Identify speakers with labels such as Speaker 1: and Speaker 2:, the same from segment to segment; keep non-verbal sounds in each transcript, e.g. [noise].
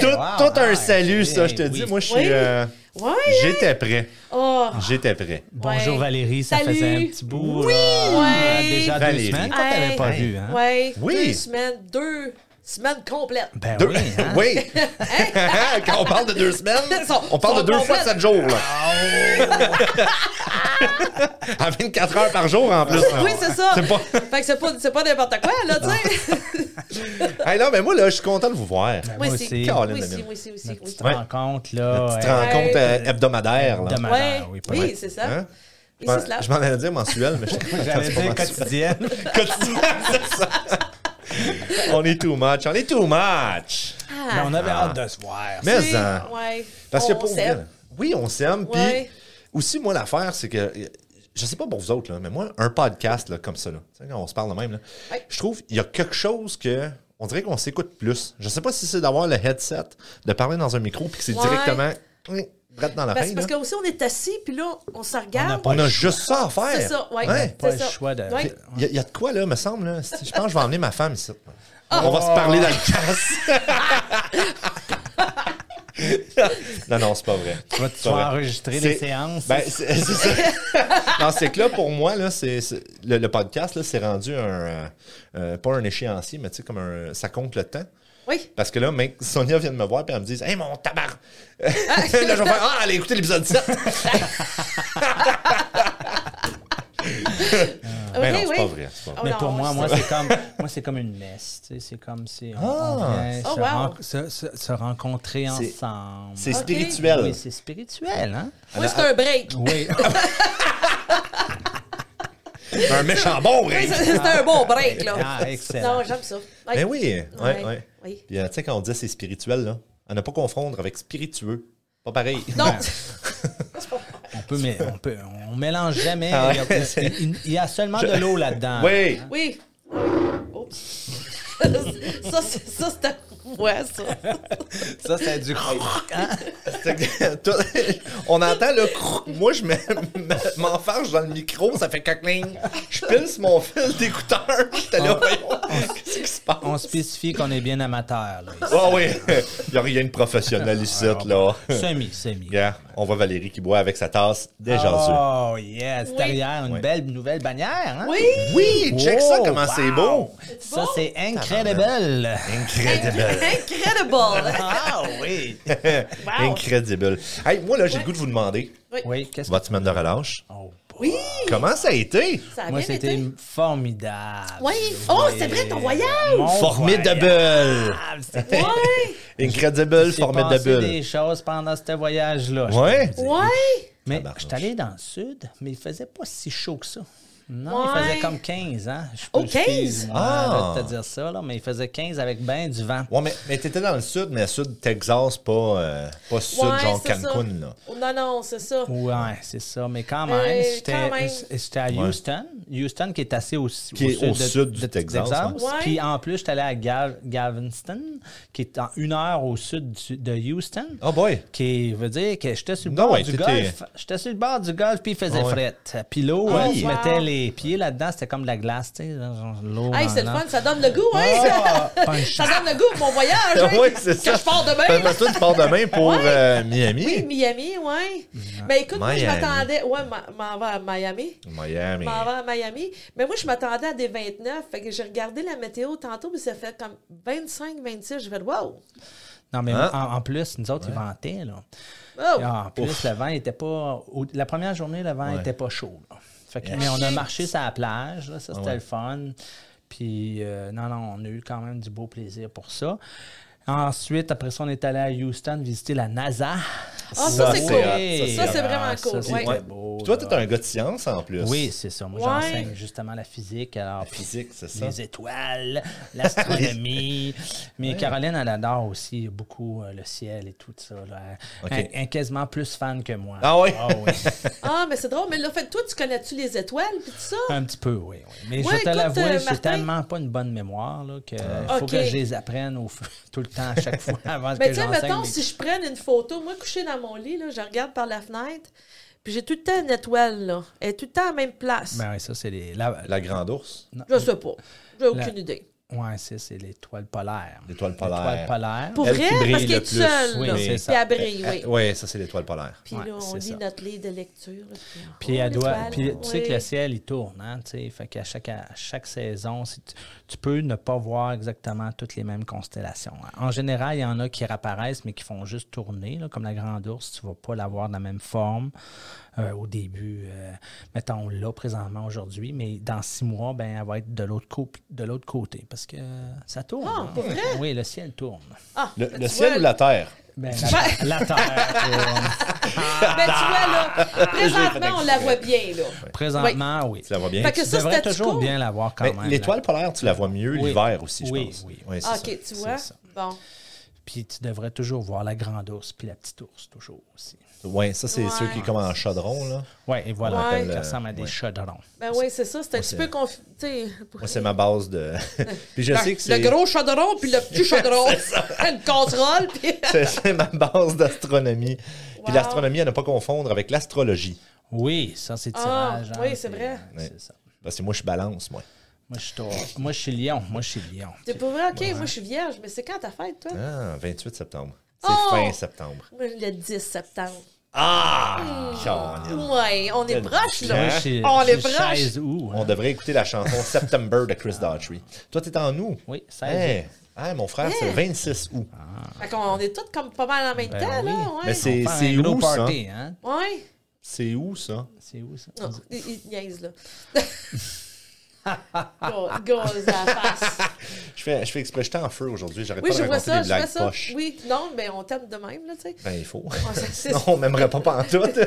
Speaker 1: Tout un salut, ça, je te dis. Moi, je suis.
Speaker 2: Oui.
Speaker 1: euh,
Speaker 2: Ouais. hein?
Speaker 1: J'étais prêt.
Speaker 2: Oh.
Speaker 1: J'étais prêt.
Speaker 3: Bonjour
Speaker 2: Ouais.
Speaker 3: Valérie, ça
Speaker 2: Salut.
Speaker 3: faisait un petit bout.
Speaker 2: Oui.
Speaker 3: euh,
Speaker 2: Ouais.
Speaker 3: Déjà
Speaker 1: Valérie.
Speaker 3: deux semaines qu'on t'avait pas
Speaker 2: Hey.
Speaker 3: vu. Hein?
Speaker 2: Ouais.
Speaker 1: Oui.
Speaker 2: Deux semaines, deux semaines complètes.
Speaker 3: Ben
Speaker 1: Deux.
Speaker 3: oui.
Speaker 2: [laughs]
Speaker 3: hein?
Speaker 1: Oui. [laughs] Quand on parle de deux semaines,
Speaker 2: Son-
Speaker 1: on parle de
Speaker 2: son
Speaker 1: deux fois
Speaker 2: complète.
Speaker 1: sept jours. Là. à 24 heures par jour, en plus.
Speaker 2: Oui, c'est ça.
Speaker 1: C'est pas...
Speaker 2: Fait que c'est pas, c'est pas n'importe quoi, là, tu
Speaker 3: Ah.
Speaker 2: [laughs] sais.
Speaker 1: Hey, non, mais moi, là, je suis content de vous voir.
Speaker 3: Moi
Speaker 2: Moi
Speaker 3: aussi.
Speaker 2: aussi. Moi
Speaker 1: Caroline
Speaker 2: aussi,
Speaker 1: Amine.
Speaker 2: moi aussi, aussi,
Speaker 3: Notre petite
Speaker 2: oui.
Speaker 1: Ouais.
Speaker 3: rencontre, là.
Speaker 1: Petite
Speaker 3: ouais.
Speaker 1: rencontre euh, hebdomadaire. Là.
Speaker 3: Demain.
Speaker 2: Ouais.
Speaker 3: Ah oui,
Speaker 2: Oui,
Speaker 3: pas mal.
Speaker 2: c'est ça.
Speaker 1: Hein?
Speaker 2: Et
Speaker 1: Ben,
Speaker 2: c'est cela.
Speaker 1: je m'en allais dire mensuel, mais je
Speaker 3: J'allais dire
Speaker 2: [laughs]
Speaker 3: quotidienne.
Speaker 1: Quotidien, [laughs] c'est ça. On est too much, on est too much.
Speaker 2: Ah,
Speaker 3: Mais on avait hâte de se voir.
Speaker 1: Mais
Speaker 2: c'est-
Speaker 1: hein.
Speaker 2: ouais.
Speaker 1: Parce que
Speaker 2: On
Speaker 1: pour
Speaker 2: s'aime.
Speaker 1: vrai, oui, on s'aime. Puis
Speaker 2: Ouais.
Speaker 1: aussi, moi, l'affaire, c'est que euh, je sais pas pour vous autres, là, mais moi, un podcast là, comme ça, là, tu sais, quand on se parle de même, là,
Speaker 2: Ouais.
Speaker 1: je trouve qu'il y a quelque chose que. On dirait qu'on s'écoute plus. Je sais pas si c'est d'avoir le headset, de parler dans un micro, puis que c'est
Speaker 2: Ouais.
Speaker 1: directement hum, drette dans la
Speaker 2: Parce,
Speaker 1: fin.
Speaker 2: parce
Speaker 1: là.
Speaker 2: qu'aussi, on est assis, puis là, on se
Speaker 3: On n'a
Speaker 2: regarde.
Speaker 3: pas
Speaker 1: On a
Speaker 3: le
Speaker 1: juste ça à faire.
Speaker 2: C'est ça, ouais.
Speaker 1: Ouais.
Speaker 2: C'est
Speaker 3: Pas le
Speaker 2: ça.
Speaker 3: choix de-
Speaker 2: Ouais.
Speaker 1: Il y, a- il y a de quoi, là, me semble. là. Si- Je pense que je vais emmener ma femme ici. On va se parler dans le casse. [laughs] non, non, c'est pas vrai.
Speaker 3: Tu vas te
Speaker 1: C'est pas vrai.
Speaker 3: faire enregistrer les
Speaker 1: C'est-
Speaker 3: séances.
Speaker 1: Ben, c'est c'est ça. [laughs] Non, c'est que là, pour moi, là, c'est c'est- le, le podcast, là, c'est rendu un. euh, euh, pas un échéancier, mais tu sais, comme un. Ça compte le temps.
Speaker 2: Oui.
Speaker 1: Parce que là, mec, Sonia vient de me voir et elle me dit Hey, mon tabar [laughs] Là, je vais faire Ah, allez écouter l'épisode
Speaker 3: [laughs]
Speaker 1: 7
Speaker 3: Ah, ben
Speaker 1: Mais Ben non,
Speaker 2: Ok,
Speaker 1: c'est
Speaker 2: oui.
Speaker 1: pas vrai. c'est pas vrai.
Speaker 2: Oh,
Speaker 3: Mais
Speaker 2: non,
Speaker 3: pour moi,
Speaker 2: c'est-
Speaker 3: moi, c'est comme, moi, c'est comme une messe. tu sais, C'est comme si on, on
Speaker 1: Ah.
Speaker 3: vient
Speaker 2: Oh,
Speaker 3: se,
Speaker 2: wow.
Speaker 3: ren- se- se- se rencontrer ensemble.
Speaker 1: C'est
Speaker 2: Ok.
Speaker 1: spirituel.
Speaker 3: Oui, c'est spirituel, hein?
Speaker 2: Moi, c'est un break.
Speaker 3: Oui.
Speaker 1: un méchant bon,
Speaker 2: Oui,
Speaker 1: Ray.
Speaker 2: c'est c'est un bon break, là.
Speaker 3: Ah, excellent.
Speaker 2: Non, j'aime ça. Ouais.
Speaker 1: Ben oui, ouais,
Speaker 2: Ouais,
Speaker 1: ouais.
Speaker 2: oui.
Speaker 1: Puis, euh, tu sais, quand on dit c'est spirituel, là, à ne pas confondre avec spiritueux. Pas pareil. [laughs]
Speaker 2: Non. [laughs]
Speaker 3: On peut, mais on peut, on mélange jamais.
Speaker 1: Ah ouais.
Speaker 3: Il y a- il, il y a seulement de l'eau là-dedans.
Speaker 1: Ah. Oui.
Speaker 2: Oui. Oups. [laughs] ça, c'est- ça, c'était moi, ça.
Speaker 3: Ça, c'est du. Hein?
Speaker 1: C'est que- [laughs] toi, on entend le crou- Moi, je me- me- [laughs] m'enfarge dans le micro, ça fait cacling. Je pile sur mon fil d'écouteur. J'étais là, voyons, qu'est-ce qui se passe?
Speaker 3: [laughs] On spécifie qu'on est bien amateur. là,
Speaker 2: [laughs]
Speaker 3: ici.
Speaker 1: Ah oui, Ah, il n'y a rien de professionnel ici, là.
Speaker 3: Semi, semi.
Speaker 1: Regarde, on voit Valérie qui boit avec sa tasse déjà
Speaker 3: Oh, yes.
Speaker 2: Oui.
Speaker 3: Derrière une
Speaker 1: Ouais.
Speaker 3: belle nouvelle bannière. Hein?
Speaker 2: Oui.
Speaker 1: Oui, check ça,
Speaker 3: Wow,
Speaker 1: comment c'est beau.
Speaker 3: wow. Ça,
Speaker 2: beau.
Speaker 3: c'est incredible.
Speaker 1: Incroyable.
Speaker 3: [laughs]
Speaker 2: Incredible.
Speaker 3: Ah oui.
Speaker 2: Wow.
Speaker 1: Incredible. Hey, moi, là, j'ai le goût de vous demander,
Speaker 3: Oui, qu'est-ce que.
Speaker 1: votre semaine de relâche,
Speaker 3: Oh, boy.
Speaker 2: Oui,
Speaker 1: comment ça a été?
Speaker 2: ça a
Speaker 3: Moi,
Speaker 2: bien
Speaker 3: c'était
Speaker 2: été.
Speaker 3: formidable.
Speaker 2: Oui. Oh, c'est vrai, ton voyage.
Speaker 3: Mon
Speaker 1: Formidable!
Speaker 3: voyage. C'était
Speaker 2: Ouais.
Speaker 1: Incredible,
Speaker 3: J'ai passé
Speaker 1: formidable.
Speaker 3: des choses pendant ce voyage-là. je
Speaker 1: Ouais?
Speaker 3: peux vous dire.
Speaker 2: Ouais.
Speaker 3: Mais
Speaker 1: Tabarnouche.
Speaker 3: je suis allé dans le sud, mais il faisait pas si chaud que ça. Non,
Speaker 2: Ouais.
Speaker 3: il faisait comme 15, hein? Je
Speaker 2: Oh,
Speaker 3: peux le suivre,
Speaker 2: 15?
Speaker 3: moi,
Speaker 1: Ah.
Speaker 3: là, de te dire ça, là, mais il faisait 15 avec ben du vent.
Speaker 1: Ouais, mais, mais t'étais dans le sud, mais sud Texas, pas, euh, pas sud,
Speaker 2: Ouais,
Speaker 1: genre
Speaker 2: c'est ça.
Speaker 1: Cancun, là.
Speaker 2: Non, non, c'est ça.
Speaker 3: Ouais, c'est ça. Mais quand
Speaker 2: Euh,
Speaker 3: même,
Speaker 2: quand même.
Speaker 3: j'étais- j'étais à Houston. Houston qui est assez aussi
Speaker 1: Qui est au sud du Texas,
Speaker 2: ouais. Ouais.
Speaker 3: Puis en plus, j'étais allé à Gal- Galveston, qui est en une heure au sud du- de Houston.
Speaker 1: Oh boy!
Speaker 3: qui veut dire que j'étais sur le
Speaker 1: Non,
Speaker 3: bord
Speaker 1: ouais,
Speaker 3: du
Speaker 1: t'étais-
Speaker 3: golf. J'étais sur le bord du golf, puis il faisait
Speaker 1: Ah ouais.
Speaker 3: frette. Puis l'eau,
Speaker 1: Ah,
Speaker 3: euh, tu
Speaker 1: wow.
Speaker 3: mettais les pieds là-dedans, c'était comme de la glace, tu sais, genre l'eau.
Speaker 2: Hey,
Speaker 3: en
Speaker 2: c'est le
Speaker 3: en-
Speaker 2: fun, ça donne le goût, hein?
Speaker 3: Ah, punch.
Speaker 2: [laughs] Ça donne le goût pour mon voyage,
Speaker 1: [laughs]
Speaker 2: hein?
Speaker 1: oui, c'est ça.
Speaker 2: Que je pars
Speaker 1: Parce
Speaker 2: demain.
Speaker 1: que toi, tu pars demain pour euh, Miami.
Speaker 2: [laughs] Miami, ouais.
Speaker 3: Mm-hmm.
Speaker 2: Mais écoute, moi, je
Speaker 1: Miami.
Speaker 2: m'attendais. Ouais, ma- m'en va à Miami.
Speaker 1: Miami.
Speaker 2: M'en va à Miami. Mais moi, je m'attendais à des 29. Fait que j'ai regardé la météo tantôt, puis ça fait comme 25, 26. Je vais wow!
Speaker 3: Non, mais
Speaker 1: Hein?
Speaker 3: en, en plus, nous autres, ils vantaient, là.
Speaker 2: Oh!
Speaker 3: Et en plus, le vent n'était pas. au- La première journée, le vent n'était pas chaud. là. Fait que- Mais on a marché sur la plage, là, ça c'était le fun. Puis, euh, non, non, on a eu quand même du beau plaisir pour ça. Ensuite, après ça, on est allé à Houston visiter la NASA.
Speaker 2: Ah, ça,
Speaker 1: c'est
Speaker 2: c'est
Speaker 1: hot.
Speaker 2: cool.
Speaker 1: c'est
Speaker 2: Ça, c'est
Speaker 3: hot.
Speaker 2: vraiment
Speaker 3: Ça,
Speaker 2: cool.
Speaker 3: c'est
Speaker 2: ouais.
Speaker 1: Ouais.
Speaker 3: beau,
Speaker 1: Puis toi, t'es
Speaker 3: là.
Speaker 1: un gars de science en plus.
Speaker 3: Oui, c'est ça. Moi,
Speaker 2: Ouais.
Speaker 3: j'enseigne justement la physique. Alors, puis
Speaker 1: physique, c'est ça. [laughs]
Speaker 3: Les étoiles, l'astronomie. Mais Caroline, elle adore aussi beaucoup euh, le ciel et tout ça. Là.
Speaker 1: Ok.
Speaker 3: Elle- elle est quasiment plus fan que moi.
Speaker 1: Ah oui?
Speaker 2: Ah, mais c'est drôle. Mais là, fait, toi, tu connais-tu les étoiles,
Speaker 3: [laughs]
Speaker 2: puis tout ça?
Speaker 3: [laughs]
Speaker 2: Ben,
Speaker 3: Un petit peu, oui. oui. Mais
Speaker 2: Ouais,
Speaker 3: je te
Speaker 2: écoute,
Speaker 3: l'avoue,
Speaker 2: euh,
Speaker 3: j'ai
Speaker 2: Martin.
Speaker 3: tellement pas une bonne mémoire là, que
Speaker 1: Ah.
Speaker 3: faut
Speaker 2: Ok.
Speaker 3: que je les apprenne au feu- [laughs] tout le temps, à
Speaker 1: [laughs]
Speaker 3: chaque fois, avant que
Speaker 2: Mais tu sais,
Speaker 3: j'enseigne.
Speaker 2: mettons,
Speaker 3: les-
Speaker 2: si je prenne une photo, moi, couchée dans mon lit, là, je regarde par la fenêtre, puis j'ai tout le temps une étoile, là. Elle est tout le temps à la même place.
Speaker 3: Ben oui, ça, c'est les... la-
Speaker 1: La grande ours.
Speaker 2: Je sais pas. J'ai aucune
Speaker 3: La-
Speaker 2: idée.
Speaker 3: Ouais, c'est, c'est l'étoile polaire.
Speaker 1: L'étoile polaire.
Speaker 3: L'étoile polaire.
Speaker 2: Pour
Speaker 1: Elle
Speaker 2: vrai,
Speaker 1: qui brille
Speaker 2: parce qu'il
Speaker 1: le
Speaker 2: est tout
Speaker 1: plus.
Speaker 2: seul.
Speaker 3: Oui,
Speaker 2: là.
Speaker 3: c'est
Speaker 2: Puis
Speaker 3: ça.
Speaker 2: elle brille, oui.
Speaker 1: Oui, ça, c'est l'étoile polaire.
Speaker 2: Puis
Speaker 3: Ouais,
Speaker 2: là, on
Speaker 3: c'est
Speaker 2: lit
Speaker 3: ça.
Speaker 2: notre livre de lecture. là, puis on-
Speaker 3: Puis elle
Speaker 2: Oh,
Speaker 3: doit.
Speaker 2: l'étoile,
Speaker 3: Puis tu sais que
Speaker 2: oui.
Speaker 3: le ciel, il tourne, hein, tu sais. Fait qu'à chaque, à chaque saison, si tu, tu peux ne pas voir exactement toutes les mêmes constellations. hein. En général, il y en a qui réapparaissent, mais qui font juste tourner, là, comme la grande ours, tu ne vas pas l'avoir de la même forme euh, au début. euh, mettons là présentement aujourd'hui, mais dans six mois, ben, elle va être de l'autre co- de l'autre côté. Parce que ça tourne.
Speaker 2: Ah,
Speaker 3: hein.
Speaker 2: pour vrai?
Speaker 3: Oui, le ciel tourne.
Speaker 2: Ah,
Speaker 1: Le,
Speaker 2: ben,
Speaker 1: le
Speaker 2: tu
Speaker 1: ciel
Speaker 2: vois,
Speaker 1: ou la terre?
Speaker 3: Ben, la, la Terre tourne.
Speaker 2: [laughs] Ben, tu vois, là,
Speaker 1: [laughs]
Speaker 2: présentement, on la voit bien, là.
Speaker 3: Présentement, oui.
Speaker 1: Tu la vois bien?
Speaker 2: Fait que
Speaker 3: Tu
Speaker 2: ça,
Speaker 3: devrais
Speaker 2: statu
Speaker 3: toujours
Speaker 2: quo.
Speaker 3: bien la voir quand
Speaker 1: Mais
Speaker 3: même. là.
Speaker 1: Ben, l'étoile polaire, tu la vois mieux
Speaker 3: Oui.
Speaker 1: l'hiver aussi, je
Speaker 3: Oui,
Speaker 1: pense.
Speaker 3: oui.
Speaker 1: oui c'est
Speaker 2: Ah,
Speaker 1: ça.
Speaker 2: OK, tu vois?
Speaker 3: ça.
Speaker 2: Bon.
Speaker 3: Puis tu devrais toujours voir la grande ours puis la petite ours, toujours aussi.
Speaker 1: Ouais, ça, c'est
Speaker 2: Ouais.
Speaker 1: ceux qui, comme en chaudron, là.
Speaker 3: Oui, et voilà,
Speaker 2: Ouais.
Speaker 3: ça ressemble à des chaudrons.
Speaker 2: Ben oui, c'est ça. C'est un petit
Speaker 1: c'est-
Speaker 2: peu confus. Tu sais, pour-
Speaker 1: Moi, c'est ma base
Speaker 2: [laughs]
Speaker 1: de. puis je sais que
Speaker 2: le
Speaker 1: c'est.
Speaker 2: gros chaudron, puis le petit chaudron. [laughs] Une casserole, puis...
Speaker 1: [laughs]
Speaker 2: [laughs]
Speaker 1: c'est- C'est ma base d'astronomie.
Speaker 2: Wow.
Speaker 1: Puis l'astronomie, à ne pas confondre avec l'astrologie.
Speaker 3: Oui, ça, c'est
Speaker 2: Ah,
Speaker 3: tirage. hein,
Speaker 2: oui, c'est vrai.
Speaker 3: euh, C'est ça.
Speaker 1: Parce que moi, je suis balance, moi.
Speaker 3: Moi, je suis taureau. Moi, je suis lion. Moi, je suis lion.
Speaker 2: T'es pas vrai? OK, moi, je suis vierge, mais c'est quand ta fête, toi?
Speaker 1: Ah, 28 septembre. C'est
Speaker 2: Oh!
Speaker 1: fin septembre.
Speaker 2: Moi, Le 10 septembre.
Speaker 1: Ah! Caroline.
Speaker 2: Ouais, on est
Speaker 1: Quel
Speaker 2: proche,
Speaker 1: Hein?
Speaker 3: Moi,
Speaker 2: là.
Speaker 3: je suis-
Speaker 2: On
Speaker 3: je
Speaker 2: les
Speaker 3: suis
Speaker 2: broche.
Speaker 3: 16 août. hein.
Speaker 1: On devrait écouter la
Speaker 2: [laughs]
Speaker 1: chanson September de Chris Daughtry. Toi, t'es en août.
Speaker 3: Oui, Ah. 16 août.
Speaker 1: Hey, hey, mon frère, c'est le 26 août.
Speaker 2: Fait qu'on on est tous comme pas mal en même
Speaker 3: Ben
Speaker 2: temps, là.
Speaker 3: oui.
Speaker 2: Ouais.
Speaker 1: Mais c'est
Speaker 3: On va faire
Speaker 1: c'est
Speaker 3: un gros
Speaker 1: où, ça?
Speaker 3: party, hein?
Speaker 2: Ouais.
Speaker 1: C'est où, ça?
Speaker 3: C'est où, ça?
Speaker 2: Non, il, il
Speaker 1: [laughs]
Speaker 2: niaise, là. Go- Gosse à la face.
Speaker 1: Je fais, je fais exprès, j'étais en feu aujourd'hui, j'arrête
Speaker 2: Oui,
Speaker 1: pas
Speaker 2: je
Speaker 1: de
Speaker 2: vois
Speaker 1: raconter
Speaker 2: ça,
Speaker 1: des
Speaker 2: je vois
Speaker 1: blagues
Speaker 2: ça.
Speaker 1: poches.
Speaker 2: Oui, non, mais on t'aime de même, là,
Speaker 3: [laughs]
Speaker 2: tu sais.
Speaker 1: Ben, il faut.
Speaker 2: On s'en- [laughs] c'est-
Speaker 1: Sinon, on m'aimerait pas
Speaker 2: [laughs]
Speaker 1: pantoute. ouais,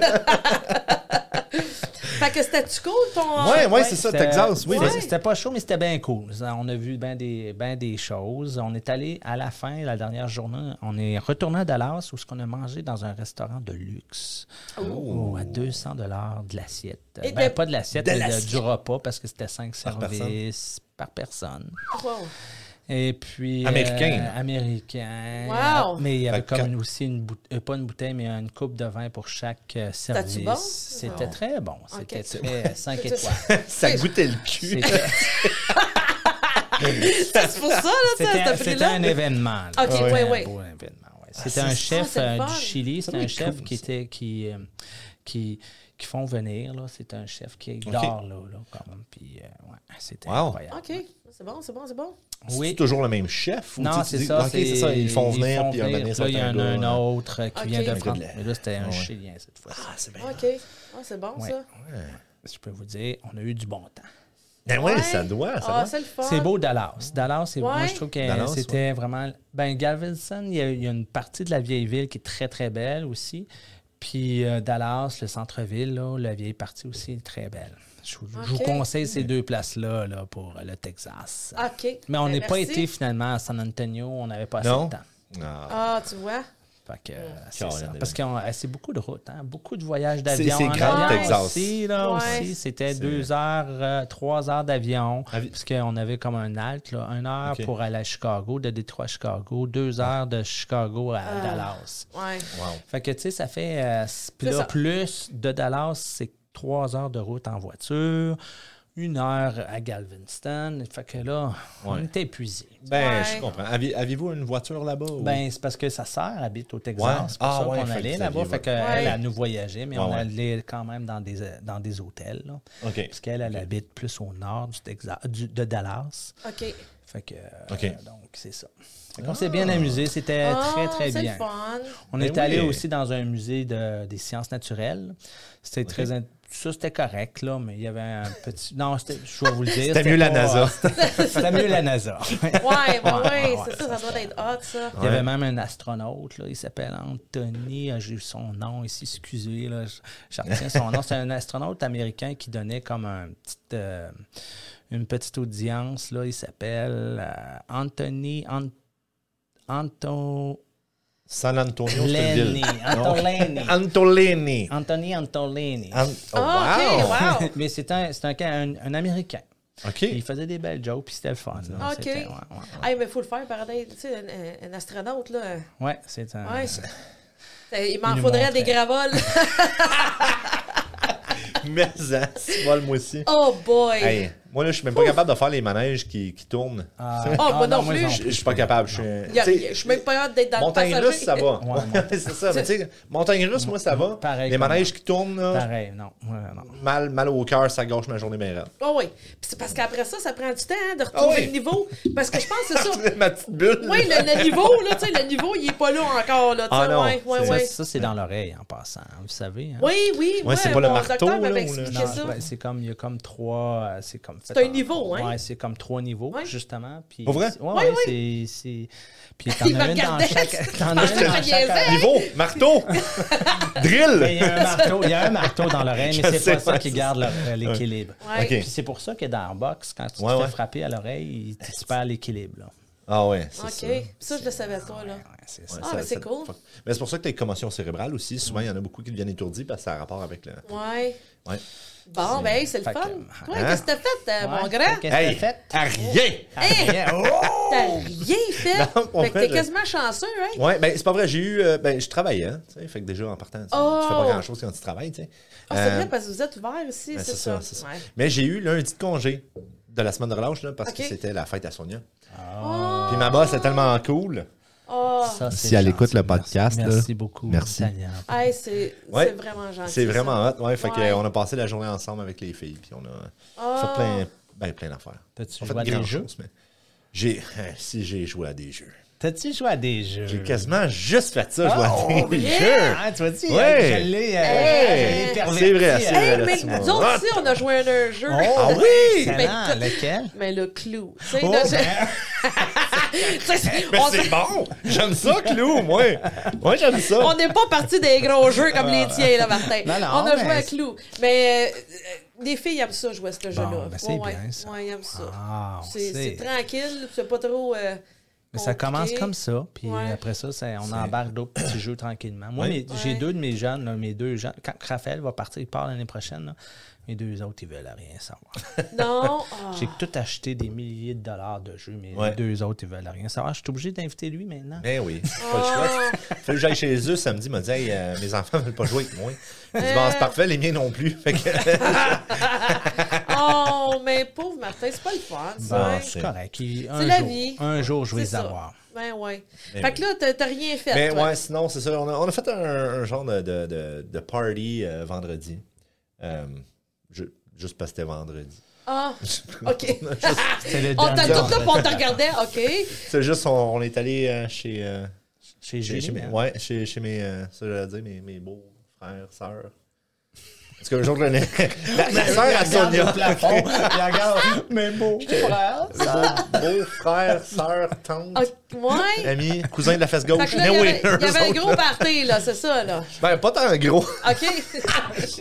Speaker 2: Fait que statu quo, ton.
Speaker 1: ouais, c'est ça,
Speaker 3: C'était-
Speaker 1: Texas, oui.
Speaker 3: c'était-
Speaker 1: vas-y.
Speaker 3: C'était pas chaud, mais c'était bien cool. Ça, On a vu bien des, ben des choses. On est allé à la fin, la dernière journée, on est retourné à Dallas où ce qu'on a mangé dans un restaurant de luxe. Oh, à 200 dollars de l'assiette.
Speaker 2: Et
Speaker 3: Ben,
Speaker 2: de-
Speaker 3: pas de l'assiette,
Speaker 1: de
Speaker 3: mais de-
Speaker 1: l'assiette.
Speaker 3: du repas parce que c'était 5
Speaker 1: personne.
Speaker 3: services par personne.
Speaker 2: Wow.
Speaker 3: Et puis. euh,
Speaker 1: Américain, là.
Speaker 3: américain.
Speaker 2: Wow.
Speaker 3: Mais il y avait
Speaker 1: Fait que quand-
Speaker 3: comme une- aussi une bouteille, pas une bouteille, mais une coupe de vin pour chaque euh, service.
Speaker 2: bon?
Speaker 3: C'était très bon.
Speaker 1: [laughs]
Speaker 3: C'était
Speaker 2: Ok.
Speaker 3: très
Speaker 2: [laughs]
Speaker 3: 5 étoiles.
Speaker 1: Ça goûtait le cul.
Speaker 3: C'était-
Speaker 2: C'est pour ça, là, tu sais,
Speaker 3: C'était
Speaker 2: à ce
Speaker 3: c'était
Speaker 2: prix-là.
Speaker 3: un événement. là.
Speaker 2: Ok,
Speaker 3: C'était
Speaker 2: ouais,
Speaker 3: un
Speaker 2: ouais. Ah,
Speaker 3: beau événement, ouais. C'était un chef
Speaker 2: c'est le
Speaker 3: euh,
Speaker 2: fun.
Speaker 3: du Chili, c'est
Speaker 1: doit
Speaker 3: un
Speaker 1: être
Speaker 3: chef
Speaker 1: cool,
Speaker 3: qui
Speaker 1: ça.
Speaker 3: était qui, euh, qui qui font venir là, c'est un chef qui dort là, là comme puis euh, ouais, c'était
Speaker 1: Wow.
Speaker 3: incroyable.
Speaker 2: OK, c'est bon, c'est bon, c'est bon.
Speaker 1: C'est
Speaker 3: Oui.
Speaker 1: toujours le même chef? ou
Speaker 3: Non,
Speaker 1: tu- tu
Speaker 3: c'est
Speaker 1: dis-
Speaker 3: ça,
Speaker 1: ok, c'est ça, ils font venir, puis un moment donné,
Speaker 3: venir,
Speaker 1: ça
Speaker 3: puis là, il y
Speaker 1: va
Speaker 3: en
Speaker 1: être
Speaker 3: a un
Speaker 1: gars, ouais.
Speaker 3: autre euh, qui
Speaker 2: Ok.
Speaker 3: vient
Speaker 2: Un
Speaker 3: de
Speaker 1: gars de
Speaker 3: France.
Speaker 1: la-
Speaker 3: Mais là, c'était un
Speaker 1: ouais.
Speaker 3: Chilien cette fois-ci.
Speaker 1: Ah, c'est bien.
Speaker 2: OK. Ah, c'est bon,
Speaker 3: Ouais.
Speaker 2: ça.
Speaker 3: Je peux vous dire, on a eu du bon temps.
Speaker 1: Ben ouais, ça doit, ça
Speaker 2: Ah,
Speaker 1: doit.
Speaker 2: c'est le fun.
Speaker 3: C'est beau Dallas. Dallas, c'est- moi
Speaker 2: Ouais.
Speaker 3: je trouve que
Speaker 1: Dallas,
Speaker 3: c'était vraiment. Ben Galveston, il y, a, il y a une partie de la vieille ville qui est très très belle aussi. Puis euh, Dallas, le centre-ville, là, la vieille partie aussi est très belle. Je, vous- je vous
Speaker 2: Ok.
Speaker 3: conseille ces deux places là, pour euh, le Texas.
Speaker 2: OK.
Speaker 3: Mais on
Speaker 2: Ben,
Speaker 3: n'est pas
Speaker 2: merci.
Speaker 3: été finalement à San Antonio, on n'avait pas assez
Speaker 1: Non?
Speaker 3: de temps.
Speaker 1: Ah.
Speaker 2: Ah, tu vois.
Speaker 3: Fait que, euh, c'est
Speaker 1: Caroline,
Speaker 3: ça.
Speaker 1: elle
Speaker 3: Parce que c'est beaucoup de routes, hein, beaucoup de voyages
Speaker 1: C'est-
Speaker 3: d'avion.
Speaker 1: c'est
Speaker 3: en
Speaker 1: grand,
Speaker 3: avion
Speaker 1: Texas.
Speaker 3: aussi, là,
Speaker 2: Ouais.
Speaker 3: aussi. C'était deux heures, euh, trois heures d'avion.
Speaker 1: Avi-
Speaker 3: Parce qu'on avait comme un halt, là, une heure
Speaker 1: Ah, Ok. Ah.
Speaker 3: pour aller à Chicago, de Détroit à Chicago, deux heures de Chicago à
Speaker 2: Ah.
Speaker 3: Dallas.
Speaker 2: Ouais.
Speaker 3: Fait que, tu sais, ça fait. euh, s- puis
Speaker 2: C'est
Speaker 3: là,
Speaker 2: ça.
Speaker 3: plus de Dallas, c'est trois heures de route en voiture, une heure à Galveston. Fait que là, on
Speaker 1: Ouais.
Speaker 3: est épuisé.
Speaker 1: Ben,
Speaker 2: Ouais.
Speaker 1: je comprends. Aviez- Aviez-vous une voiture là-bas? ou-
Speaker 3: Ben, c'est parce que sa sœur habite au Texas.
Speaker 1: Ouais.
Speaker 3: C'est pour
Speaker 1: Ah
Speaker 3: ça
Speaker 1: ouais,
Speaker 3: qu'on
Speaker 1: fait que
Speaker 3: allait
Speaker 1: vous
Speaker 3: là-bas.
Speaker 1: aviez-
Speaker 3: Fait qu'elle,
Speaker 2: Ouais.
Speaker 3: elle, elle nous voyageait, mais
Speaker 1: Ouais,
Speaker 3: on
Speaker 1: ouais.
Speaker 3: allait quand même dans des, dans des hôtels. là.
Speaker 1: OK.
Speaker 3: Parce qu'elle, elle habite plus au nord du Texas, du- de Dallas.
Speaker 2: OK.
Speaker 3: Fait que, euh,
Speaker 1: OK.
Speaker 3: donc, c'est ça. Fait qu'on s'est bien amusé. C'était
Speaker 2: Ah,
Speaker 3: très,
Speaker 2: c'est
Speaker 3: très bien.
Speaker 2: le fun.
Speaker 3: [laughs] On
Speaker 1: Ben
Speaker 3: est allé
Speaker 1: oui.
Speaker 3: aussi dans un musée de- des sciences naturelles. C'était très. in- Ça, c'était correct, là, mais il y avait un petit. Non, c'était- je vais vous le dire.
Speaker 1: C'était mieux la
Speaker 3: pas-
Speaker 1: NASA.
Speaker 3: [laughs] C'était mieux la NASA.
Speaker 2: Ouais, ben ouais,
Speaker 3: ouais,
Speaker 2: c'est ça, ça doit être hot, ça.
Speaker 1: Ouais.
Speaker 3: Il y avait même un astronaute, là, il s'appelle Anthony, euh, j'ai eu son nom ici, excusez, là, je- je retiens son nom. C'est un astronaute américain qui donnait comme un petit, euh, une petite audience, là, il s'appelle euh, Anthony An- Anto-
Speaker 1: San Antonio, c'est une
Speaker 3: Leni.
Speaker 1: ville.
Speaker 3: Antolini.
Speaker 1: Antolini.
Speaker 3: Anthony Antolini.
Speaker 1: An- Oh, wow!
Speaker 2: Ah, OK, wow.
Speaker 3: Mais c'est un, c'est un, un- un Américain.
Speaker 1: OK. [laughs]
Speaker 3: Il faisait des belles jokes, puis c'était le fun. là.
Speaker 2: OK.
Speaker 3: C'était- ouais, ouais.
Speaker 2: Hey, mais faut le faire, pareil. Tu sais, un, un- un astronaute, là.
Speaker 3: Ouais, c'est un...
Speaker 2: Ouais. [laughs] Il m'en
Speaker 3: Euh. Il nous
Speaker 2: faudrait des
Speaker 3: montrait.
Speaker 2: gravoles. [laughs]
Speaker 1: Mais ça, c'est moi aussi.
Speaker 2: Oh boy!
Speaker 1: Hey, Moi, là, je suis même pas capable de faire les manèges qui, qui tournent.
Speaker 3: Ah,
Speaker 2: Ah,
Speaker 3: ah,
Speaker 2: moi non plus.
Speaker 1: Je je suis pas capable. Je suis-
Speaker 2: Y a-
Speaker 1: tu sais,
Speaker 2: y a- Je suis même pas hâte d'être dans
Speaker 1: Montagne
Speaker 2: le passager.
Speaker 1: russe, ça va.
Speaker 3: Ouais, ouais.
Speaker 1: [laughs] c'est ça. Mais tu sais, montagne russe, moi, ça va.
Speaker 3: Pareil
Speaker 1: les
Speaker 3: comme
Speaker 1: manèges qui tournent, là,
Speaker 3: Pareil, non. ouais, non.
Speaker 1: mal, mal au cœur, ça gâche ma journée bien raide.
Speaker 2: Ah oui. Puis c'est parce qu'après ça, ça prend du temps hein, de retrouver
Speaker 1: Ah oui.
Speaker 2: le niveau. Parce que je pense que c'est
Speaker 1: [laughs]
Speaker 2: ça.
Speaker 1: ma petite bulle.
Speaker 2: Oui, le, le niveau, là, tu sais, le niveau, il est pas là encore, là, tu sais,
Speaker 1: Ah non,
Speaker 2: ouais, ouais,
Speaker 1: c'est-
Speaker 3: Ça,
Speaker 2: ouais.
Speaker 3: ça, c'est dans l'oreille en passant, vous savez. hein.
Speaker 2: Oui, oui,
Speaker 1: Ouais,
Speaker 2: ouais,
Speaker 1: c'est pas le
Speaker 2: mon
Speaker 1: marteau,
Speaker 2: docteur
Speaker 1: là,
Speaker 2: m'avait
Speaker 1: ou le-
Speaker 2: expliqué
Speaker 1: Non,
Speaker 2: ça.
Speaker 3: Ouais, c'est comme, il y a comme trois. euh, C'est comme.
Speaker 2: C'est un niveau, hein?
Speaker 3: Oui, c'est comme trois niveaux,
Speaker 2: Ouais.
Speaker 3: justement. Puis,
Speaker 1: Pour vrai?
Speaker 3: Ouais,
Speaker 2: Oui,
Speaker 3: ouais,
Speaker 2: oui.
Speaker 3: c'est- c'est. Puis, t'en
Speaker 2: Il me
Speaker 3: as une dans
Speaker 2: regardait, [laughs]
Speaker 3: chaque. T'en as
Speaker 2: pensais
Speaker 3: une
Speaker 2: que
Speaker 3: dans
Speaker 2: je
Speaker 3: chaque.
Speaker 2: niaisais.
Speaker 1: [laughs] Niveau,
Speaker 2: [laughs]
Speaker 1: marteau,
Speaker 3: Mais Il y,
Speaker 1: drill.
Speaker 3: a un marteau, il y a un marteau dans l'oreille, mais
Speaker 1: Je
Speaker 3: c'est
Speaker 1: sais
Speaker 3: pas ça
Speaker 1: pas,
Speaker 3: qui
Speaker 1: c'est
Speaker 3: garde l'or- euh, l'équilibre.
Speaker 2: Ouais.
Speaker 1: Ok.
Speaker 3: Puis c'est pour ça que dans la boxe, quand tu
Speaker 1: Ouais,
Speaker 3: te fais
Speaker 1: ouais.
Speaker 3: frapper à l'oreille, tu- tu perds l'équilibre. là.
Speaker 1: Ah ouais, c'est
Speaker 2: OK.
Speaker 1: ça.
Speaker 2: Ça, je le savais pas, là.
Speaker 3: Ouais, c'est ça.
Speaker 2: Ah, mais c'est cool.
Speaker 1: fuck. Mais c'est pour ça que les commotions cérébrales aussi, souvent, il y en a beaucoup qui deviennent étourdis parce que ça a rapport avec le.
Speaker 2: Ouais.
Speaker 1: Ouais.
Speaker 2: Bon, ben, hey, c'est le
Speaker 3: Fait que,
Speaker 2: fun.
Speaker 3: euh,
Speaker 2: Ouais,
Speaker 1: hein?
Speaker 2: qu'est-ce que t'as fait, euh, mon
Speaker 3: Ouais,
Speaker 2: grand?
Speaker 3: qu'est-ce que
Speaker 1: Hey,
Speaker 3: t'as fait?
Speaker 1: à rien!
Speaker 2: Hey,
Speaker 3: Yeah, oh!
Speaker 2: t'as rien fait!
Speaker 1: [laughs] Non, pour
Speaker 2: fait que
Speaker 1: vrai,
Speaker 2: t'es
Speaker 1: je-
Speaker 2: quasiment chanceux, hein?
Speaker 1: Ouais, ben c'est pas vrai, j'ai eu. euh, ben je travaillais, hein, tu sais, fait que déjà en partant, tu sais,
Speaker 2: Oh!
Speaker 1: tu fais pas grand chose quand tu travailles, tu sais.
Speaker 2: Ah, c'est
Speaker 1: Euh,
Speaker 2: vrai, parce que vous êtes ouverts ici,
Speaker 1: ben,
Speaker 2: c'est
Speaker 1: c'est
Speaker 2: ça.
Speaker 1: ça, c'est ça.
Speaker 2: Ouais.
Speaker 1: Mais j'ai eu lundi de congé de la semaine de relâche, là, parce
Speaker 2: Ok.
Speaker 1: que c'était la fête à Sonia.
Speaker 2: Oh,
Speaker 1: Puis ma boss est tellement cool.
Speaker 2: oh.
Speaker 3: Ça, c'est
Speaker 1: Si elle
Speaker 3: gentil.
Speaker 1: écoute le
Speaker 3: Merci.
Speaker 1: podcast, là,
Speaker 3: Merci, beaucoup.
Speaker 1: merci.
Speaker 3: Tania.
Speaker 2: Hey, c'est
Speaker 1: Ouais.
Speaker 2: c'est vraiment gentil.
Speaker 1: C'est vraiment hot, ouais. Fait que,
Speaker 2: Ouais.
Speaker 1: euh, on a passé la journée ensemble avec les filles, puis on a
Speaker 2: Ah.
Speaker 1: fait plein, ben, plein d'affaires.
Speaker 3: T'as-tu
Speaker 1: On a
Speaker 3: joué à
Speaker 1: fait
Speaker 3: des
Speaker 1: grand
Speaker 3: jeux?
Speaker 1: chose, mais j'ai, hein, si j'ai joué à des jeux.
Speaker 3: T'as-tu joué à des jeux?
Speaker 1: J'ai quasiment juste fait ça, jouer à des
Speaker 2: yeah!
Speaker 1: jeux.
Speaker 3: Ah, tu vois, tu
Speaker 1: Ouais.
Speaker 3: je l'ai, euh,
Speaker 1: Hey!
Speaker 3: je l'ai
Speaker 1: C'est
Speaker 3: perverti,
Speaker 1: vrai, c'est vrai.
Speaker 3: euh. Oh,
Speaker 2: Hey,
Speaker 1: là,
Speaker 2: Ah, mais
Speaker 1: Simon.
Speaker 2: nous autres aussi, on a joué à un jeu.
Speaker 1: Ah oui!
Speaker 3: Excellent. Lequel?
Speaker 2: Mais le clou. Tu sais,
Speaker 1: Oh,
Speaker 2: là,
Speaker 1: ben,
Speaker 2: je- [laughs] tu sais,
Speaker 1: Mais
Speaker 2: on-
Speaker 1: c'est bon! J'aime ça, Clou, moi! Moi, j'aime ça!
Speaker 2: on n'est pas parti des gros jeux comme les tiens, là, Martin.
Speaker 3: Ah. Non, non,
Speaker 2: on a
Speaker 3: mais
Speaker 2: joué à
Speaker 3: c'est-
Speaker 2: clou. Mais euh, euh, les filles aiment ça, jouer à ce jeu-là.
Speaker 3: Bon, ben, c'est
Speaker 2: ouais,
Speaker 3: bien, ça.
Speaker 2: ouais, elles aiment ça.
Speaker 3: Ah, on
Speaker 2: c'est
Speaker 3: sait.
Speaker 2: c'est tranquille, c'est pas trop. euh,
Speaker 3: Mais ça commence
Speaker 2: compliqué.
Speaker 3: comme ça, puis
Speaker 2: Ouais.
Speaker 3: après ça, ça- on embarque d'autres petits jeux tranquillement. Moi, mes- j'ai
Speaker 2: Ouais.
Speaker 3: deux de mes jeunes, là, mes deux jeunes. Quand Raphaël va partir, il part l'année prochaine, là, mes deux autres, ils veulent rien savoir.
Speaker 2: Non. ah.
Speaker 3: [laughs] j'ai tout acheté des milliers de dollars de jeux, mais
Speaker 1: Ouais.
Speaker 3: les deux autres, ils veulent rien savoir. Je suis obligé d'inviter lui maintenant.
Speaker 1: Ben oui, pas le choix. Fait que j'aille chez eux samedi, il m'a dit Hey, euh, mes enfants veulent pas jouer avec moi. Je dis Bon, c'est parfait, les miens non plus. Fait que,
Speaker 2: Oh, mais pauvre Martin, c'est pas le fun, ça.
Speaker 1: Bon,
Speaker 2: hein.
Speaker 1: c'est-
Speaker 3: C'est correct. il- un
Speaker 2: C'est la
Speaker 3: jour,
Speaker 2: vie.
Speaker 3: Un jour, je vais
Speaker 2: C'est
Speaker 3: les
Speaker 2: ça.
Speaker 3: avoir. Ben
Speaker 2: Ben ouais.
Speaker 1: Mais
Speaker 2: fait
Speaker 1: oui.
Speaker 2: que là, t'as- t'as rien fait.
Speaker 1: Mais
Speaker 2: toi.
Speaker 1: ouais, sinon, c'est ça. On a, on a fait un, un genre de, de, de- de party euh, vendredi. Euh, ju- juste parce que c'était vendredi.
Speaker 3: [laughs]
Speaker 2: Ah, OK.
Speaker 3: C'est le
Speaker 2: On t'a
Speaker 3: dernier.
Speaker 2: tout là, puis on te regardait, OK.
Speaker 1: C'est juste, on, on est allé euh, chez, euh,
Speaker 3: Chez
Speaker 1: chez,
Speaker 3: Julie.
Speaker 1: chez mes,
Speaker 3: hein.
Speaker 1: ouais, chez, chez mes, euh, ça, j'allais dire, mes, mes beaux frères, sœurs. Parce qu'un jour, je l'ai- la, [laughs] la sœur à Sonia. [laughs]
Speaker 3: plafond, il regarde mes beaux frères.
Speaker 1: Beau frère, sœur, tante,
Speaker 2: OK, Ah, ouais.
Speaker 1: ami, cousin de la fesse
Speaker 2: Fait
Speaker 1: gauche.
Speaker 2: que là, il y
Speaker 1: Anyway,
Speaker 2: avait, il y
Speaker 1: eux
Speaker 2: avait un
Speaker 1: autres,
Speaker 2: gros
Speaker 1: là.
Speaker 2: party, là, c'est ça, là.
Speaker 1: Ben, pas tant gros. [laughs]
Speaker 2: OK?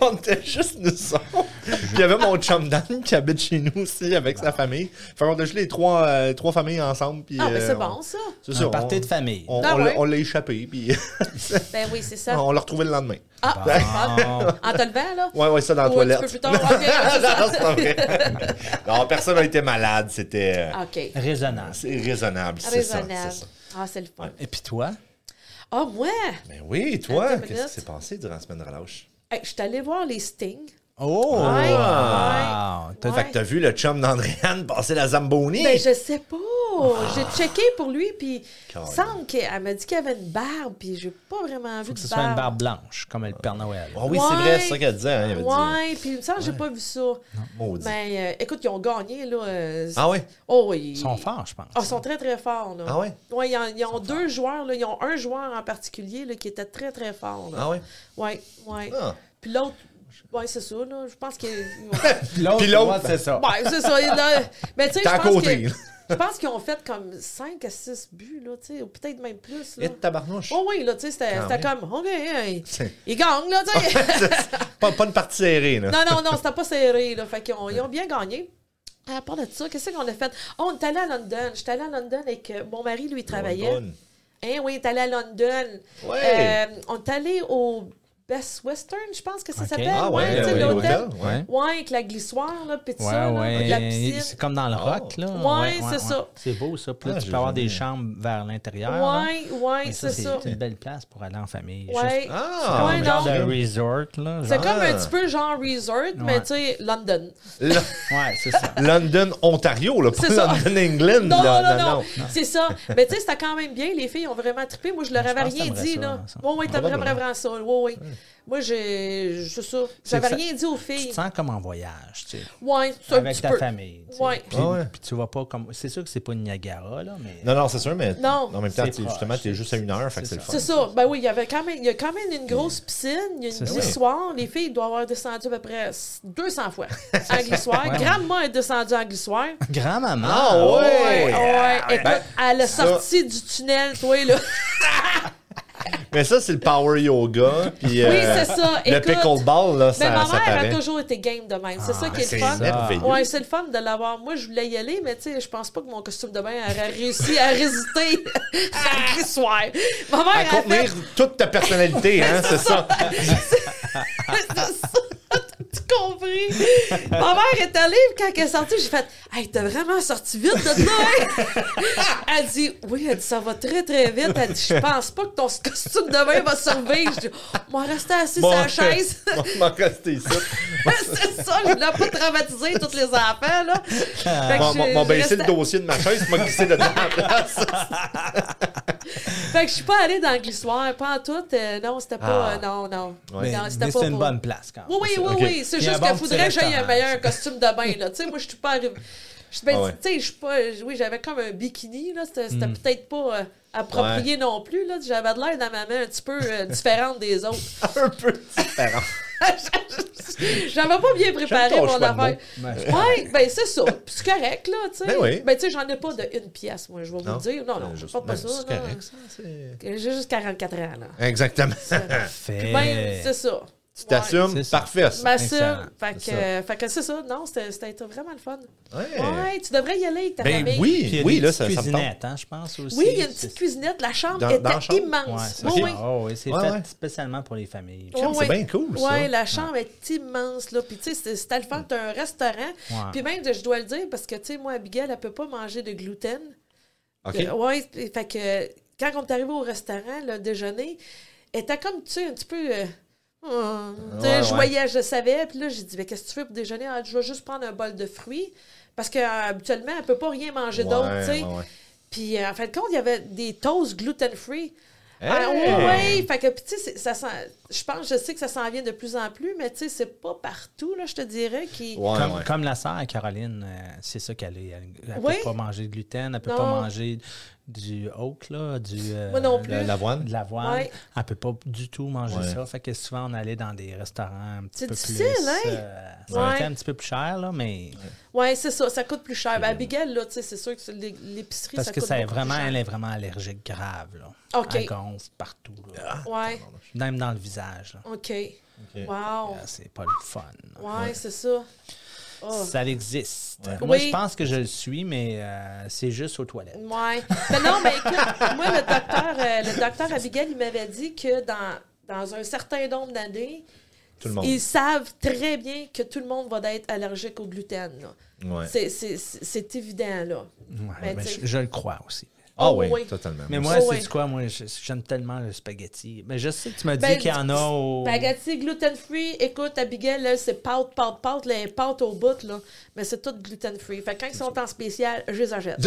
Speaker 1: On était juste nous autres. Puis il y avait mon chum Dan qui habite chez nous aussi avec sa famille. Fait qu'on a juste les trois, euh, trois familles ensemble. Puis,
Speaker 2: Ah, mais
Speaker 1: euh,
Speaker 2: c'est
Speaker 1: on-
Speaker 2: bon, ça.
Speaker 1: C'est
Speaker 3: Un party de famille.
Speaker 1: On,
Speaker 2: Ah
Speaker 1: on l'a-
Speaker 2: ouais.
Speaker 1: on l'a échappé, puis
Speaker 2: [laughs] Ben oui, c'est
Speaker 1: [laughs]
Speaker 2: ça.
Speaker 1: on l'a retrouvé le lendemain.
Speaker 2: Ah, c'est bon. En te levant, là?
Speaker 1: Ouais, ouais, ça dans la
Speaker 2: Ou Oh, un petit
Speaker 1: toilette.
Speaker 2: peu plus tard. OK,
Speaker 1: [laughs]
Speaker 2: c'est ça.
Speaker 1: non, c'est pas vrai. Non, personne n'a été malade. C'était euh,
Speaker 2: OK.
Speaker 3: Raisonnable.
Speaker 1: c'est raisonnable. c'est ça,
Speaker 2: Ah. Raisonnable.
Speaker 1: c'est ça.
Speaker 2: Ah, c'est le fun.
Speaker 3: Et puis toi?
Speaker 2: Ah, moi,
Speaker 1: Mais oui, toi,
Speaker 2: Attends une
Speaker 1: qu'est-ce
Speaker 2: minute.
Speaker 1: qui s'est passé durant la semaine de relâche?
Speaker 2: hey, je suis allée voir les Sting.
Speaker 3: Oh!
Speaker 2: Ouais,
Speaker 3: wow.
Speaker 2: ouais,
Speaker 3: T'as-
Speaker 2: ouais.
Speaker 1: Fait que t'as vu le chum d'Andréane passer la Zamboni?
Speaker 2: Ben, je sais pas. J'ai checké pour lui, puis il
Speaker 1: Calme.
Speaker 2: semble qu'elle m'a dit qu'il avait une barbe, puis j'ai pas vraiment vu
Speaker 3: Que
Speaker 2: de
Speaker 3: ce soit une barbe
Speaker 2: barbe.
Speaker 3: blanche, comme le Père Noël.
Speaker 1: Ah oui, c'est
Speaker 2: Ouais.
Speaker 1: vrai, c'est ça qu'elle disait. Hein, il avait dit,
Speaker 2: Ouais, puis il me semble que j'ai pas vu ça.
Speaker 1: Maudit.
Speaker 2: Mais euh, écoute, ils ont gagné, là. euh,
Speaker 1: Ah ouais?
Speaker 2: Oh, oui.
Speaker 3: Ils sont forts, je pense.
Speaker 2: Ah, ils sont très, très forts, là.
Speaker 1: Ah ouais?
Speaker 2: Ouais, ils, en- ils ont deux joueurs, là. Ils ont un joueur en particulier, là, qui était très, très fort, là.
Speaker 1: Ah ouais?
Speaker 2: Ouais, ouais.
Speaker 1: Ah.
Speaker 2: Puis l'autre, ouais, c'est ça, là. Je pense que.
Speaker 1: [laughs]
Speaker 3: L'autre,
Speaker 1: Puis l'autre,
Speaker 3: ouais, c'est ça.
Speaker 2: Ouais, c'est ça. là. Mais tu sais,
Speaker 1: T'es à
Speaker 2: je pense
Speaker 1: côté,
Speaker 2: que-
Speaker 1: là.
Speaker 2: je pense qu'ils ont fait comme 5 à 6 buts, là, tu sais, ou peut-être même plus, là.
Speaker 1: Et Ah tabarnouche. [laughs]
Speaker 2: Oh oui, là, tu sais, c'était
Speaker 1: Quand
Speaker 2: c'était
Speaker 1: même.
Speaker 2: comme, OK, hey, ils gagnent, là, tu sais.
Speaker 1: [laughs] Pas, pas une partie serrée, là.
Speaker 2: non, non, non, c'était pas serré, là. Fait qu'ils ont, ils ont bien gagné. Euh, À part de ça, qu'est-ce qu'on a fait? Oh, on est allé à London. J'étais allée à London avec euh, mon mari, lui, il travaillait. Eh
Speaker 1: Bonne.
Speaker 2: Hein, oui, on est allé à London.
Speaker 1: Ouais.
Speaker 2: Euh, on est allé au Best Western, je pense que ça
Speaker 3: Ok.
Speaker 2: s'appelle.
Speaker 1: Ah ouais,
Speaker 2: tu sais,
Speaker 1: ouais,
Speaker 2: l'hôtel.
Speaker 1: l'hôtel,
Speaker 3: Ouais.
Speaker 2: Ouais, avec la glissoire, là, puis tout
Speaker 3: Ouais,
Speaker 2: ça, là,
Speaker 3: ouais.
Speaker 2: la piscine. Oh.
Speaker 3: C'est comme dans le
Speaker 1: Ah.
Speaker 3: rock, là.
Speaker 2: Ouais, c'est ça.
Speaker 3: C'est beau, ça. Puis là,
Speaker 1: Ah,
Speaker 3: tu
Speaker 1: j'ai
Speaker 3: peux avoir
Speaker 1: jamais.
Speaker 3: des chambres vers l'intérieur. là.
Speaker 2: Ouais, ouais,
Speaker 3: hein? Mais
Speaker 2: c'est ça.
Speaker 3: C'est une belle place pour aller en famille.
Speaker 2: Ouais.
Speaker 3: Juste
Speaker 1: Ah!
Speaker 3: comme
Speaker 2: Ouais,
Speaker 3: un
Speaker 2: non.
Speaker 3: genre de resort, là.
Speaker 2: C'est
Speaker 3: genre.
Speaker 2: comme un petit peu genre resort, mais tu sais, London. [laughs]
Speaker 3: Ouais, c'est ça.
Speaker 1: London, Ontario, là, pas
Speaker 2: C'est ça.
Speaker 1: [laughs] London, England.
Speaker 2: Non,
Speaker 1: là,
Speaker 2: non, non, c'est ça. Mais tu sais, c'était quand même bien. Les filles ont vraiment trippé. Moi, je leur
Speaker 3: Je
Speaker 2: avais
Speaker 3: pense que
Speaker 2: rien
Speaker 3: t'aimerais
Speaker 2: dit.
Speaker 3: ça,
Speaker 2: là.
Speaker 3: dans le sens.
Speaker 2: Oui, oui, t'aimerais
Speaker 1: Probablement.
Speaker 2: vraiment ça. Oui, oui. Moi, j'ai. C'est ça. J'avais
Speaker 3: que ça-
Speaker 2: rien dit aux
Speaker 3: Tu
Speaker 2: filles.
Speaker 3: te sens comme en voyage, tu sais.
Speaker 2: Oui, c'est un
Speaker 3: Avec
Speaker 2: petit
Speaker 3: ta
Speaker 2: peu.
Speaker 3: famille. tu sais.
Speaker 2: Ouais.
Speaker 3: Puis,
Speaker 1: Ah ouais.
Speaker 3: puis tu vas pas comme. C'est sûr que c'est pas une Niagara, là, mais.
Speaker 1: Non, non, c'est sûr, mais
Speaker 2: Non.
Speaker 1: en même temps, t'es-
Speaker 3: C'est proche.
Speaker 1: justement, t'es juste à une heure, fait que c'est le fun.
Speaker 2: C'est ça. Ben oui, il y avait quand même, il y a quand même une grosse piscine, il y a une
Speaker 3: Mm. ça.
Speaker 2: glissoire. Les filles doivent avoir descendu à peu près
Speaker 3: [laughs]
Speaker 2: 200 fois en glissoire.
Speaker 3: Ouais.
Speaker 2: Grandement est descendue en glissoire.
Speaker 3: Grand-maman!
Speaker 1: Ah ouais!
Speaker 2: Ouais, écoute,
Speaker 1: Ben,
Speaker 2: elle a
Speaker 1: ça-
Speaker 2: sorti du tunnel, toi, là.
Speaker 1: Mais ça, c'est le power yoga, puis
Speaker 2: Oui,
Speaker 1: euh,
Speaker 2: c'est ça.
Speaker 1: le
Speaker 2: Écoute,
Speaker 1: pickleball, là,
Speaker 2: Mais
Speaker 1: ça,
Speaker 2: ma
Speaker 1: ça
Speaker 2: mère
Speaker 1: paraît.
Speaker 2: a toujours été game de même.
Speaker 3: Ah,
Speaker 2: C'est ça qui est
Speaker 1: C'est
Speaker 2: le fun.
Speaker 1: merveilleux.
Speaker 2: Ouais, c'est le fun de l'avoir. Moi, je voulais y aller, mais tu sais, je pense pas que mon costume de bain aurait réussi
Speaker 1: [laughs]
Speaker 2: à résister à glissoire. Ma mère
Speaker 1: À
Speaker 2: a fait-
Speaker 1: contenir toute ta personnalité,
Speaker 2: [laughs]
Speaker 1: hein, c'est ça.
Speaker 2: C'est ça. T'as-tu compris? Ma mère est allée, puis quand elle est sortie, j'ai fait Hey, t'as vraiment sorti vite de là, hein? [laughs] Elle dit Oui, elle dit ça va très très vite. Elle dit Je pense pas que ton costume de bain va survivre. Je dis oh, Moi, rester assis sur la chaise. [laughs]
Speaker 1: on m'en restait ici.
Speaker 2: c'est ça, je voulais pas traumatiser tous les enfants, là. Fait que
Speaker 1: M'en-
Speaker 2: je-
Speaker 1: M'en m'en
Speaker 2: je
Speaker 1: baissé ben, le
Speaker 2: restais-
Speaker 1: dossier de ma chaise, m'a glissé dedans à
Speaker 2: [laughs]
Speaker 1: la place.
Speaker 2: Fait que je suis pas allée dans le glissoir, pas en tout. euh, non, c'était pas.
Speaker 1: Ah.
Speaker 2: euh, non, non.
Speaker 1: Ouais.
Speaker 2: Non,
Speaker 3: Mais
Speaker 2: c'était
Speaker 3: c'est
Speaker 2: pas
Speaker 3: une
Speaker 2: pour-
Speaker 3: bonne place quand même.
Speaker 2: Oui, oui, oui,
Speaker 1: Ok.
Speaker 2: oui. C'est
Speaker 3: Il y a
Speaker 2: juste
Speaker 3: un
Speaker 2: qu'il
Speaker 3: bon
Speaker 2: faudrait
Speaker 3: petit
Speaker 2: que j'aie un
Speaker 3: restaurant.
Speaker 2: meilleur costume de bain. Là. Tu sais, moi, je suis pas arrivée. Je suis ben-
Speaker 1: Ah ouais.
Speaker 2: tu sais, je suis pas. Oui, j'avais comme un bikini. là. C'était c'était peut-être pas euh, approprié non plus. là. J'avais de l'air dans ma main un petit peu euh, différente des autres. [laughs]
Speaker 1: Un peu différent.
Speaker 2: J'avais pas bien préparé
Speaker 1: J'aime ton
Speaker 2: mon
Speaker 1: choix de
Speaker 2: affaire.
Speaker 3: Ouais.
Speaker 2: Oui, ben c'est ça. Puis C'est correct, là, tu sais.
Speaker 1: Ben oui. Ben,
Speaker 2: Ben, tu sais, j'en ai pas de une pièce, moi, je vais vous le dire. Non, non, je
Speaker 1: Euh, juste-
Speaker 2: pas, pas
Speaker 1: non,
Speaker 2: ça.
Speaker 1: c'est
Speaker 2: là.
Speaker 1: correct, ça, c'est-
Speaker 2: J'ai juste 44 ans, là.
Speaker 1: Exactement. [laughs]
Speaker 3: Fait.
Speaker 2: Ben, c'est ça.
Speaker 1: Tu t'assumes,
Speaker 3: Ouais, c'est ça.
Speaker 1: parfait. ça.
Speaker 2: Ma
Speaker 3: Eh. Excellent,
Speaker 2: Fait que,
Speaker 3: c'est ça.
Speaker 2: euh, fait que c'est ça. Non, c'était c'était vraiment le fun.
Speaker 1: Ouais.
Speaker 2: Ouais, tu devrais y aller avec ta
Speaker 1: Ben
Speaker 2: famille.
Speaker 3: Puis
Speaker 1: oui,
Speaker 3: il y a
Speaker 1: oui,
Speaker 3: des
Speaker 1: là,
Speaker 3: petites
Speaker 1: ça, ça me tente.
Speaker 3: cuisinettes, hein, je pense aussi.
Speaker 2: Oui, il y a une
Speaker 3: C'est-
Speaker 2: petite cuisinette. La chambre
Speaker 1: Dans- dans
Speaker 2: était
Speaker 1: la chambre?
Speaker 3: Ouais,
Speaker 2: immense.
Speaker 3: c'est
Speaker 2: Oui,
Speaker 1: ok.
Speaker 2: oui.
Speaker 3: Oh, oui, c'est
Speaker 1: Ouais,
Speaker 3: fait
Speaker 1: ouais.
Speaker 3: spécialement pour les familles.
Speaker 1: Crème, c'est bien cool, ça.
Speaker 2: Oui, la chambre est immense. Là. Puis, tu sais, c'est- c'était le fun. T'as un restaurant.
Speaker 3: Ouais.
Speaker 2: Puis, même, je dois le dire, parce que, tu sais, moi, Abigail, elle peut pas manger de gluten.
Speaker 1: OK.
Speaker 2: Oui, Euh, fait que quand on est arrivé au restaurant, le déjeuner, elle était comme, tu sais, un petit peu. euh, Hum, tu sais,
Speaker 1: Ouais,
Speaker 2: je
Speaker 1: ouais.
Speaker 2: voyais, je savais. Puis là, j'ai dit, ben, qu'est-ce que tu fais pour déjeuner? Ah, je vais juste prendre un bol de fruits. Parce qu'habituellement, elle peut pas rien manger d'autre,
Speaker 1: Ouais,
Speaker 2: tu sais.
Speaker 1: ouais, ouais.
Speaker 2: Puis euh, en fin de compte, il y avait des toasts gluten-free. Ah,
Speaker 1: Hey!
Speaker 2: ouais, fait que puis, tu sais, c'est- ça sent- je pense, je sais que ça s'en vient de plus en plus, mais tu sais, c'est pas partout là, je te dirais qui.
Speaker 1: Ouais,
Speaker 3: comme,
Speaker 1: ouais.
Speaker 3: comme la sœur à Caroline, euh, c'est ça qu'elle est. Elle, elle
Speaker 2: Oui.
Speaker 3: peut pas manger de gluten, elle peut pas
Speaker 2: Non.
Speaker 3: manger du oak, là, du, euh,
Speaker 2: Moi non plus.
Speaker 1: La- L'avoine.
Speaker 3: de l'avoine.
Speaker 2: Ouais.
Speaker 3: Elle peut pas du tout manger
Speaker 1: Ouais.
Speaker 3: ça. Fait que souvent, on allait dans des restaurants un petit
Speaker 2: C'est
Speaker 3: peu
Speaker 2: difficile,
Speaker 3: plus...
Speaker 2: hein?
Speaker 3: euh, ça
Speaker 2: Ouais.
Speaker 3: coûtait un petit peu plus cher, là, mais...
Speaker 2: Ouais, c'est ça, ça coûte plus cher. Ben, Abigail là, tu sais, c'est sûr que c'est l'é- l'épicerie
Speaker 3: Parce
Speaker 2: ça
Speaker 3: que
Speaker 2: coûte
Speaker 3: ça est
Speaker 2: beaucoup
Speaker 3: vraiment,
Speaker 2: plus
Speaker 3: elle est vraiment allergique grave, là.
Speaker 2: OK.
Speaker 3: Elle gonfle partout, là.
Speaker 1: Ah.
Speaker 2: cher. Ouais.
Speaker 3: Même dans le visage, là.
Speaker 2: OK. Wow.
Speaker 3: Euh, C'est pas le fun. là.
Speaker 2: Ouais, c'est ça. Oh.
Speaker 3: Ça existe.
Speaker 1: Ouais.
Speaker 3: Moi,
Speaker 2: Oui.
Speaker 3: je pense que je le suis, mais euh, c'est juste aux toilettes.
Speaker 2: Ouais. Mais non, mais écoute, moi, le docteur, euh, le docteur Abigail, il m'avait dit que dans, dans un certain nombre d'années,
Speaker 1: Tout le monde.
Speaker 2: ils savent très bien que tout le monde va être allergique au gluten. là.
Speaker 1: Ouais.
Speaker 2: C'est- C'est c'est- c'est évident, là.
Speaker 3: Ouais,
Speaker 2: Ben,
Speaker 3: mais
Speaker 2: tu sais.
Speaker 3: je, je le crois aussi.
Speaker 1: Ah
Speaker 2: Oh,
Speaker 1: oui,
Speaker 2: oui.
Speaker 1: totalement.
Speaker 3: Mais
Speaker 1: Moi
Speaker 3: moi,
Speaker 2: Oh,
Speaker 3: c'est
Speaker 2: ouais.
Speaker 3: quoi? Moi, je- j'aime tellement le spaghetti. Mais je sais que tu m'as dit
Speaker 2: Ben,
Speaker 3: qu'il y en a au.
Speaker 2: Spaghetti gluten-free, écoute, Abigail, là, c'est pâte, pâte, pâte, les pâtes au bout, là. Mais c'est tout gluten-free. Fait que quand ils sont en spécial, je
Speaker 1: [laughs]
Speaker 2: les achète.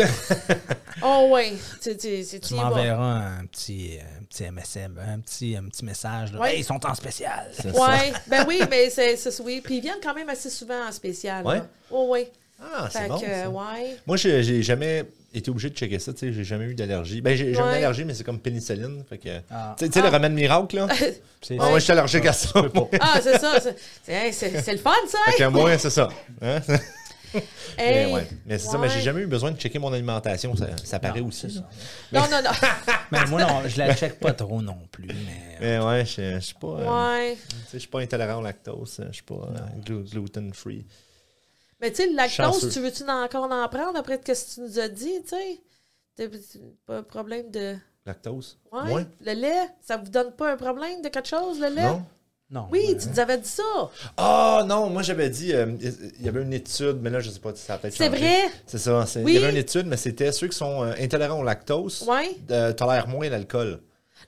Speaker 2: oh, ouais. Tu, tu, tu,
Speaker 3: Tu
Speaker 2: y vas.
Speaker 3: m'enverras un petit, un petit MSM, un petit, un petit message. là.
Speaker 2: Ouais.
Speaker 3: Hey, ils sont en spécial.
Speaker 2: Ouais, ben oui, mais c'est c'est- oui. Puis ils viennent quand même assez souvent en spécial.
Speaker 1: Ouais?
Speaker 2: là. Oh, ouais.
Speaker 1: Ah, c'est
Speaker 2: Fait
Speaker 1: bon,
Speaker 2: que,
Speaker 1: ça.
Speaker 2: ouais.
Speaker 1: Moi, j'ai j'ai jamais été obligé de checker ça, tu sais, j'ai jamais eu d'allergie. Ben, j'ai j'ai
Speaker 2: Ouais.
Speaker 1: une allergie, mais c'est comme pénicilline, fait que...
Speaker 3: Ah.
Speaker 1: Tu sais- tu sais, le remède miracle,
Speaker 2: [laughs]
Speaker 1: là?
Speaker 3: C'est-
Speaker 1: Ah ouais, je suis allergique à ça. moi.
Speaker 2: Ah, c'est ça. c'est- C'est c'est- c'est le fun, ça. hein?
Speaker 1: Fait que moi, c'est ça. Hein?
Speaker 2: Hey.
Speaker 1: Mais, ouais. mais c'est ça, mais j'ai
Speaker 2: Ouais.
Speaker 1: jamais eu besoin de checker mon alimentation, ça, ça paraît aussi. là.
Speaker 2: Non, non, non.
Speaker 1: [laughs]
Speaker 3: Mais moi, non, je la check pas trop non plus. Mais... euh,
Speaker 1: Mais Eh ouais, je je suis pas... euh,
Speaker 2: ouais.
Speaker 1: Tu sais, Je suis pas intolérant au lactose, je suis pas euh, glu- gluten-free.
Speaker 2: Mais tu sais, le lactose,
Speaker 1: Chanceux.
Speaker 2: tu veux-tu en- encore en prendre après ce que tu nous as dit, tu sais? T'as pas un problème de.
Speaker 1: Lactose?
Speaker 2: Ouais. Le lait, ça vous donne pas un problème de quelque chose, le lait?
Speaker 1: Non?
Speaker 3: Non.
Speaker 2: Oui, tu nous avais dit ça.
Speaker 1: Ah non, moi j'avais dit, euh, il y avait une étude, mais là je sais pas si ça a peut-être
Speaker 2: C'est
Speaker 1: changé.
Speaker 2: vrai?
Speaker 1: C'est ça, c'est-
Speaker 2: Oui.
Speaker 1: il y avait une étude, mais c'était ceux qui sont euh, intolérants au lactose
Speaker 2: Ouais.
Speaker 1: euh, tolèrent moins l'alcool.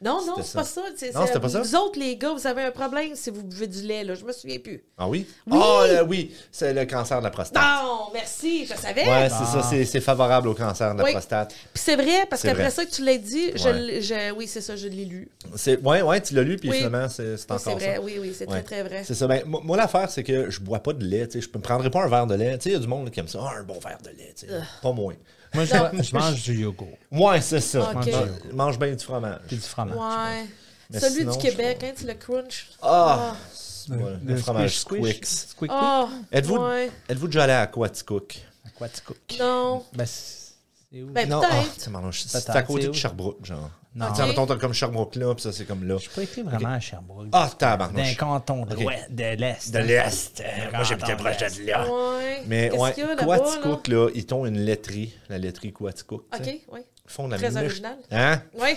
Speaker 2: Non, non,
Speaker 1: C'était
Speaker 2: c'est
Speaker 1: ça.
Speaker 2: pas ça. C'est-
Speaker 1: Non,
Speaker 2: c'est-
Speaker 1: c'était pas ça?
Speaker 2: Vous autres, les gars, vous avez un problème si vous buvez du lait, là. Je me souviens plus.
Speaker 1: Ah oui?
Speaker 2: Oui. Ah,
Speaker 1: Ah euh, oui, c'est le cancer de la prostate.
Speaker 2: Non, merci, je savais.
Speaker 1: Ouais, c'est ça, c'est- c'est favorable au cancer de la
Speaker 2: Oui.
Speaker 1: prostate.
Speaker 2: Puis c'est vrai, parce
Speaker 1: C'est
Speaker 2: qu'après
Speaker 1: vrai.
Speaker 2: ça que tu l'as dit, je,
Speaker 1: Ouais. Ben,
Speaker 2: l'ai- je- oui, c'est ça, je l'ai lu.
Speaker 1: C'est- Ouais, ouais, tu l'as lu, puis
Speaker 2: Oui.
Speaker 1: finalement, c'est c'est
Speaker 2: Oui,
Speaker 1: encore
Speaker 2: c'est vrai,
Speaker 1: ça.
Speaker 2: oui, oui, c'est
Speaker 1: Ouais.
Speaker 2: très, très vrai.
Speaker 1: C'est ça. Ben, moi, moi, l'affaire, c'est que je bois pas de lait. tu sais. Je me prendrais pas un verre de lait. Tu sais, Il y a du monde là, qui aime ça. Ah, un bon verre de lait. tu sais. Pas moins.
Speaker 3: Moi, je, je mange du yogourt
Speaker 1: Ouais, c'est ça.
Speaker 2: Ok.
Speaker 1: Je mange bien du fromage.
Speaker 3: puis du fromage.
Speaker 2: Ouais.
Speaker 1: Mais
Speaker 2: Celui
Speaker 1: sinon,
Speaker 2: du
Speaker 1: je
Speaker 2: Québec, hein, tu le crunch.
Speaker 1: Ah! c'est bon,
Speaker 3: Le-
Speaker 1: le fromage
Speaker 3: squish,
Speaker 1: Squix.
Speaker 3: squish, squick,
Speaker 2: Oh,
Speaker 1: Êtes-vous
Speaker 2: ouais.
Speaker 1: êtes déjà allé à Aquaticook?
Speaker 3: squick. Aquaticook.
Speaker 2: Non.
Speaker 3: Ben, c'est c'est où?
Speaker 2: Ben,
Speaker 1: Non, ah,
Speaker 2: peut-être.
Speaker 1: c'est marrant, c'est- c'est
Speaker 3: Peut-être,
Speaker 1: à côté
Speaker 3: c'est
Speaker 1: de
Speaker 3: où?
Speaker 1: Sherbrooke, genre. Ah,
Speaker 3: Non.
Speaker 1: Tu sais,
Speaker 2: Ok.
Speaker 1: mettons, t'as comme Sherbrooke là, puis ça, c'est comme là.
Speaker 3: Je n'ai pas été vraiment à Sherbrooke.
Speaker 1: Ah,
Speaker 3: D'un
Speaker 1: tabarnouche.
Speaker 3: canton de
Speaker 1: Ok.
Speaker 3: l'Ouest- de l'Est.
Speaker 1: De l'Est.
Speaker 3: Un
Speaker 1: Moi, j'habitais
Speaker 3: canton
Speaker 1: proche
Speaker 3: de l'Est.
Speaker 1: de là.
Speaker 2: Ouais.
Speaker 1: Mais
Speaker 2: Qu'est-ce
Speaker 1: ouais,
Speaker 2: qu'il y a là-bas, là?
Speaker 1: Quaticook, là, ils ont une laiterie, la laiterie Quaticook. tu sais.
Speaker 2: OK, oui.
Speaker 1: Ils font de la
Speaker 2: Très
Speaker 1: mèche-
Speaker 2: original.
Speaker 1: Hein?
Speaker 2: Oui.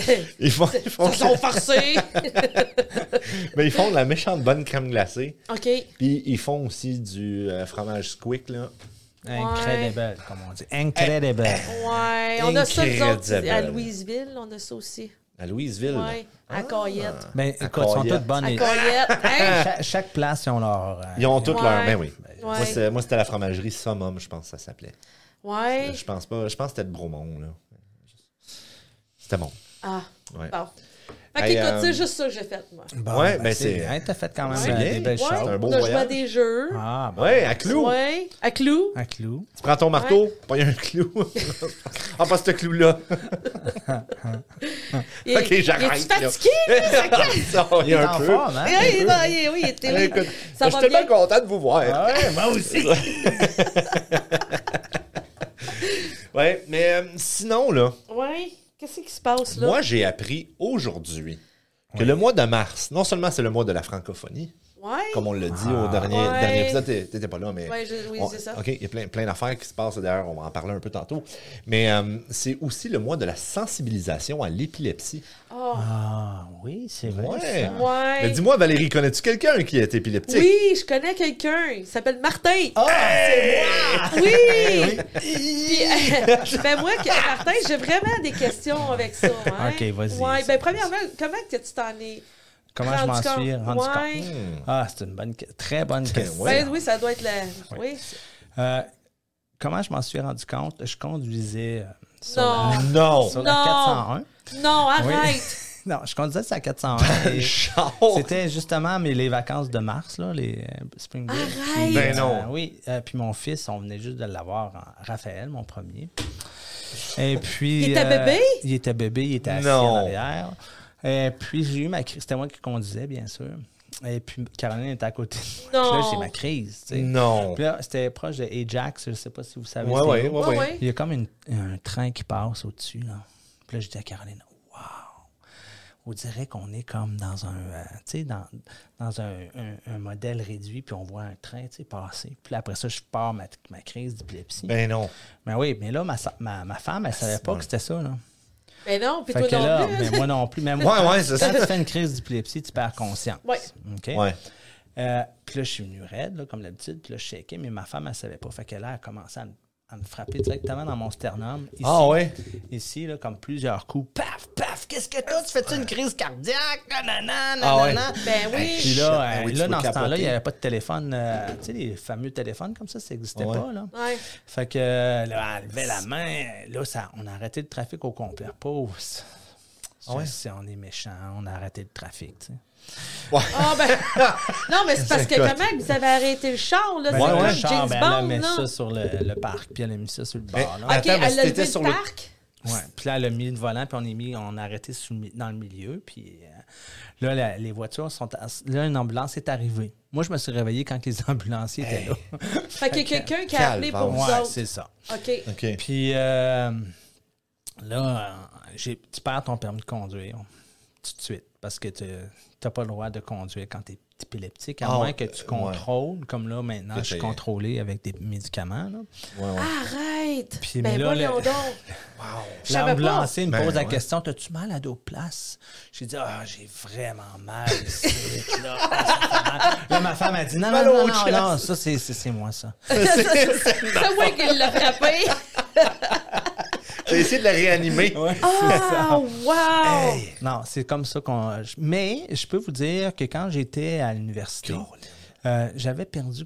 Speaker 1: [laughs] Ils font, ils font-
Speaker 2: Ils sont farcés.
Speaker 1: [laughs] mais ils font de la méchante bonne crème glacée.
Speaker 2: OK.
Speaker 1: Puis ils font aussi du euh, fromage squeak, là.
Speaker 3: Incredible, comme on dit. Incredible.
Speaker 1: Eh.
Speaker 2: Ouais. On a ça, nous autres,
Speaker 1: Incredible. Ah.
Speaker 2: à Louisville, on a ça aussi.
Speaker 1: À Louisville.
Speaker 2: Ouais. À Coyette.
Speaker 3: Ben, écoute, ils sont
Speaker 1: Coyette.
Speaker 3: toutes bonnes.
Speaker 2: À
Speaker 3: et-
Speaker 2: Coyette. Hein?
Speaker 3: Cha- chaque place, ils ont leur. euh,
Speaker 1: Ils ont toutes
Speaker 2: Ouais.
Speaker 1: leur. Ben oui. Moi,
Speaker 2: Ouais.
Speaker 1: c'est- Moi, c'était la fromagerie Summum, je pense que ça s'appelait.
Speaker 2: Ouais.
Speaker 1: Je pense pas. Je pense que c'était de Bromont, là. C'était bon.
Speaker 2: Ah,
Speaker 1: Ouais.
Speaker 2: bon. Fait
Speaker 1: Hey,
Speaker 2: qu'écoute,
Speaker 1: euh,
Speaker 2: c'est juste ça que j'ai fait, moi.
Speaker 3: Bon,
Speaker 1: Ouais,
Speaker 3: ben,
Speaker 1: ben,
Speaker 3: c'est.
Speaker 1: c'est-
Speaker 3: Hey, t'as fait quand même
Speaker 1: C'est
Speaker 3: euh,
Speaker 1: bien.
Speaker 3: des belles
Speaker 2: Ouais,
Speaker 3: choses.
Speaker 1: un beau
Speaker 2: on a joué à
Speaker 1: voyage.
Speaker 2: des jeux.
Speaker 3: Ah, bon.
Speaker 1: Ouais, à Clou.
Speaker 2: Ouais. À Clou.
Speaker 3: Un clou.
Speaker 1: Tu prends ton marteau, pas un clou. [laughs] ah, pas ce clou-là.
Speaker 2: Il est-
Speaker 1: Ok, j'arrête,
Speaker 2: Il est
Speaker 1: là.
Speaker 2: fatigué,
Speaker 1: [laughs]
Speaker 2: là?
Speaker 1: Ça, il y a un
Speaker 3: T'es en
Speaker 1: peu.
Speaker 3: forme, hein?
Speaker 2: Eh, il est dans- il est- Oui, il était. oui.
Speaker 1: Écoute,
Speaker 2: Ça
Speaker 1: je
Speaker 2: va
Speaker 1: suis tellement
Speaker 2: bien.
Speaker 1: content de vous voir.
Speaker 3: Ouais, moi aussi.
Speaker 1: Ouais, mais euh, sinon, là,
Speaker 2: Ouais. Qu'est-ce qui se passe, là?
Speaker 1: moi, j'ai appris aujourd'hui que le mois de mars, non seulement c'est le mois de la francophonie,
Speaker 2: Ouais.
Speaker 1: comme on l'a dit au dernier,
Speaker 2: Ouais.
Speaker 1: dernier épisode, t'é- t'étais pas là, mais.
Speaker 2: Ouais, je- oui,
Speaker 1: on-
Speaker 2: c'est ça.
Speaker 1: OK, il y a plein, plein d'affaires qui se passent d'ailleurs, on va en parler un peu tantôt. Mais euh, c'est aussi le mois de la sensibilisation à l'épilepsie.
Speaker 2: Oh.
Speaker 3: Ah, oui, c'est vrai.
Speaker 1: Ouais.
Speaker 3: ça.
Speaker 2: Ouais.
Speaker 1: Mais dis-moi, Valérie, connais-tu quelqu'un qui est épileptique?
Speaker 2: Oui, je connais quelqu'un. Il s'appelle Martin.
Speaker 3: Ah!
Speaker 2: Oui! Puis, euh, ben moi, que- Martin, j'ai vraiment des questions avec ça. hein.
Speaker 3: Ok, vas-y.
Speaker 2: Ouais, ben premièrement, comment que tu t'en es
Speaker 3: Comment je
Speaker 2: rendu
Speaker 3: m'en suis
Speaker 2: compte?
Speaker 3: rendu
Speaker 2: Ouais.
Speaker 3: compte? Ah, c'est une bonne, que- très bonne question.
Speaker 1: ouais.
Speaker 2: Ben oui, ça doit être la... Oui.
Speaker 3: Euh, comment je m'en suis rendu compte? Je conduisais euh, sur,
Speaker 2: Non.
Speaker 3: la,
Speaker 1: Non!
Speaker 3: sur la
Speaker 2: Non.
Speaker 3: 401.
Speaker 2: Non,
Speaker 3: Oui.
Speaker 2: arrête!
Speaker 3: non, je conduisais sur la 401.
Speaker 1: [laughs]
Speaker 3: et
Speaker 1: Charles!
Speaker 3: C'était justement mais les vacances de mars, là, les euh, Spring Break.
Speaker 2: Arrête!
Speaker 3: Puis,
Speaker 1: Ben
Speaker 3: euh,
Speaker 1: non.
Speaker 3: oui, euh, puis mon fils, on venait juste de l'avoir, en- Raphaël, mon premier. Et puis. euh,
Speaker 2: Il était bébé?
Speaker 3: Il était bébé, il était assis
Speaker 1: Non.
Speaker 3: en arrière. Et puis j'ai eu ma crise. C'était moi qui conduisais, bien sûr. Et puis Caroline était à côté de moi.
Speaker 2: Non.
Speaker 3: Puis Là, j'ai ma crise. tu sais.
Speaker 1: Non!
Speaker 3: Puis là, c'était proche de Ajax, je sais pas si vous savez.
Speaker 1: Ouais,
Speaker 3: c'est
Speaker 1: ouais,
Speaker 3: où.
Speaker 1: ouais,
Speaker 2: Ouais,
Speaker 1: ouais.
Speaker 2: ouais.
Speaker 3: Il y a comme une- un train qui passe au-dessus. Là. Puis là, je dis à Caroline, wow! On dirait qu'on est comme dans un, euh, tu sais, dans, dans un, un- un modèle réduit, puis on voit un train tu sais, passer. Puis là, après ça, je pars ma, ma crise d'épilepsie.
Speaker 1: Ben non!
Speaker 3: mais oui, mais là, ma, sa- ma, ma femme, elle savait pas que c'était ça. Là.
Speaker 2: Ben non, puis
Speaker 3: Fait que
Speaker 2: toi non
Speaker 3: là,
Speaker 2: plus.
Speaker 3: mais moi non plus.
Speaker 1: [laughs]
Speaker 3: Mais moi,
Speaker 1: Ouais, ouais, c'est ça.
Speaker 3: quand tu fais une crise d'épilepsie, tu perds conscience.
Speaker 2: Ouais.
Speaker 3: OK?
Speaker 1: Ouais.
Speaker 3: Euh, puis là, je suis venu raide, là, comme d'habitude. Puis là, je checkais, mais ma femme, elle savait pas. Fait qu'elle a commencé à, me- à me frapper directement dans mon sternum. Ici,
Speaker 1: Ah ouais?
Speaker 3: Ici, là, comme plusieurs coups. Paf, paf, qu'est-ce que t'as? Tu fais-tu une crise cardiaque? Nanana,
Speaker 1: Ah ouais.
Speaker 3: nanana.
Speaker 2: Ben oui.
Speaker 3: Puis
Speaker 1: Shit,
Speaker 3: là,
Speaker 1: ah
Speaker 3: euh,
Speaker 1: oui, tu
Speaker 3: là
Speaker 1: peux
Speaker 3: dans ce
Speaker 1: capoter.
Speaker 3: temps-là, il n'y avait pas de téléphone. euh, tu sais, les fameux téléphones comme ça, ça n'existait
Speaker 1: Ouais.
Speaker 3: pas. Là.
Speaker 2: Ouais.
Speaker 3: Fait que euh, là, elle levait la main. Là, ça, on a arrêté le trafic au complet. Pauvre.
Speaker 1: Ah ouais?
Speaker 3: Si on est méchant, on a arrêté le trafic. tu sais.
Speaker 2: Ah
Speaker 3: [laughs]
Speaker 2: ben... Non, mais c'est parce que comment vous avez arrêté le char, là?
Speaker 3: Ben,
Speaker 2: c'est
Speaker 1: ouais,
Speaker 3: là,
Speaker 2: comme
Speaker 3: le char,
Speaker 2: James
Speaker 3: ben, elle a
Speaker 2: Bond,
Speaker 3: mis
Speaker 2: là.
Speaker 3: ça sur le, le parc, puis elle a mis ça sur le bord. là.
Speaker 1: Ah,
Speaker 2: OK,
Speaker 1: Attends, mais
Speaker 2: elle a
Speaker 1: c'était
Speaker 2: levé
Speaker 1: sur
Speaker 2: le
Speaker 1: le-
Speaker 2: parc.
Speaker 3: Ouais. Puis là, elle a mis le volant, puis on est mis, on a arrêté sous le mi- dans le milieu. Puis euh, là, la- les voitures sont. à- là, une ambulance est arrivée. Moi, je me suis réveillé quand les [laughs] ambulanciers étaient là.
Speaker 2: Fait qu'il y a quelqu'un qui a appelé pour vous
Speaker 3: ouais,
Speaker 2: autres.
Speaker 3: c'est ça.
Speaker 2: OK.
Speaker 1: OK.
Speaker 3: Puis euh, là, euh, j'ai- tu perds ton permis de conduire tout de suite parce que tu n'as pas le droit de conduire quand tu es épileptiques, à
Speaker 1: Ah,
Speaker 3: moins que tu
Speaker 1: euh,
Speaker 3: contrôles, comme là maintenant, je suis
Speaker 1: Essayez.
Speaker 3: contrôlé avec des médicaments. là.
Speaker 1: Ouais, ouais.
Speaker 2: Arrête!
Speaker 3: Puis, mais
Speaker 2: ben,
Speaker 3: là,
Speaker 2: voyons
Speaker 3: le-
Speaker 2: donc!
Speaker 1: Ah.
Speaker 2: Je savais
Speaker 3: L'ambulancier me
Speaker 1: pas.
Speaker 3: pose
Speaker 1: Ben,
Speaker 3: la
Speaker 1: ouais.
Speaker 3: question T'as-tu mal à d'autres places J'ai dit Ah, j'ai vraiment mal
Speaker 1: [laughs]
Speaker 3: ici. là, Ah, ça fait mal. Là, ma femme a dit Non, non,
Speaker 1: Mal
Speaker 3: non,
Speaker 1: aux
Speaker 3: non,
Speaker 1: chest.
Speaker 3: non, ça, c'est- c'est c'est moi, ça.
Speaker 2: C'est moi qui l'a frappé!
Speaker 1: T'as essayé de la
Speaker 3: [laughs]
Speaker 1: réanimer.
Speaker 2: Ah, wow!
Speaker 3: Non, c'est comme ça qu'on. je- Mais je peux vous dire que quand j'étais à l'université, euh, j'avais perdu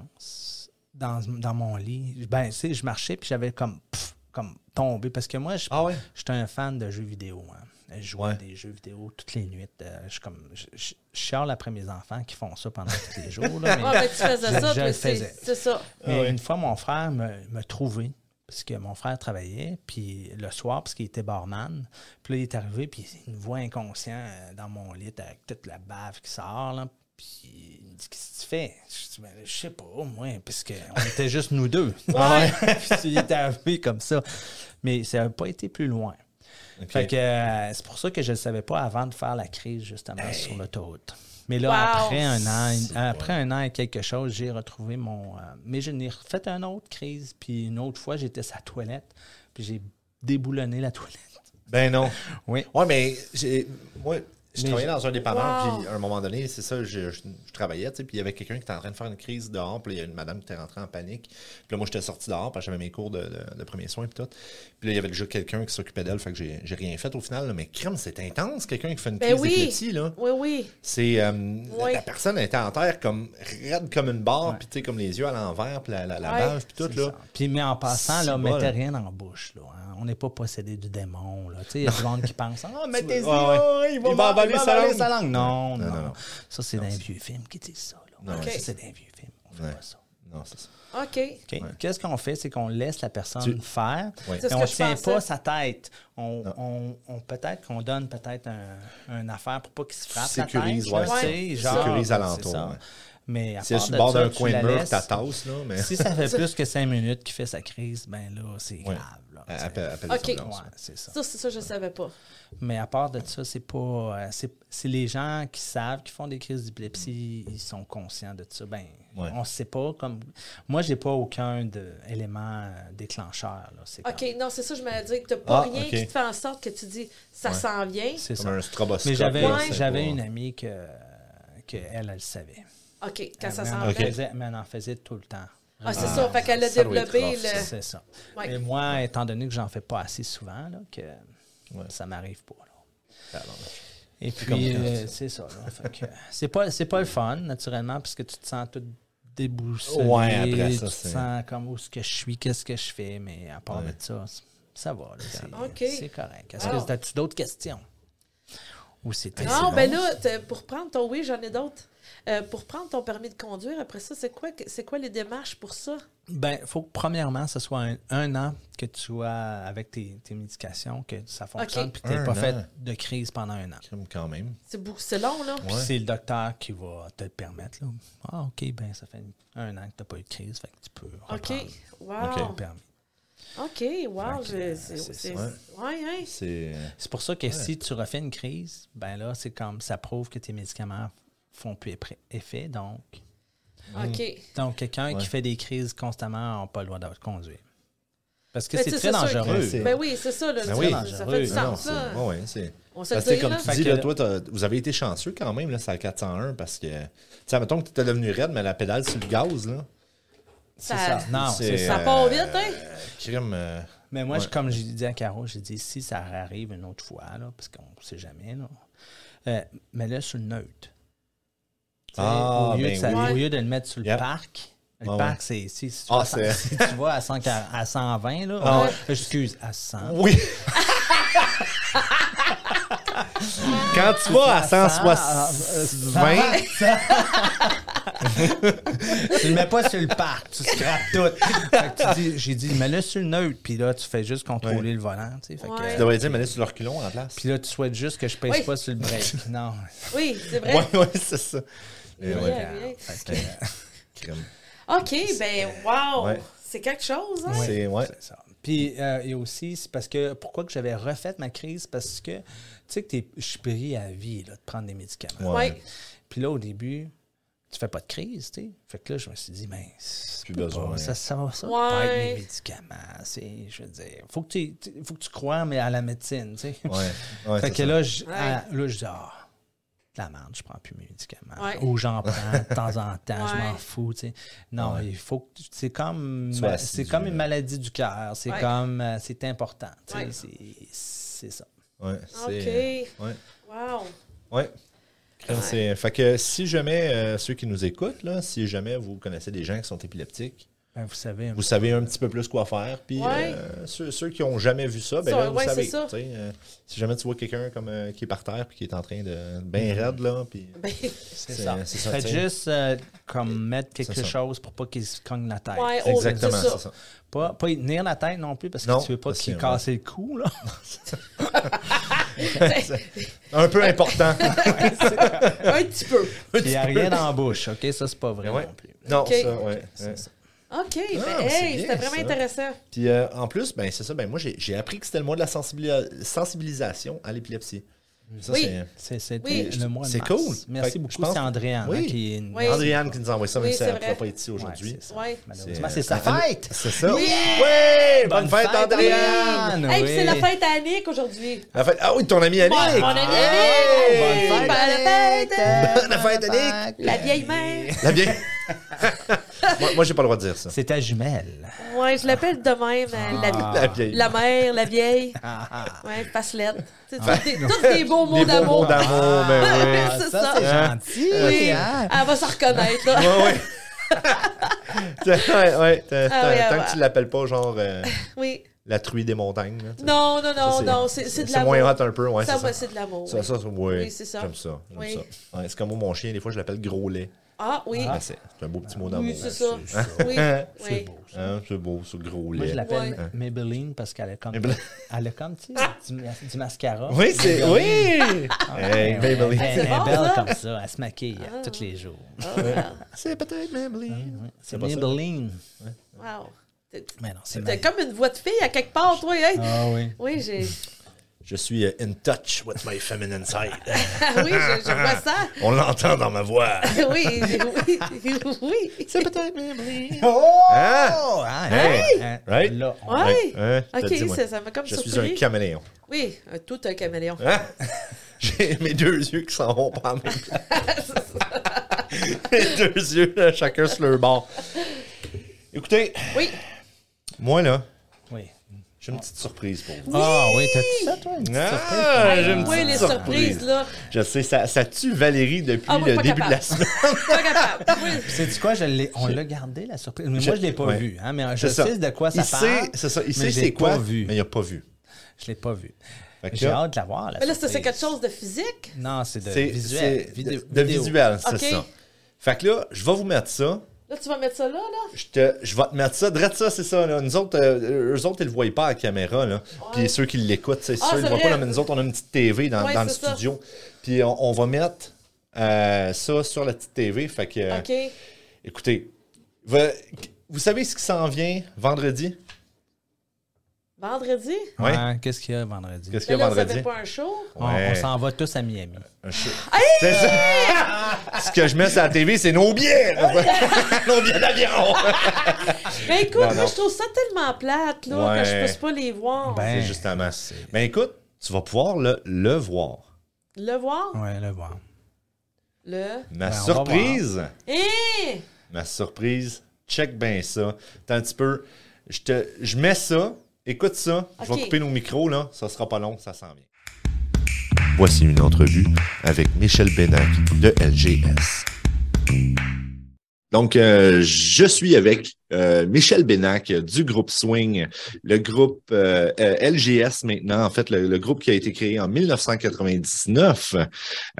Speaker 3: conscience dans, dans mon lit. Ben, tu sais, je marchais puis j'avais comme, pff, comme tombé parce que moi, je
Speaker 1: Ah ouais?
Speaker 3: j'étais un fan de jeux vidéo. hein. Je jouais
Speaker 1: Ouais.
Speaker 3: à des jeux vidéo toutes les nuits. euh, je, suis comme, je, je- je chiale après mes enfants qui font ça pendant tous les jours.
Speaker 1: [laughs]
Speaker 3: là, mais-
Speaker 2: Ah, ben, tu faisais ça,
Speaker 3: Je le
Speaker 2: toi, c'est
Speaker 3: faisais.
Speaker 2: c'est ça.
Speaker 3: mais une fois, mon frère me, me trouvait, parce que mon frère travaillait, puis le soir, parce qu'il était barman, puis là, il est arrivé, puis il me voit inconscient euh, dans mon lit avec toute la bave qui sort, là, puis il me dit Qu'est-ce que tu fais Je dis Ben, Je sais pas, moi, parce que on était juste nous deux. [laughs] puis il est arrivé comme ça. Mais ça n'a pas été plus loin. Fait que euh, c'est pour ça que je ne savais pas avant de faire la crise, justement, sur l'autoroute. Mais là,
Speaker 2: Wow!
Speaker 3: après un an, après un an et quelque chose, j'ai retrouvé mon. euh, mais je n'ai refait une autre crise, puis une autre fois, j'étais sa toilette, puis j'ai déboulonné la [laughs] toilette.
Speaker 1: Ben non.
Speaker 3: Oui.
Speaker 1: Ouais, mais j'ai- moi, je
Speaker 3: Mais
Speaker 1: travaillais dans un dépanneur,
Speaker 2: Wow.
Speaker 1: puis à un moment donné, c'est ça, je, je- je travaillais, tu sais, puis il y avait quelqu'un qui était en train de faire une crise dehors, puis il y a une madame qui était rentrée en panique. Puis là, moi, j'étais sorti dehors, parce que j'avais mes cours de, de- de premiers soins, puis tout. Puis là, il y avait déjà quelqu'un qui s'occupait d'elle, fait que j'ai j'ai rien fait au final, là. mais crème, c'est intense, quelqu'un qui fait une
Speaker 2: Ben
Speaker 1: crise
Speaker 2: oui.
Speaker 1: d'épilepsie, là.
Speaker 2: Oui, oui.
Speaker 1: C'est. euh,
Speaker 2: Oui.
Speaker 1: La personne était en terre, comme raide comme une barre, puis tu sais, comme les yeux à l'envers, puis la, la, la
Speaker 2: Ouais.
Speaker 1: bave, puis tout,
Speaker 3: C'est
Speaker 1: là.
Speaker 3: ça. Puis, mais en passant,
Speaker 1: C'est
Speaker 3: là,
Speaker 1: bon.
Speaker 3: mettez rien en bouche. Là, hein. On n'est pas possédé du démon. Là. Tu sais, il
Speaker 1: [laughs]
Speaker 3: y a du monde qui pense Ah, mettez-y,
Speaker 1: Ouais, ouais.
Speaker 3: là, il va,
Speaker 1: Il va avaler sa langue.
Speaker 3: Non, non,
Speaker 1: non, non.
Speaker 3: non. Ça, c'est d'un vieux film qui dit ça. Là.
Speaker 1: Non,
Speaker 3: Ça,
Speaker 2: ouais.
Speaker 3: c'est d'un vieux film. On fait
Speaker 1: Ouais.
Speaker 3: pas ça.
Speaker 1: Non, c'est ça.
Speaker 2: OK.
Speaker 3: OK? Qu'est-ce qu'on fait? C'est qu'on laisse la personne
Speaker 1: Tu-
Speaker 3: faire.
Speaker 1: Oui.
Speaker 2: C'est
Speaker 3: Et
Speaker 2: ce
Speaker 3: on
Speaker 2: que
Speaker 3: ne
Speaker 2: je
Speaker 3: tient
Speaker 2: pensais.
Speaker 3: pas sa tête. On, on- on- peut-être qu'on donne peut-être un, une affaire pour pas qu'il se frappe.
Speaker 1: Sécurise,
Speaker 3: la
Speaker 1: ouais.
Speaker 3: tête, là,
Speaker 2: Ouais.
Speaker 3: tu sais, genre,
Speaker 1: Sécurise alentour,
Speaker 3: c'est ça.
Speaker 1: ouais.
Speaker 3: Mais à
Speaker 1: C'est
Speaker 3: part
Speaker 1: sur
Speaker 3: de
Speaker 1: le bord
Speaker 3: ça,
Speaker 1: d'un
Speaker 3: tu
Speaker 1: coin
Speaker 3: la
Speaker 1: de mur,
Speaker 3: laisses.
Speaker 1: ta tasse, là, mais. [laughs]
Speaker 3: Si
Speaker 2: [laughs]
Speaker 3: ça fait plus que cinq minutes qu'il fait sa crise, ben là, c'est
Speaker 1: Ouais.
Speaker 3: grave. là, tu sais.
Speaker 1: Appelle, appelle
Speaker 2: Ok.
Speaker 1: l'ambulance,
Speaker 3: Ouais, c'est ça.
Speaker 2: Ça, c'est ça, je savais pas.
Speaker 3: Mais à part de ça, c'est pas. euh, c'est, c'est les gens qui savent, qui font des crises d'épilepsie, ils sont conscients de ça. Ben,
Speaker 1: Ouais.
Speaker 3: on sait pas. Comme moi, j'ai pas aucun de, élément euh, déclencheur. Là. C'est
Speaker 2: OK,
Speaker 3: comme-
Speaker 2: non, c'est ça, je me dis que t'as pas
Speaker 1: Ah,
Speaker 2: rien
Speaker 1: ok.
Speaker 2: qui te fait en sorte que tu dis ça s'en vient.
Speaker 3: c'est
Speaker 1: Comme
Speaker 3: ça.
Speaker 1: un stroboscope.
Speaker 3: Mais j'avais,
Speaker 1: là, c'est
Speaker 3: j'avais
Speaker 1: pas-
Speaker 3: une amie que, que elle, elle le savait.
Speaker 2: OK, quand ça
Speaker 3: mais, elle
Speaker 2: s'en
Speaker 3: en
Speaker 2: vient.
Speaker 3: faisait, mais elle en faisait tout le temps.
Speaker 2: Ah, c'est ça, fait qu'elle a
Speaker 1: ça doit être
Speaker 2: développé
Speaker 1: rough, ça.
Speaker 2: le.
Speaker 3: C'est ça.
Speaker 2: Euh, Ouais.
Speaker 3: Et moi, étant donné que j'en fais pas assez souvent, là, que ça m'arrive pas. là. Et puis,
Speaker 1: comme-
Speaker 3: euh, c'est ça. là. Fait que, c'est pas, c'est pas le fun, naturellement, parce que tu te sens tout déboussolé.
Speaker 1: Ouais, après ça,
Speaker 3: tu te
Speaker 1: c'est-
Speaker 3: sens comme où est-ce que je suis, qu'est-ce que je fais, mais à part de ça, c- ça va. là, c'est,
Speaker 2: Ok.
Speaker 3: c'est correct. Est-ce
Speaker 2: Wow.
Speaker 3: que tu as d'autres questions? Ou
Speaker 1: Ah,
Speaker 3: c'était
Speaker 2: Non, ben là, t'as- pour prendre ton. Oui, j'en ai d'autres. Euh, pour prendre ton permis de conduire, après ça, c'est quoi, que- c'est quoi les démarches pour ça?
Speaker 3: Ben, faut que, premièrement, ce soit un, un an que tu sois avec tes, tes médications, que ça fonctionne,
Speaker 2: Ok.
Speaker 3: puis que tu
Speaker 1: Un
Speaker 3: pas
Speaker 1: an.
Speaker 3: fait de crise pendant un an.
Speaker 1: Comme quand même.
Speaker 2: C'est beaucoup- c'est long, là.
Speaker 3: Puis c'est le docteur qui va te le permettre. Là. Ah, OK, ben ça fait un an que tu n'as pas eu de crise, fait que tu peux
Speaker 2: OK.
Speaker 3: reprendre
Speaker 2: Wow.
Speaker 3: le permis.
Speaker 2: OK, wow. je- c'est- c'est-
Speaker 1: euh, ouais.
Speaker 2: Ouais, hein.
Speaker 1: C'est.
Speaker 3: C'est pour ça que si tu refais une crise, ben là, c'est comme ça prouve que tes médicaments font plus épre- effet. Donc,
Speaker 1: Mm.
Speaker 2: OK.
Speaker 3: donc quelqu'un
Speaker 1: Ouais.
Speaker 3: qui fait des crises constamment n'a pas le droit de conduire. Parce que
Speaker 2: Mais
Speaker 3: c'est
Speaker 2: tu sais,
Speaker 3: très
Speaker 2: Ben, c'est sûr que-
Speaker 3: dangereux.
Speaker 1: Ouais, c'est-
Speaker 2: Ben oui, c'est ça, là.
Speaker 1: Ben
Speaker 2: tu-
Speaker 1: oui.
Speaker 2: Ça fait du
Speaker 3: Non,
Speaker 1: Non,
Speaker 2: sens,
Speaker 1: c'est.
Speaker 2: là.
Speaker 1: ouais, ouais, c'est.
Speaker 2: On se
Speaker 1: Parce
Speaker 2: le
Speaker 1: que, tu sais,
Speaker 2: dit,
Speaker 1: comme
Speaker 2: là.
Speaker 1: tu
Speaker 3: Fait
Speaker 1: dis,
Speaker 3: que-
Speaker 1: là, toi, t'as- vous avez été chanceux quand même, là, c'est à 401, parce que, tu sais, mettons que tu étais devenu raide, mais la pédale sur le gaz, là,
Speaker 3: C'est
Speaker 2: Ça-
Speaker 3: ça. Non,
Speaker 1: c'est-
Speaker 3: c'est ça.
Speaker 2: Ça
Speaker 1: Euh,
Speaker 2: part vite, hein?
Speaker 1: crime. euh,
Speaker 3: Mais moi, je- comme j'ai dit à Caro, j'ai dit si ça arrive une autre fois, là, parce qu'on ne sait jamais, là, euh, mais là, sur le neutre. Tu sais,
Speaker 1: Ah,
Speaker 3: au, lieu
Speaker 1: ben
Speaker 3: de, ça-
Speaker 1: oui.
Speaker 3: au lieu de le mettre sur le
Speaker 1: Yep.
Speaker 3: parc, le
Speaker 1: Ah ouais.
Speaker 3: parc, c'est si, si tu
Speaker 1: Ah,
Speaker 3: vas à cent-
Speaker 1: c'est-
Speaker 3: si tu vas à, 100 à 120, là,
Speaker 1: Ah ouais.
Speaker 3: excuse, à 100.
Speaker 1: Oui! [laughs] quand tu vas à
Speaker 3: ça,
Speaker 1: 160.
Speaker 3: [laughs] tu le mets pas sur le parc, tu scrapes tout. Fait que tu dis- J'ai dit, mets-le sur le neutre, puis là, tu fais juste contrôler
Speaker 1: Ouais.
Speaker 3: le volant. tu sais, fait que-
Speaker 2: Ouais.
Speaker 1: Tu devrais dire, mais là, sur le reculon en place.
Speaker 3: Puis là, tu souhaites juste que je pèse
Speaker 2: Oui.
Speaker 3: pas sur le break. Non.
Speaker 2: Oui, c'est vrai.
Speaker 1: Ouais, ouais, c'est ça. Et
Speaker 2: Oui,
Speaker 1: ouais,
Speaker 2: oui.
Speaker 3: Fait que,
Speaker 1: crime.
Speaker 2: OK, ben wow!
Speaker 1: Ouais.
Speaker 2: C'est quelque chose, hein?
Speaker 1: C'est, ouais.
Speaker 3: C'est ça. Puis, euh, et aussi, c'est parce que pourquoi que j'avais refait ma crise? Parce que, tu sais, que t'es- je suis pris à vie là, de prendre des médicaments.
Speaker 1: Ouais.
Speaker 2: Ouais.
Speaker 3: Puis là, au début, tu fais pas de crise, tu sais. Fait que là, je me suis dit, ben, c'est
Speaker 1: Plus
Speaker 3: pas-
Speaker 1: besoin.
Speaker 3: Ça, ça va ça,
Speaker 2: Ouais.
Speaker 3: pas avec mes médicaments, c'est, je veux dire, faut que tu, tu- faut que tu crois mais à la médecine, tu sais. [laughs]
Speaker 1: Ouais. Ouais,
Speaker 3: fait
Speaker 1: c'est
Speaker 3: que
Speaker 1: ça.
Speaker 3: là, je,
Speaker 2: Ouais.
Speaker 3: à- là, je dis, ah, de la merde, je prends plus mes médicaments.
Speaker 2: Ouais.
Speaker 3: Ou j'en prends de temps en temps, je
Speaker 2: Ouais.
Speaker 3: m'en fous, tu sais. Non,
Speaker 1: Ouais.
Speaker 3: il faut que tu- c'est comme,
Speaker 1: Sois
Speaker 3: ma-
Speaker 1: assidu,
Speaker 3: c'est comme une
Speaker 1: là.
Speaker 3: maladie du cœur, c'est
Speaker 2: Ouais.
Speaker 3: comme, euh, c'est important, tu sais,
Speaker 2: Ouais.
Speaker 3: c'est- c'est ça.
Speaker 1: Ouais, c'est- euh,
Speaker 2: OK.
Speaker 1: ouais.
Speaker 2: Wow. [laughs]
Speaker 1: Ouais. C'est- euh, Fait que si jamais, euh, ceux qui nous écoutent, là, si jamais vous connaissez des gens qui sont épileptiques,
Speaker 3: Ben, vous savez,
Speaker 1: vous savez un petit peu plus quoi faire. Puis
Speaker 2: Ouais.
Speaker 1: euh, ceux, ceux qui n'ont jamais vu ça, ben
Speaker 2: Ça,
Speaker 1: là, vous
Speaker 2: ouais,
Speaker 1: savez.
Speaker 2: c'est ça.
Speaker 1: tu sais, euh, si jamais tu vois quelqu'un comme euh, qui est par terre puis qui est en train de bien raide, là, puis [laughs]
Speaker 2: Ben,
Speaker 3: c'est
Speaker 1: c'est-
Speaker 3: ça.
Speaker 1: c'est ça,
Speaker 3: Faites
Speaker 1: tu sais.
Speaker 3: juste euh, comme mettre quelque
Speaker 1: ça.
Speaker 3: chose pour pas qu'il se cogne la tête.
Speaker 2: ouais, oh,
Speaker 1: Exactement,
Speaker 2: c'est
Speaker 1: c'est
Speaker 2: ça.
Speaker 1: ça.
Speaker 3: Pas, pas y tenir la tête non plus parce que
Speaker 1: Non,
Speaker 3: tu veux pas
Speaker 1: parce
Speaker 3: qu'il
Speaker 1: que,
Speaker 3: casse le cou.
Speaker 1: [laughs]
Speaker 3: Là. [laughs]
Speaker 1: Un peu important.
Speaker 2: Un petit peu.
Speaker 3: Il n'y a rien dans la bouche. OK? Ça, c'est pas vrai
Speaker 1: Ouais.
Speaker 3: non plus.
Speaker 1: Non,
Speaker 2: Ok.
Speaker 1: ça, ouais. ouais.
Speaker 2: OK.
Speaker 1: Ah,
Speaker 2: ben,
Speaker 1: mais c'est
Speaker 2: hey,
Speaker 1: bien,
Speaker 2: c'était vraiment
Speaker 1: ça.
Speaker 2: intéressant.
Speaker 1: Puis euh, en plus, ben c'est ça, ben moi j'ai j'ai appris que c'était le mois de la sensibilia- sensibilisation à l'épilepsie. Ça,
Speaker 2: Oui.
Speaker 1: c'est-
Speaker 3: C'est c'était
Speaker 2: Oui.
Speaker 3: le mois de
Speaker 1: C'est
Speaker 3: mars.
Speaker 1: cool. Fait
Speaker 3: Merci
Speaker 1: que je
Speaker 3: beaucoup.
Speaker 1: pense-
Speaker 3: C'est Andréane hein,
Speaker 1: Oui.
Speaker 3: qui est une...
Speaker 2: Oui.
Speaker 1: Andréane qui nous a envoyé ça, même
Speaker 2: Oui,
Speaker 1: si
Speaker 2: c'est
Speaker 1: elle ne
Speaker 2: vrai.
Speaker 1: pourra pas être ici
Speaker 3: Ouais,
Speaker 1: aujourd'hui.
Speaker 3: c'est ça.
Speaker 2: Ouais.
Speaker 3: Malheureusement, c'est sa
Speaker 1: euh,
Speaker 3: fête.
Speaker 1: C'est ça.
Speaker 2: Yeah!
Speaker 1: Ouais! Bonne, fête, Andréane!
Speaker 2: Hey,
Speaker 3: oui.
Speaker 2: puis c'est la fête à Annick aujourd'hui.
Speaker 1: La fête- Ah oui, ton ami Annick!
Speaker 2: Mon mon ami
Speaker 1: Hey!
Speaker 2: Annick!
Speaker 3: Bonne
Speaker 2: fête!
Speaker 1: Bonne fête, Annick!
Speaker 2: La vieille mère.
Speaker 1: La
Speaker 3: [laughs]
Speaker 1: vieille. moi, moi j'ai pas le droit de dire ça.
Speaker 3: C'est ta jumelle.
Speaker 2: Ouais, je l'appelle de même. euh, La,
Speaker 1: La vieille. Ah.
Speaker 2: la mère, la vieille. Ouais, facelette. C'est tous des- tous des beaux
Speaker 1: Des
Speaker 2: mots
Speaker 1: beaux mots
Speaker 2: d'amour.
Speaker 3: Ah.
Speaker 1: d'amour, ben oui.
Speaker 2: Ouais, [laughs] c'est ça.
Speaker 3: c'est
Speaker 1: Hein?
Speaker 3: gentil.
Speaker 2: Oui,
Speaker 1: Ah.
Speaker 3: hein?
Speaker 2: elle va se
Speaker 3: [laughs]
Speaker 2: reconnaître. là.
Speaker 1: Ouais, ouais. [laughs] ouais, ouais. t'as-
Speaker 2: Ah
Speaker 1: t'as-
Speaker 2: oui,
Speaker 1: tant
Speaker 2: ouais.
Speaker 1: que tu l'appelles pas genre euh,
Speaker 2: Oui.
Speaker 1: la truie des montagnes. là, tu sais.
Speaker 2: Non, non,
Speaker 1: Ça,
Speaker 2: non, non, c'est c'est de
Speaker 1: C'est
Speaker 2: l'amour.
Speaker 1: moins hot un peu, ouais.
Speaker 2: ça,
Speaker 1: c'est
Speaker 2: moi,
Speaker 1: ça.
Speaker 2: c'est de l'amour.
Speaker 1: Ça,
Speaker 2: oui.
Speaker 1: ça, ça, ouais.
Speaker 2: Oui, c'est ça.
Speaker 1: J'aime ça. j'aime
Speaker 2: Oui.
Speaker 1: ça. Ouais, c'est comme moi, mon chien, des fois, je l'appelle gros lait.
Speaker 2: Ah oui,
Speaker 1: Ben, c'est c'est un beau petit mot d'amour.
Speaker 2: oui, c'est ça. Oui, oui.
Speaker 3: beau.
Speaker 1: Hein, [laughs] c'est beau, ce gros
Speaker 3: Moi,
Speaker 1: lait.
Speaker 3: je l'appelle
Speaker 2: Ouais.
Speaker 3: Maybelline parce qu'elle a comme,
Speaker 1: Maybelline.
Speaker 3: [laughs]
Speaker 1: Ah!
Speaker 3: elle a comme tu sais, du, du mascara.
Speaker 1: oui, c'est. Oui!
Speaker 3: Elle
Speaker 1: hey,
Speaker 3: est
Speaker 1: Maybelline.
Speaker 3: Elle,
Speaker 2: c'est
Speaker 3: est
Speaker 2: bon,
Speaker 3: belle
Speaker 2: ça?
Speaker 3: comme ça. Elle se maquille
Speaker 1: Ah.
Speaker 3: tous les jours.
Speaker 1: C'est peut-être Maybelline.
Speaker 3: C'est
Speaker 1: pas ça?
Speaker 3: Maybelline.
Speaker 2: Wow. T'es-
Speaker 3: Mais non, c'est
Speaker 2: T'as
Speaker 3: Maybelline.
Speaker 2: comme une voix de fille à quelque part, toi. Hey.
Speaker 3: Ah
Speaker 1: [laughs]
Speaker 3: oui.
Speaker 2: Oui, j'ai.
Speaker 1: Je suis euh, in touch with my feminine side.
Speaker 2: Ah oui, je, je vois ça. [laughs]
Speaker 1: On l'entend dans ma voix.
Speaker 2: Oui, oui, oui.
Speaker 1: C'est peut-être Maybelline.
Speaker 3: Oh!
Speaker 1: Hein?
Speaker 3: Hein?
Speaker 1: Hey!
Speaker 3: Hein?
Speaker 1: Right?
Speaker 3: Là, on-
Speaker 2: Ouais.
Speaker 1: Hein? Je te le dis,
Speaker 2: Ok,
Speaker 1: moi.
Speaker 2: ça ça m'a comme
Speaker 1: Je
Speaker 2: surpris.
Speaker 1: suis un caméléon.
Speaker 2: Oui, un- tout un caméléon.
Speaker 1: Hein? [laughs] J'ai mes deux yeux qui s'en vont pas en même temps.
Speaker 2: [laughs]
Speaker 1: mes deux yeux, là, chacun sur leur bord. Écoutez,
Speaker 2: Oui.
Speaker 1: moi là,
Speaker 3: Oui.
Speaker 1: j'ai une petite surprise pour vous.
Speaker 3: Ah oui, t'as-tu ça, toi? une petite surprise?
Speaker 1: Ah, j'ai une
Speaker 2: Oui,
Speaker 1: petite
Speaker 2: les
Speaker 1: surprise.
Speaker 2: surprises, là.
Speaker 1: Je sais, ça, ça tue Valérie depuis
Speaker 2: Ah, moi,
Speaker 1: le
Speaker 2: pas
Speaker 1: début
Speaker 2: capable.
Speaker 1: de la semaine. [laughs]
Speaker 2: Pas capable. Oui.
Speaker 3: Sais-tu quoi? Je l'ai- on l'a gardé, la surprise. Mais moi, je ne l'ai pas
Speaker 1: Ouais.
Speaker 3: vu. Hein, mais je
Speaker 1: C'est ça.
Speaker 3: sais de quoi ça
Speaker 1: il
Speaker 3: parle.
Speaker 1: Sait, c'est ça, il
Speaker 3: mais
Speaker 1: sait
Speaker 3: je l'ai
Speaker 1: c'est quoi,
Speaker 3: pas vu.
Speaker 1: mais il n'a pas vu.
Speaker 3: Je ne l'ai pas vu.
Speaker 1: Fait que
Speaker 3: J'ai
Speaker 1: là-
Speaker 3: hâte de la voir. la
Speaker 2: Mais là, c'est-
Speaker 3: surprise.
Speaker 2: c'est quelque chose de physique.
Speaker 3: Non, c'est de
Speaker 1: C'est
Speaker 3: visuel.
Speaker 1: c'est
Speaker 3: Vidéo-
Speaker 1: de, de
Speaker 3: vidéo.
Speaker 1: visuel, c'est
Speaker 2: Ok.
Speaker 1: ça. Fait que là, je vais vous mettre ça.
Speaker 2: Là, tu vas mettre ça là, là.
Speaker 1: Je, te, je vais te mettre ça, drette ça, c'est ça. Là. Nous autres, euh, eux autres, ils le voient pas à la caméra. Là. Puis ceux qui l'écoutent, c'est
Speaker 2: Ah,
Speaker 1: sûr, ils
Speaker 2: c'est
Speaker 1: le voient pas.
Speaker 2: vrai.
Speaker 1: là, mais nous autres, on a une petite TV dans,
Speaker 2: Ouais,
Speaker 1: dans le
Speaker 2: c'est ça.
Speaker 1: studio. Puis on, on va mettre euh, ça sur la petite TV. Fait que, euh,
Speaker 2: OK.
Speaker 1: écoutez, va- vous savez ce qui s'en vient vendredi?
Speaker 2: Vendredi?
Speaker 1: Ouais.
Speaker 3: Ouais, Qu'est-ce qu'il y a vendredi?
Speaker 1: Qu'est-ce qu'il
Speaker 2: Mais
Speaker 1: y a
Speaker 2: là, vous n'avez
Speaker 1: vendredi?
Speaker 2: pas un show?
Speaker 3: On-
Speaker 1: Ouais.
Speaker 3: on s'en va tous à Miami.
Speaker 1: Un show. C'est ça. ce que je mets sur la TV, c'est nos billets. là. [laughs] nos billets d'avion.
Speaker 2: Ben écoute,
Speaker 1: Non,
Speaker 2: moi,
Speaker 1: non.
Speaker 2: je trouve ça tellement plate, là,
Speaker 1: Ouais.
Speaker 2: que je ne puisse pas les voir.
Speaker 3: Ben.
Speaker 1: C'est justement. Mais écoute, tu vas pouvoir le, le voir.
Speaker 2: Le voir?
Speaker 3: Ouais, le voir.
Speaker 2: Le...
Speaker 1: Ma
Speaker 3: Ben, on va
Speaker 1: surprise,
Speaker 2: Hein?
Speaker 1: ma surprise, check bien ça. Attends un petit peu. Je, te, je mets ça, écoute ça. Je
Speaker 2: Ok.
Speaker 1: vais couper nos micros, là. Ça sera pas long, ça s'en vient. Voici une entrevue avec Michel Bénac de LGS. Donc, euh, je suis avec euh, Michel Bénac euh, du groupe Swing, le groupe euh, euh, LGS maintenant, en fait, le, le groupe qui a été créé en 1999.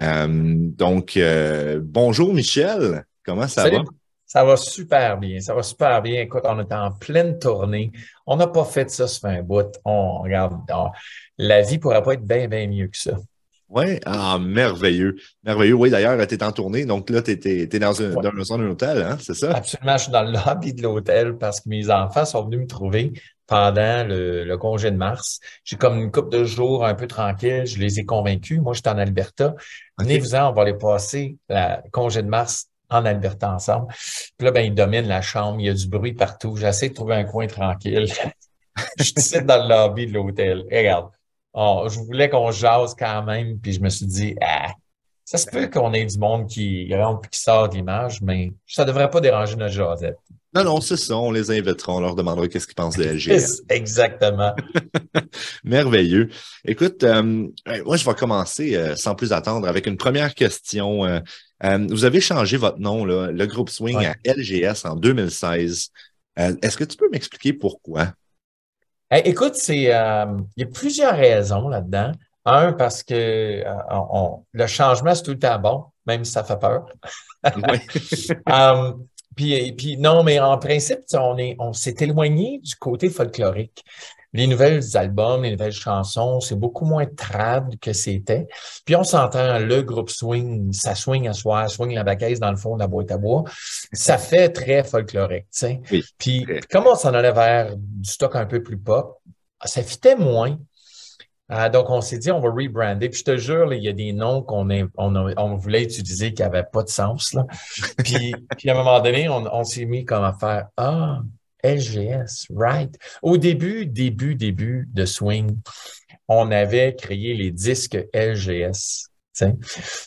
Speaker 1: Euh, donc, euh, bonjour Michel, comment ça
Speaker 4: Salut.
Speaker 1: va?
Speaker 4: Ça va super bien, ça va super bien. Écoute, on est en pleine tournée. On n'a pas fait ça sur un bout. On regarde, on- la vie pourrait pas être bien, bien mieux que ça.
Speaker 1: Oui, ah, merveilleux. Merveilleux. Oui, d'ailleurs, tu es en tournée, donc là, tu es, dans un,
Speaker 4: Ouais.
Speaker 1: dans un- dans un hôtel, hein, c'est ça?
Speaker 4: Absolument, je suis dans le lobby de l'hôtel parce que mes enfants sont venus me trouver pendant le, le congé de mars. J'ai comme une couple de jours un peu tranquille. Je les ai convaincus. Moi, j'étais en Alberta. Venez-vous-en, on va les passer la congé de mars en Alberta ensemble. Puis là, ben, il domine la chambre, il y a du bruit partout. J'essaie de trouver un coin tranquille. [laughs] je suis dans le lobby de l'hôtel. Et regarde, on- je voulais qu'on jase quand même, puis je me suis dit, ah, ça se peut qu'on ait du monde qui rentre puis qui sort de l'image, mais ça devrait pas déranger notre jasette.
Speaker 1: Non, non, c'est ça. On les invitera. On leur demandera qu'est-ce qu'ils
Speaker 4: [laughs]
Speaker 1: pensent de LGS.
Speaker 4: Exactement. [laughs]
Speaker 1: Merveilleux. Écoute, euh, euh, moi, je vais commencer euh, sans plus attendre avec une première question. Euh, euh, vous avez changé votre nom, là, le groupe Swing,
Speaker 4: Ouais.
Speaker 1: à LGS en 2016. Euh, Est-ce que tu peux m'expliquer
Speaker 4: [laughs]
Speaker 1: pourquoi?
Speaker 4: Eh, écoute, c'est, euh, il y a plusieurs raisons là-dedans. Un, parce que euh, on- on- le changement, c'est tout le temps bon, même si ça fait peur.
Speaker 1: Ouais.
Speaker 4: Euh, puis, et puis non, mais en principe, tu sais, on est, on s'est éloigné du côté folklorique. Les nouvelles albums, les nouvelles chansons, c'est beaucoup moins trad que c'était. Puis on s'entend, le groupe swing, ça swing à soir, swing la bacaise dans le fond de la boîte à bois. Ça fait très folklorique, tu sais.
Speaker 1: Oui.
Speaker 4: Puis
Speaker 1: Très.
Speaker 4: comme on s'en allait vers du stock un peu plus pop, ça fitait moins. Ah, donc, on s'est dit, on va rebrander. Puis, je te jure, là, il y a des noms qu'on a- on a- on voulait utiliser qui n'avaient pas de sens. Là. Puis, puis, à un moment donné, on, on s'est mis comme à faire Ah, LGS, right. Au début, début, début de Swing, on avait créé les disques LGS. tu sais.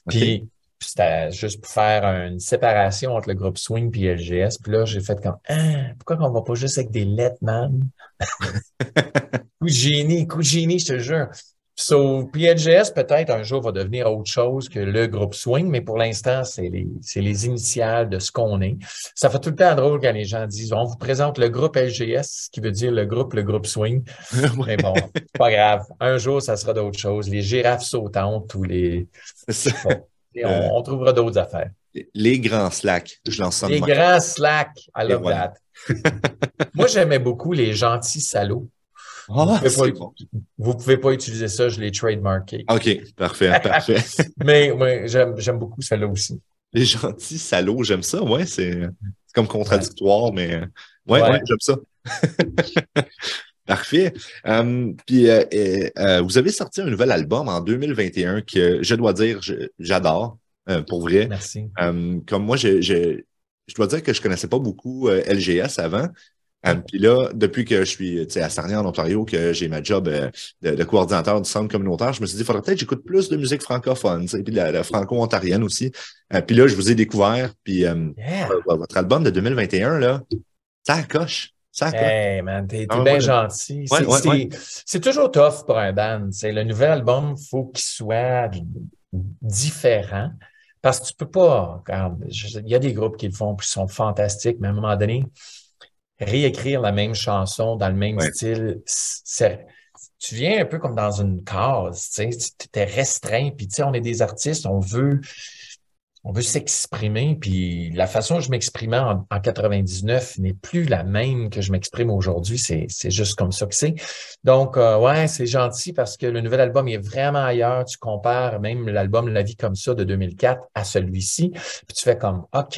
Speaker 4: Puis, c'était juste pour faire une séparation entre le groupe Swing et LGS. Puis là, j'ai fait comme Ah, pourquoi on va pas juste avec des lettres, man? Coup de génie, coup de génie, je te jure. So, puis LGS, peut-être un jour, va devenir autre chose que le groupe Swing, mais pour l'instant, c'est les, c'est les initiales de ce qu'on est. Ça fait tout le temps drôle quand les gens disent on vous présente le groupe LGS, ce qui veut dire le groupe, le groupe
Speaker 1: [laughs]
Speaker 4: Swing. Mais bon, c'est pas grave. Un jour, ça sera d'autres choses. Les girafes sautantes ou les.
Speaker 1: Ça,
Speaker 4: et
Speaker 1: Euh,
Speaker 4: on, on trouvera d'autres affaires.
Speaker 1: Les grands slacks. Je lance ça de
Speaker 4: Les
Speaker 1: même.
Speaker 4: grands slacks, I
Speaker 1: Et
Speaker 4: love
Speaker 1: voilà.
Speaker 4: that. [laughs] Moi, j'aimais beaucoup les gentils salauds.
Speaker 1: Ah,
Speaker 4: Mais
Speaker 1: c'est
Speaker 4: pas-
Speaker 1: bon.
Speaker 4: Vous pouvez pas utiliser ça, je l'ai trademarké.
Speaker 1: OK,
Speaker 4: [laughs]
Speaker 1: parfait, parfait.
Speaker 4: Mais oui, j'aime j'aime beaucoup celle-là aussi.
Speaker 1: Les gentils salauds, j'aime ça. Ouais, c'est c'est comme contradictoire, mais euh, ouais,
Speaker 4: Ouais.
Speaker 1: ouais, j'aime ça. [laughs] Parfait. Hum, puis euh, et, euh, vous avez sorti un nouvel album en 2021 que je dois dire je- j'adore euh, pour vrai.
Speaker 4: Merci.
Speaker 1: Hum, comme moi, je, je, je dois dire que je connaissais pas beaucoup euh, LGS avant. Hum,
Speaker 4: Mm-hmm.
Speaker 1: puis là, depuis que je suis tu sais, à Sarnia, en Ontario, que j'ai ma job euh, de, de coordinateur du centre communautaire, je me suis dit, faudrait peut-être que j'écoute plus de musique francophone, tu sais, puis de la, la franco-ontarienne aussi. Euh, puis là, je vous ai découvert, puis hum,
Speaker 4: Yeah.
Speaker 1: euh, votre album de 2021, là, ça coche. Ça coche.
Speaker 4: Hey man, t'es
Speaker 1: Ah,
Speaker 4: t'es
Speaker 1: ouais,
Speaker 4: bien
Speaker 1: ouais.
Speaker 4: gentil.
Speaker 1: Ouais,
Speaker 4: C'est
Speaker 1: ouais,
Speaker 4: c'est-
Speaker 1: ouais.
Speaker 4: c'est toujours tough pour un band. C'est le nouvel album, faut qu'il soit différent parce que tu peux pas. regarde, je- Il y a des groupes qui le font qui sont fantastiques, mais à un moment donné, réécrire la même chanson dans le même
Speaker 1: Ouais.
Speaker 4: style, c'est- tu viens un peu comme dans une case. Tu es restreint. Puis tu sais, on est des artistes, on veut on veut s'exprimer, puis la façon dont je m'exprimais en, en 99 n'est plus la même que je m'exprime aujourd'hui. C'est, c'est juste comme ça que c'est. Donc, euh, ouais, c'est gentil parce que le nouvel album est vraiment ailleurs. Tu compares même l'album La vie comme ça de 2004 à celui-ci, puis tu fais comme, OK,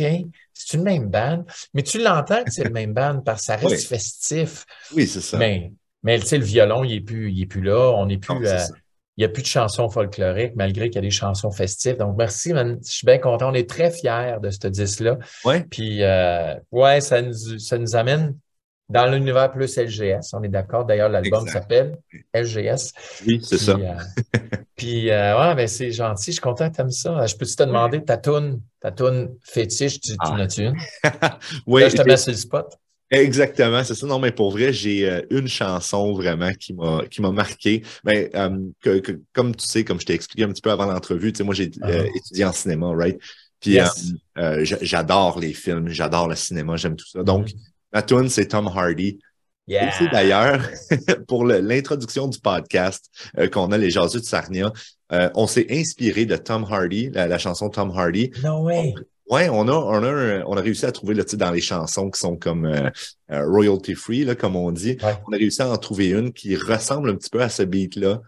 Speaker 4: c'est une même band, mais tu l'entends que c'est le même band parce que ça reste
Speaker 1: [laughs] Oui.
Speaker 4: festif.
Speaker 1: Oui, c'est ça.
Speaker 4: Mais, mais tu sais, le violon, il est plus, il est plus là. On n'est plus
Speaker 1: Non, c'est
Speaker 4: à-
Speaker 1: ça.
Speaker 4: il n'y a plus de chansons folkloriques, malgré qu'il y a des chansons festives. Donc, merci, man. Je suis bien content. On est très fiers de ce disque-là.
Speaker 1: Ouais.
Speaker 4: Puis, euh, ouais, ça nous, ça nous amène dans l'univers plus LGS. On est d'accord. D'ailleurs, l'album
Speaker 1: Exact.
Speaker 4: s'appelle LGS.
Speaker 1: Oui, c'est
Speaker 4: Puis,
Speaker 1: ça.
Speaker 4: euh, [laughs] puis, euh, ouais, ben, c'est gentil. Je suis content que t'aimes ça. Euh, Je peux-tu te demander ta toune, ta toune fétiche, tu, tu
Speaker 1: Ah.
Speaker 4: n'as-tu une?
Speaker 1: Oui,
Speaker 4: Là, je te
Speaker 1: j'ai-
Speaker 4: mets sur le spot.
Speaker 1: Exactement, c'est ça. Non, mais pour vrai, j'ai euh, une chanson vraiment qui m'a qui m'a marqué. Mais euh, que, que- comme tu sais, comme je t'ai expliqué un petit peu avant l'entrevue, tu sais, moi j'ai euh,
Speaker 4: Ah.
Speaker 1: étudié en cinéma, right? Puis
Speaker 4: Yes.
Speaker 1: euh, euh, j'a- j'adore les films, j'adore le cinéma, j'aime tout ça. Donc, ma tune, c'est Tom Hardy. Et
Speaker 4: Mm-hmm. Yeah.
Speaker 1: c'est d'ailleurs [laughs] pour le- l'introduction du podcast euh, qu'on a les Jasus de Sarnia. euh, on s'est inspiré de Tom Hardy, la, la chanson Tom Hardy.
Speaker 4: No way.
Speaker 1: Ouais, on a, on a, un- on a réussi à trouver le titre dans les chansons qui sont comme euh, euh, royalty free, là, comme on dit.
Speaker 4: Ouais.
Speaker 1: On a réussi à en trouver une qui ressemble un petit peu à ce beat-là.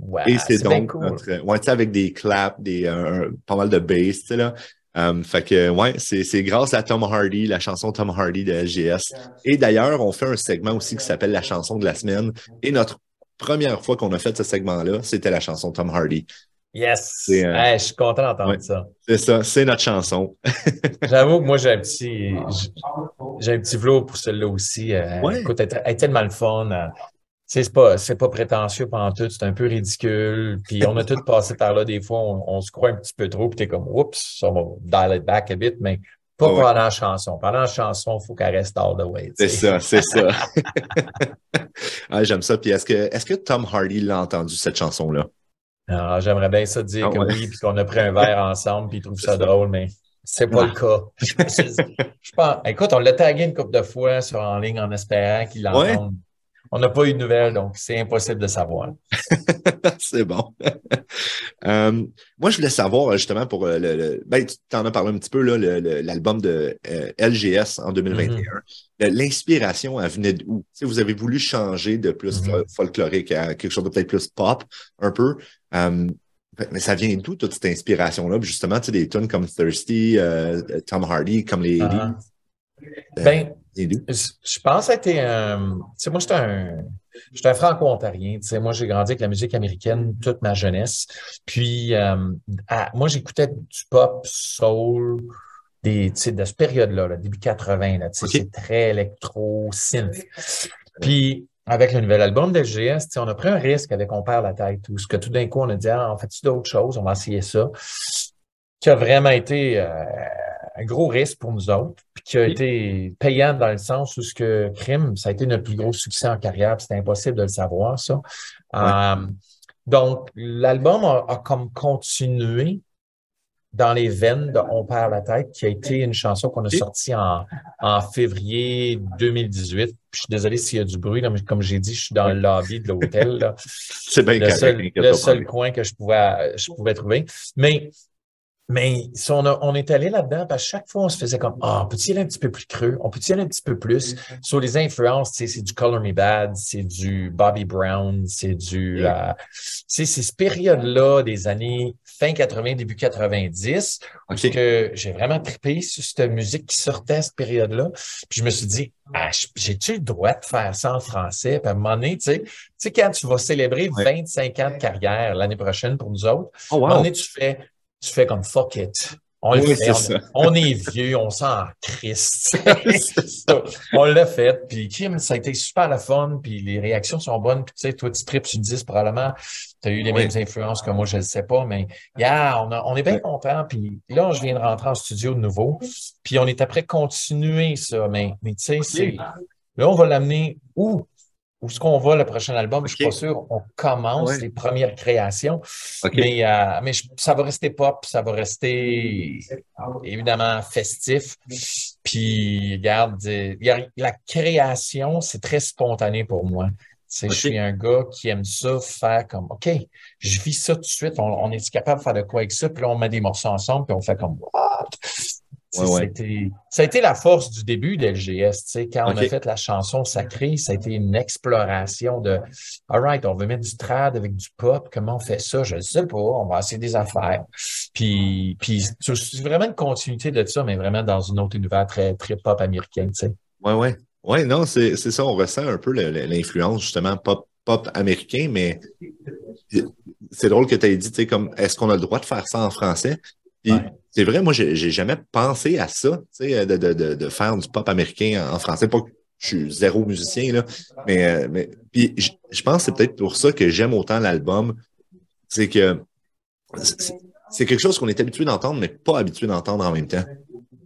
Speaker 4: Ouais,
Speaker 1: Et c'est
Speaker 4: Ah, bien
Speaker 1: donc
Speaker 4: cool.
Speaker 1: notre- ouais, tu sais, avec des claps, des, euh, un- pas mal de bass, tu sais, là. Euh, fait que, ouais, c'est c'est grâce à Tom Hardy, la chanson Tom Hardy de LGS. Et d'ailleurs, on fait un segment aussi qui s'appelle la chanson de la semaine. Et notre première fois qu'on a fait ce segment-là, c'était la chanson Tom Hardy.
Speaker 4: Yes!
Speaker 1: C'est, euh,
Speaker 4: Hey, je suis content d'entendre
Speaker 1: ouais.
Speaker 4: ça.
Speaker 1: C'est ça, c'est notre chanson.
Speaker 4: J'avoue que moi, j'ai un petit, j'ai- j'ai un petit velours pour celle-là aussi. Euh,
Speaker 1: Ah. Ouais.
Speaker 4: Écoute, elle, est- elle est tellement le fun. euh. Tu sais, C'est pas, c'est pas prétentieux pendant tout, c'est un peu ridicule. Puis on a tous passé par là des fois, on, on se croit un petit peu trop, puis t'es comme oups, on va dial it back a bit, mais pas
Speaker 1: Ah ouais.
Speaker 4: pendant la chanson. Pendant la chanson, il faut qu'elle reste all the way. tu
Speaker 1: C'est
Speaker 4: sais.
Speaker 1: ça, c'est ça. [laughs] Ah, J'aime ça. Puis est-ce que, est que Tom Hardy l'a entendu, cette chanson-là? [laughs]
Speaker 4: Ah, J'aimerais bien ça dire
Speaker 1: Ah
Speaker 4: que
Speaker 1: ouais.
Speaker 4: oui, puis qu'on a pris un verre ensemble, puis il trouve ça drôle, mais c'est pas
Speaker 1: [laughs]
Speaker 4: le cas. Je, je pense, écoute, on l'a tagué une couple de fois sur en ligne en espérant qu'il
Speaker 1: Ouais.
Speaker 4: l'entende. On n'a pas eu de nouvelles, donc c'est impossible de savoir.
Speaker 1: c'est bon. [laughs] Euh, moi, je voulais savoir, euh, justement, pour euh, le. le- ben, tu t'en as parlé un petit peu, là, le- le- l'album de euh, LGS en 2021. Le- L'inspiration, elle venait d'où? Tu sais, vous avez voulu changer de plus
Speaker 4: Mhm.
Speaker 1: fol- folklorique à quelque chose de peut-être plus pop, un peu. Euh, mais ça vient d'où, toute cette inspiration-là? Puis Justement, tu sais, des tunes comme Thirsty, euh, Tom Hardy, comme les.
Speaker 4: Ah. Ben,
Speaker 1: les- les-
Speaker 4: je je pense que ça a été un- Tu sais, moi, j'étais un, j'étais un franco-ontarien. Tu sais, moi, j'ai grandi avec la musique américaine toute ma jeunesse. Puis, euh, à- moi, j'écoutais du pop, soul, des, tu sais, de cette période-là, là, début 80, là, tu sais,
Speaker 1: Ok.
Speaker 4: c'est très électro, synth. Puis, avec le nouvel album de LGS, tu sais, on a pris un risque avec On perd la tête, ou ce que tout d'un coup, on a dit, ah, on fait-tu d'autres choses, on va essayer ça, qui a vraiment été euh, un gros risque pour nous autres, puis qui a été payant dans le sens où ce que Crime, ça a été notre plus gros succès en carrière, puis c'était impossible de le savoir, ça. Euh, donc, l'album a, a comme continué dans les veines de On perd la tête, qui a été une chanson qu'on a
Speaker 1: Ok.
Speaker 4: sortie en, en février 2018. Puis je suis désolé s'il y a du bruit, là, mais comme j'ai dit, je suis dans le lobby de l'hôtel. là.
Speaker 1: [laughs] C'est bien
Speaker 4: le
Speaker 1: correct, hein,
Speaker 4: seul,
Speaker 1: inquiète
Speaker 4: le
Speaker 1: pas,
Speaker 4: seul
Speaker 1: Paul.
Speaker 4: coin que je pouvais, je pouvais trouver. Mais, mais si on, a- on est allé là-dedans, puis à chaque fois, on se faisait comme Ah, on peut-y aller un petit peu plus creux, on peut-y aller un petit peu plus. Sur les influences, tu sais, c'est du Color Me Bad, c'est du Bobby Brown, c'est du. euh, tu sais, c'est cette période-là des années fin 80, début 90
Speaker 1: OK.
Speaker 4: parce que j'ai vraiment trippé sur cette musique qui sortait à cette période-là. Puis je me suis dit, Ah, j- j'ai-tu le droit de faire ça en français? Puis à un moment donné, tu sais, tu sais, quand tu vas célébrer
Speaker 1: Ouais.
Speaker 4: 25 ans de carrière l'année prochaine pour nous autres,
Speaker 1: Oh,
Speaker 4: à un moment
Speaker 1: wow.
Speaker 4: donné, tu fais, tu fais comme fuck it. On le
Speaker 1: Oui,
Speaker 4: fait,
Speaker 1: c'est
Speaker 4: on,
Speaker 1: ça.
Speaker 4: on est vieux, on s'en crisse.
Speaker 1: C'est ça.
Speaker 4: on l'a fait. Puis Kim, ça a été super la fun. Puis les réactions sont bonnes. Puis tu sais, toi, tu tripes, tu te dis probablement, tu as eu les
Speaker 1: Oui.
Speaker 4: mêmes influences que moi, je ne sais pas. Mais yeah, on, a- on est bien content. Puis là, je viens de rentrer en studio de nouveau. Puis on est après continuer ça. Mais, mais tu sais, c'est. Là, on va l'amener où? Où est-ce qu'on va le prochain album? Je suis
Speaker 1: Ok.
Speaker 4: pas sûr. On commence
Speaker 1: Ouais.
Speaker 4: les premières créations.
Speaker 1: OK.
Speaker 4: Mais, euh, mais je- ça va rester pop, ça va rester évidemment festif. Puis, regarde, euh, regarde, la création, c'est très spontané pour moi. Tu sais,
Speaker 1: Ok.
Speaker 4: Je suis un gars qui aime ça, faire comme, OK, je vis ça tout de suite, on, on est capable de faire de quoi avec ça? Puis là, on met des morceaux ensemble, puis on fait comme, What? Tu sais,
Speaker 1: Ouais, ouais.
Speaker 4: ça a été- Ça a été la force du début d'LGS. tu sais, Quand on
Speaker 1: Ok.
Speaker 4: a fait la chanson sacrée, ça a été une exploration de All right, on veut mettre du trad avec du pop, comment on fait ça? Je ne sais pas, on va essayer des affaires. Puis, puis c'est c'est vraiment une continuité de ça, mais vraiment dans une autre univers très, très pop américain. tu sais.
Speaker 1: Ouais, ouais. Ouais, non, c'est c'est ça. On ressent un peu le- le- l'influence, justement, pop, pop américain, mais c'est drôle que tu aies dit, tu sais, comme, est-ce qu'on a le droit de faire ça en français? Puis,
Speaker 4: Ouais.
Speaker 1: c'est vrai, moi, j'ai j'ai jamais pensé à ça, tu sais, euh, de, de, de, de faire du pop américain en, en français. Pas que je suis zéro musicien, là, mais, euh, mais puis je je pense que c'est peut-être pour ça que j'aime autant l'album. C'est que c'est- c'est quelque chose qu'on est habitué d'entendre, mais pas habitué d'entendre en même temps.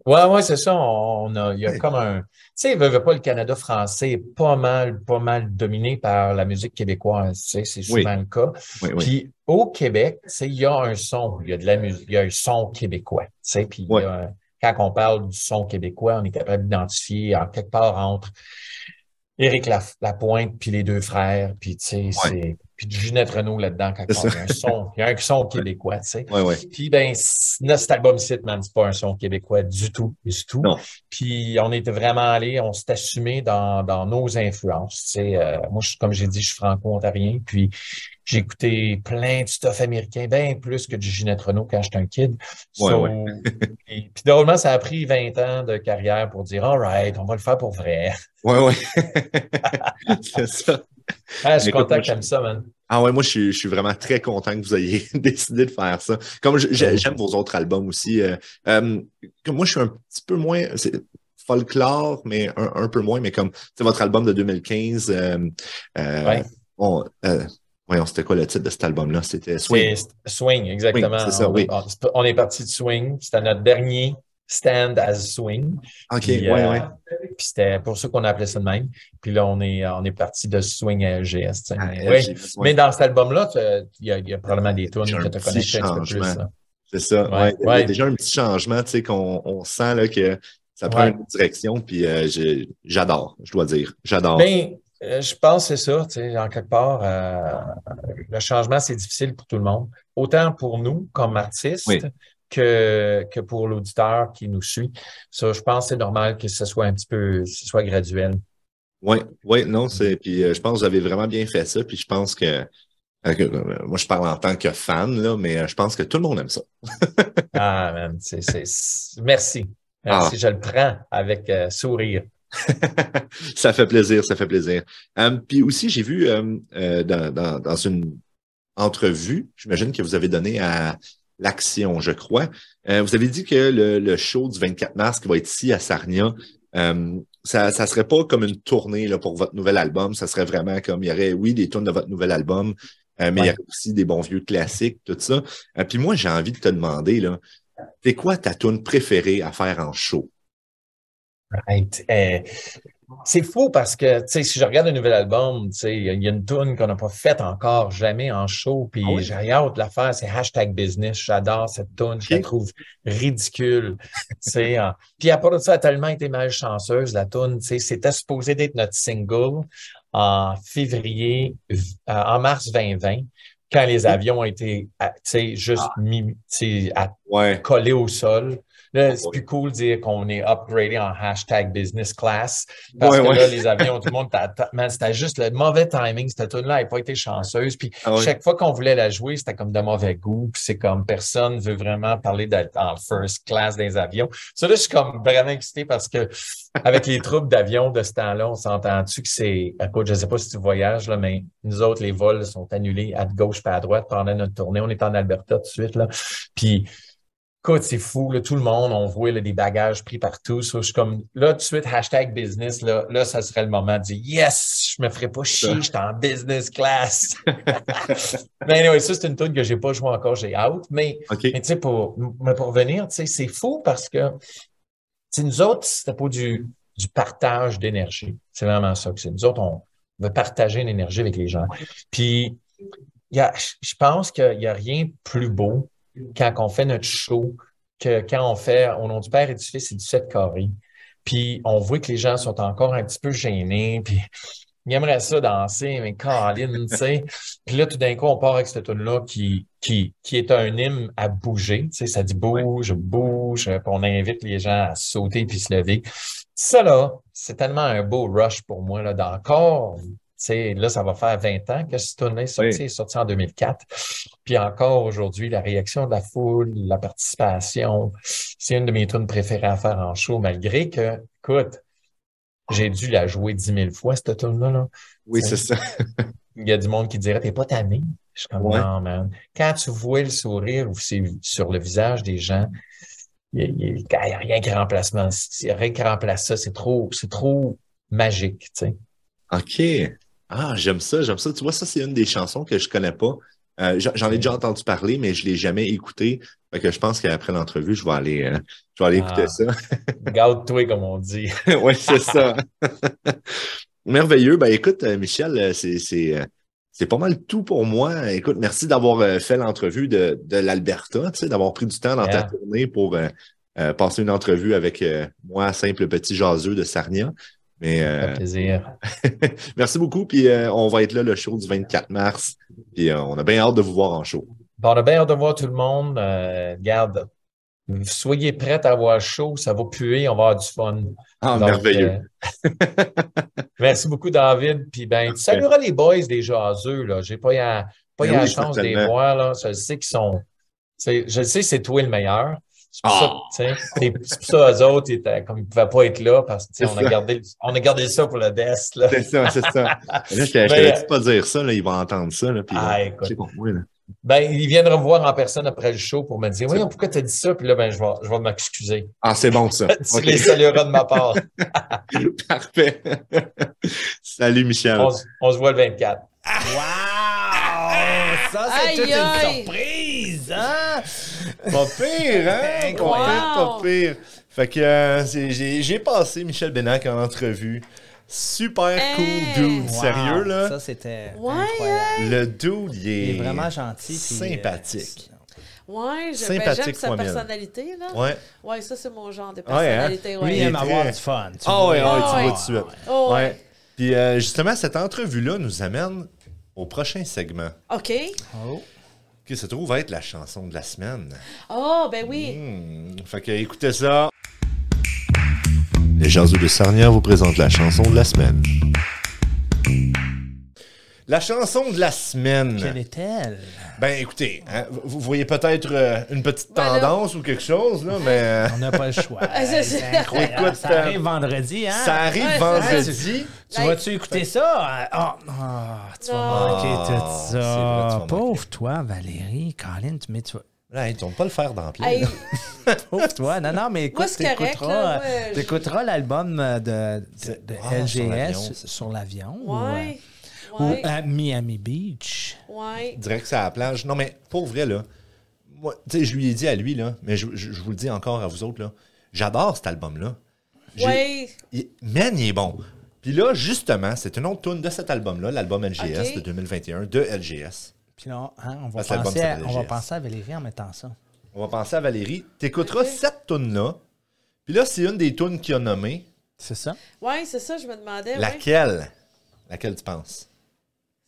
Speaker 4: Ouais, ouais, c'est ça. On on a, il y a
Speaker 1: Ouais.
Speaker 4: comme un. Tu sais, veux, veux pas, le Canada français est pas mal, pas mal dominé par la musique québécoise. Tu sais, c'est
Speaker 1: Oui.
Speaker 4: souvent le cas.
Speaker 1: Oui, oui.
Speaker 4: Puis au Québec, tu sais, il y a un son, il y a de la musique, il y a un son québécois. tu sais, Puis il y a
Speaker 1: Ouais.
Speaker 4: un- quand on parle du son québécois, on est capable d'identifier en quelque part entre Éric Laf- Lapointe puis les deux frères, puis tu sais, c'est puis Ginette Renault là-dedans quand
Speaker 1: C'est
Speaker 4: on il y a un son, il y a un son québécois, tu sais.
Speaker 1: Ouais, ouais.
Speaker 4: Puis ben c- notre- cet album ci man, c'est pas un son québécois du tout, du tout.
Speaker 1: Non.
Speaker 4: Puis on était vraiment allé, on s'est assumé dans, dans nos influences. tu sais. Euh, moi, je, comme j'ai dit, je suis franco-ontarien, puis j'ai écouté plein de stuff américain, bien plus que du Ginette Renault quand j'étais un kid.
Speaker 1: Ouais,
Speaker 4: So, [laughs] puis, puis drôlement, ça a pris 20 ans de
Speaker 1: [laughs]
Speaker 4: carrière pour dire All right, on va le faire pour vrai.
Speaker 1: Ouais, ouais. [laughs] c'est ça.
Speaker 4: Ah, je suis
Speaker 1: Écoute,
Speaker 4: content
Speaker 1: moi,
Speaker 4: que t'aimes ça, man.
Speaker 1: Ah ouais, moi, je suis, je suis vraiment très content que vous ayez [laughs] décidé de faire ça. Comme je- j'ai- j'aime vos autres albums aussi. euh, euh, comme moi, je suis un petit peu moins. c'est folklore, mais un, un peu moins, mais comme tu sais, votre album de 2015. euh, euh,
Speaker 4: Ouais.
Speaker 1: on, euh, voyons, c'était quoi le titre de cet album-là? C'était
Speaker 4: C'est
Speaker 1: Swing.
Speaker 4: swing, exactement.
Speaker 1: c'est ça,
Speaker 4: on,
Speaker 1: oui.
Speaker 4: on- on est parti de swing. C'était notre dernier stand as swing.
Speaker 1: Ah, OK,
Speaker 4: Puis,
Speaker 1: ouais,
Speaker 4: euh,
Speaker 1: ouais.
Speaker 4: Puis c'était pour ça qu'on a appelé ça de même. Puis là, on est, euh, on est parti de swing à LGS. tu sais.
Speaker 1: Ah,
Speaker 4: Mais ouais.
Speaker 1: j'ai vu, ouais,
Speaker 4: Mais dans cet album-là, tu- il y, a- il y a probablement des tunes
Speaker 1: J'ai un
Speaker 4: que tu
Speaker 1: petit
Speaker 4: connais peut-être un peu plus.
Speaker 1: changement.
Speaker 4: là.
Speaker 1: c'est ça.
Speaker 4: Ouais,
Speaker 1: ouais. Il y a
Speaker 4: ouais.
Speaker 1: déjà un petit changement, tu sais, qu'on on sent là, que ça prend
Speaker 4: Ouais.
Speaker 1: une direction, puis euh, j'ai- j'adore, je dois dire. J'adore.
Speaker 4: Ben, euh, je pense que c'est ça, tu sais, en quelque part, euh, le changement, c'est difficile pour tout le monde, autant pour nous comme artistes
Speaker 1: Oui.
Speaker 4: que, que pour l'auditeur qui nous suit. Ça, je pense que c'est normal que ce soit un petit peu, que ce soit graduel.
Speaker 1: Oui, oui, non, c'est. Puis euh, je pense que vous avez vraiment bien fait ça. Puis je pense que. euh, que- euh, moi, je parle en tant que fan, là, mais euh, je pense que tout le monde aime ça.
Speaker 4: Ah, man, c'est, c'est- c'est- merci.
Speaker 1: Ah.
Speaker 4: Merci, je le prends avec euh, sourire.
Speaker 1: [laughs] ça fait plaisir, ça fait plaisir. Euh, puis aussi, j'ai vu euh, euh, dans, dans, dans une entrevue, j'imagine que vous avez donné à l'Action, je crois. euh, vous avez dit que le, le show du 24 mars qui va être ici à Sarnia, euh, ça ne serait pas comme une tournée là, pour votre nouvel album. Ça serait vraiment comme il y aurait, oui, des tournes de votre nouvel album, euh, mais il y
Speaker 4: Ouais.
Speaker 1: aurait aussi des bons vieux classiques, tout ça. Euh, puis moi, j'ai envie de te demander, là, c'est quoi ta tourne préférée à faire en show?
Speaker 4: Hey, t- euh, c'est fou parce que, tu sais, si je regarde un nouvel album, tu sais, il y a- il y a une tune qu'on n'a pas faite encore, jamais en show, puis
Speaker 1: Ah oui?
Speaker 4: j'ai hâte de la faire, c'est Hashtag Business, j'adore cette tune, je la
Speaker 1: Ok.
Speaker 4: trouve ridicule, tu sais. hein. Puis à part de ça, elle a tellement été malchanceuse, la tune, tu sais, c'était supposé d'être notre single en février, euh, en mars 2020, quand les avions ont été, à- tu sais, juste
Speaker 1: Ah.
Speaker 4: mis, tu sais, à
Speaker 1: Ouais.
Speaker 4: collé au sol. Là, c'est
Speaker 1: Ouais.
Speaker 4: plus cool de dire qu'on est upgradé en hashtag business class parce
Speaker 1: Ouais,
Speaker 4: que
Speaker 1: ouais.
Speaker 4: là, les avions, tout le monde, t'a- t'a- man, c'était juste le mauvais timing. Cette tune-là n'a pas été chanceuse. Puis
Speaker 1: Ah ouais.
Speaker 4: chaque fois qu'on voulait la jouer, c'était comme de mauvais goût. Puis c'est comme personne veut vraiment parler d'être en first class des avions. Ça, là, je suis comme vraiment excité parce que avec les troupes d'avions de ce temps-là, on s'entend-tu que c'est. Écoute, je ne sais pas si tu voyages, là, mais nous autres, les vols sont annulés à gauche et à droite pendant notre tournée. On est en Alberta tout de suite. Là. Puis, écoute, c'est fou. Là, tout le monde, on voit là, des bagages pris partout. So, je suis comme, là, tout de suite, hashtag business. Là, là, ça serait le moment de dire Yes, je me ferai pas chier, j'étais en business class. mais Ben, anyway, ça, c'est une tune que j'ai pas jouée encore, j'ai out. Mais
Speaker 1: OK.
Speaker 4: mais tu sais, pour, mais pour revenir, tu sais, c'est fou parce que tu sais, nous autres, c'était pas du, du partage d'énergie. C'est vraiment ça que c'est. Nous autres, on veut partager une énergie avec les gens. Puis, il y a, je pense qu'il n'y a rien de plus beau quand on fait notre show que quand on fait Au nom du Père et du Fils et du Sept Carré. Puis, on voit que les gens sont encore un petit peu gênés. Puis, ils aimeraient ça danser, mais Caroline, tu sais. Puis là, tout d'un coup, on part avec cette tune-là qui, qui, qui est un hymne à bouger. Tu sais, ça dit bouge, bouge, euh, puis on invite les gens à sauter puis se lever. Ça, là, c'est tellement un beau rush pour moi, là, d'encore. Tu sais, là, ça va faire 20 ans que cette tune-là est sortie,
Speaker 1: Oui.
Speaker 4: elle est sortie en 2004. Puis encore aujourd'hui, la réaction de la foule, la participation, c'est une de mes tunes préférées à faire en show, malgré que, écoute, j'ai dû la jouer 10 000 fois, cette tune-là, là.
Speaker 1: Oui, c'est ça.
Speaker 4: Il y a du monde qui dirait, t'es pas tanné. Je suis comme,
Speaker 1: Ouais.
Speaker 4: non, man. Quand tu vois le sourire ou c'est sur le visage des gens, il n'y a, il y a rien qui remplace ça. Il y a rien qui remplace ça. C'est trop, c'est trop magique, tu sais.
Speaker 1: OK. Ah, j'aime ça, j'aime ça. Tu vois, ça, c'est une des chansons que je connais pas. Euh, j'en- J'en ai déjà entendu parler, mais je l'ai jamais écouté. Fait que je pense qu'après l'entrevue, je vais aller, euh, je vais aller écouter
Speaker 4: Ah.
Speaker 1: ça. [laughs]
Speaker 4: Garde-toi, comme on dit.
Speaker 1: oui, c'est ça. [laughs] Merveilleux. Ben écoute, euh, Michel, euh, c'est- c'est euh, c'est pas mal tout pour moi. Écoute, merci d'avoir euh, fait l'entrevue de, de l'Alberta, tu sais, d'avoir pris du temps dans ta
Speaker 4: Yeah.
Speaker 1: tournée pour euh, euh, passer une entrevue avec euh, moi, simple petit jaseux de Sarnia. Mais
Speaker 4: Ça
Speaker 1: euh,
Speaker 4: fait plaisir.
Speaker 1: Merci beaucoup. Puis euh, on va être là le show du 24 mars. Puis euh, on a bien hâte de vous voir en show.
Speaker 4: Bon, on a bien hâte de voir tout le monde. Euh, garde, soyez prêts à avoir chaud. Ça va puer. On va avoir du fun.
Speaker 1: Ah,
Speaker 4: Donc,
Speaker 1: merveilleux.
Speaker 4: euh, [laughs] merci beaucoup, David. Puis ben, tu salueras les boys des jaseux, là. J'ai pas eu la, pas eu
Speaker 1: Ben
Speaker 4: la
Speaker 1: oui,
Speaker 4: chance de les
Speaker 1: certainement.
Speaker 4: voir, là. Je le sais qu'ils sont. c'est- Je le sais, c'est toi le meilleur. C'est pour,
Speaker 1: Ah!
Speaker 4: ça, tu sais, c'est- c'est pour ça, eux autres, ils étaient- comme ils ne pouvaient pas être là, parce que tu sais, on a,
Speaker 5: C'est ça.
Speaker 4: gardé, on a gardé ça pour le desk. Là.
Speaker 5: [laughs] C'est ça, c'est
Speaker 1: [laughs]
Speaker 5: ça. Là, je t'avais- je
Speaker 4: Mais,
Speaker 1: Ben,
Speaker 5: t'avais dit de pas dire ça, là, ils vont entendre ça. Là, puis, euh,
Speaker 4: Ah,
Speaker 5: là,
Speaker 4: écoute.
Speaker 5: c'est pour moi, là.
Speaker 4: Ben, ils viennent me voir en personne après le show pour me dire Oui, pourquoi tu as dit ça? Puis là, ben, je vais, je vais m'excuser. [laughs]
Speaker 5: Ah, c'est bon
Speaker 1: [laughs]
Speaker 5: ça.
Speaker 4: Tu
Speaker 5: Ok.
Speaker 4: les salueras de ma part.
Speaker 5: [laughs] Parfait. [laughs] Salut Michel.
Speaker 4: On, se- on se voit le 24.
Speaker 3: Wow! Ça,
Speaker 2: Aïe,
Speaker 3: c'est toute
Speaker 2: aïe.
Speaker 3: une surprise, hein?
Speaker 1: Pas pire, hein? Pas pire, pas
Speaker 2: Incroyable.
Speaker 1: pire. Fait que euh, c'est- j'ai j'ai passé Michel Benac en entrevue. Super cool
Speaker 2: Hey!
Speaker 1: dude, sérieux
Speaker 3: Wow,
Speaker 1: là.
Speaker 3: Ça, c'était
Speaker 2: Ouais,
Speaker 3: incroyable.
Speaker 1: Le dude, il est,
Speaker 3: Il est vraiment gentil. puis,
Speaker 1: sympathique.
Speaker 3: euh,
Speaker 2: Ouais, je- ben,
Speaker 1: Sympathique,
Speaker 2: j'aime sa
Speaker 1: moi, Mille.
Speaker 2: personnalité, là.
Speaker 1: ouais.
Speaker 2: Ouais, ça, c'est mon genre de
Speaker 1: hein?
Speaker 2: personnalité, ouais.
Speaker 3: lui, il
Speaker 1: est
Speaker 3: aime avoir
Speaker 1: très-
Speaker 3: du fun. tu
Speaker 1: Ah ouais,
Speaker 3: vois.
Speaker 1: ouais,
Speaker 2: Ah
Speaker 1: tu
Speaker 2: ouais.
Speaker 1: vois tout de suite.
Speaker 2: Ah ouais.
Speaker 1: Ouais. Puis euh, justement, cette entrevue-là nous amène au prochain segment
Speaker 2: OK.
Speaker 3: Oh.
Speaker 1: qui se trouve être la chanson de la semaine.
Speaker 2: Oh, ben oui.
Speaker 1: Hmm, Fait que écoutez ça. Les Jasous de Sarnia vous présentent la chanson de la semaine. La chanson de la semaine.
Speaker 3: Quelle est-elle?
Speaker 1: Ben écoutez, hein, vous- vous voyez peut-être euh, une petite
Speaker 2: Voilà.
Speaker 1: tendance ou quelque chose, là, mais euh,
Speaker 3: On n'a pas le choix.
Speaker 2: c'est-
Speaker 3: C'est incroyable.
Speaker 1: Écoute,
Speaker 3: ça
Speaker 1: euh,
Speaker 3: arrive vendredi, hein?
Speaker 1: ça arrive
Speaker 2: Ouais,
Speaker 1: vendredi.
Speaker 3: Tu vas-tu écouter ça? Ah, ah, tu vas
Speaker 2: Non.
Speaker 3: manquer tout
Speaker 1: Ah, c'est vrai, tu vas
Speaker 3: ça.
Speaker 1: manquer.
Speaker 3: Pauvre toi, Valérie, Colin, tu- mais tu vas...
Speaker 1: Là, ils vont pas le faire dans plein.
Speaker 2: Hey,
Speaker 3: Pauvre toi. Non, non, mais écoute,
Speaker 2: Moi, c'est correct,
Speaker 3: t'écouteras,
Speaker 2: là, moi, je-
Speaker 3: t'écouteras l'album euh, de, de, de
Speaker 1: Ah,
Speaker 3: LGS
Speaker 1: sur l'avion, c'est ça.
Speaker 3: sur l'avion ou,
Speaker 2: ouais.
Speaker 3: euh, ou,
Speaker 2: Ouais.
Speaker 3: à Miami Beach.
Speaker 2: Ouais.
Speaker 1: direct sur la plage. Non, mais pour vrai, là, moi, tu sais, je lui ai dit à lui, là, mais je, je- je vous le dis encore à vous autres, là, j'adore cet album-là. J'ai-
Speaker 2: Ouais.
Speaker 1: Il- man, il est bon. Puis là, justement, c'est une autre tune de cet album-là, l'album LGS
Speaker 2: Ok.
Speaker 1: de 2021, de LGS.
Speaker 3: Puis là, hein, on, va
Speaker 1: Parce que l'album
Speaker 3: penser à,
Speaker 1: s'appelle
Speaker 3: on va
Speaker 1: LGS.
Speaker 3: penser à Valérie en mettant ça.
Speaker 1: On va penser à Valérie. T'écouteras
Speaker 2: Ok.
Speaker 1: cette tune-là. Puis là, c'est une des tunes qu'il a nommées.
Speaker 3: C'est ça?
Speaker 2: Ouais, c'est ça, je me demandais. Ah Ouais.
Speaker 1: Laquelle Laquelle tu penses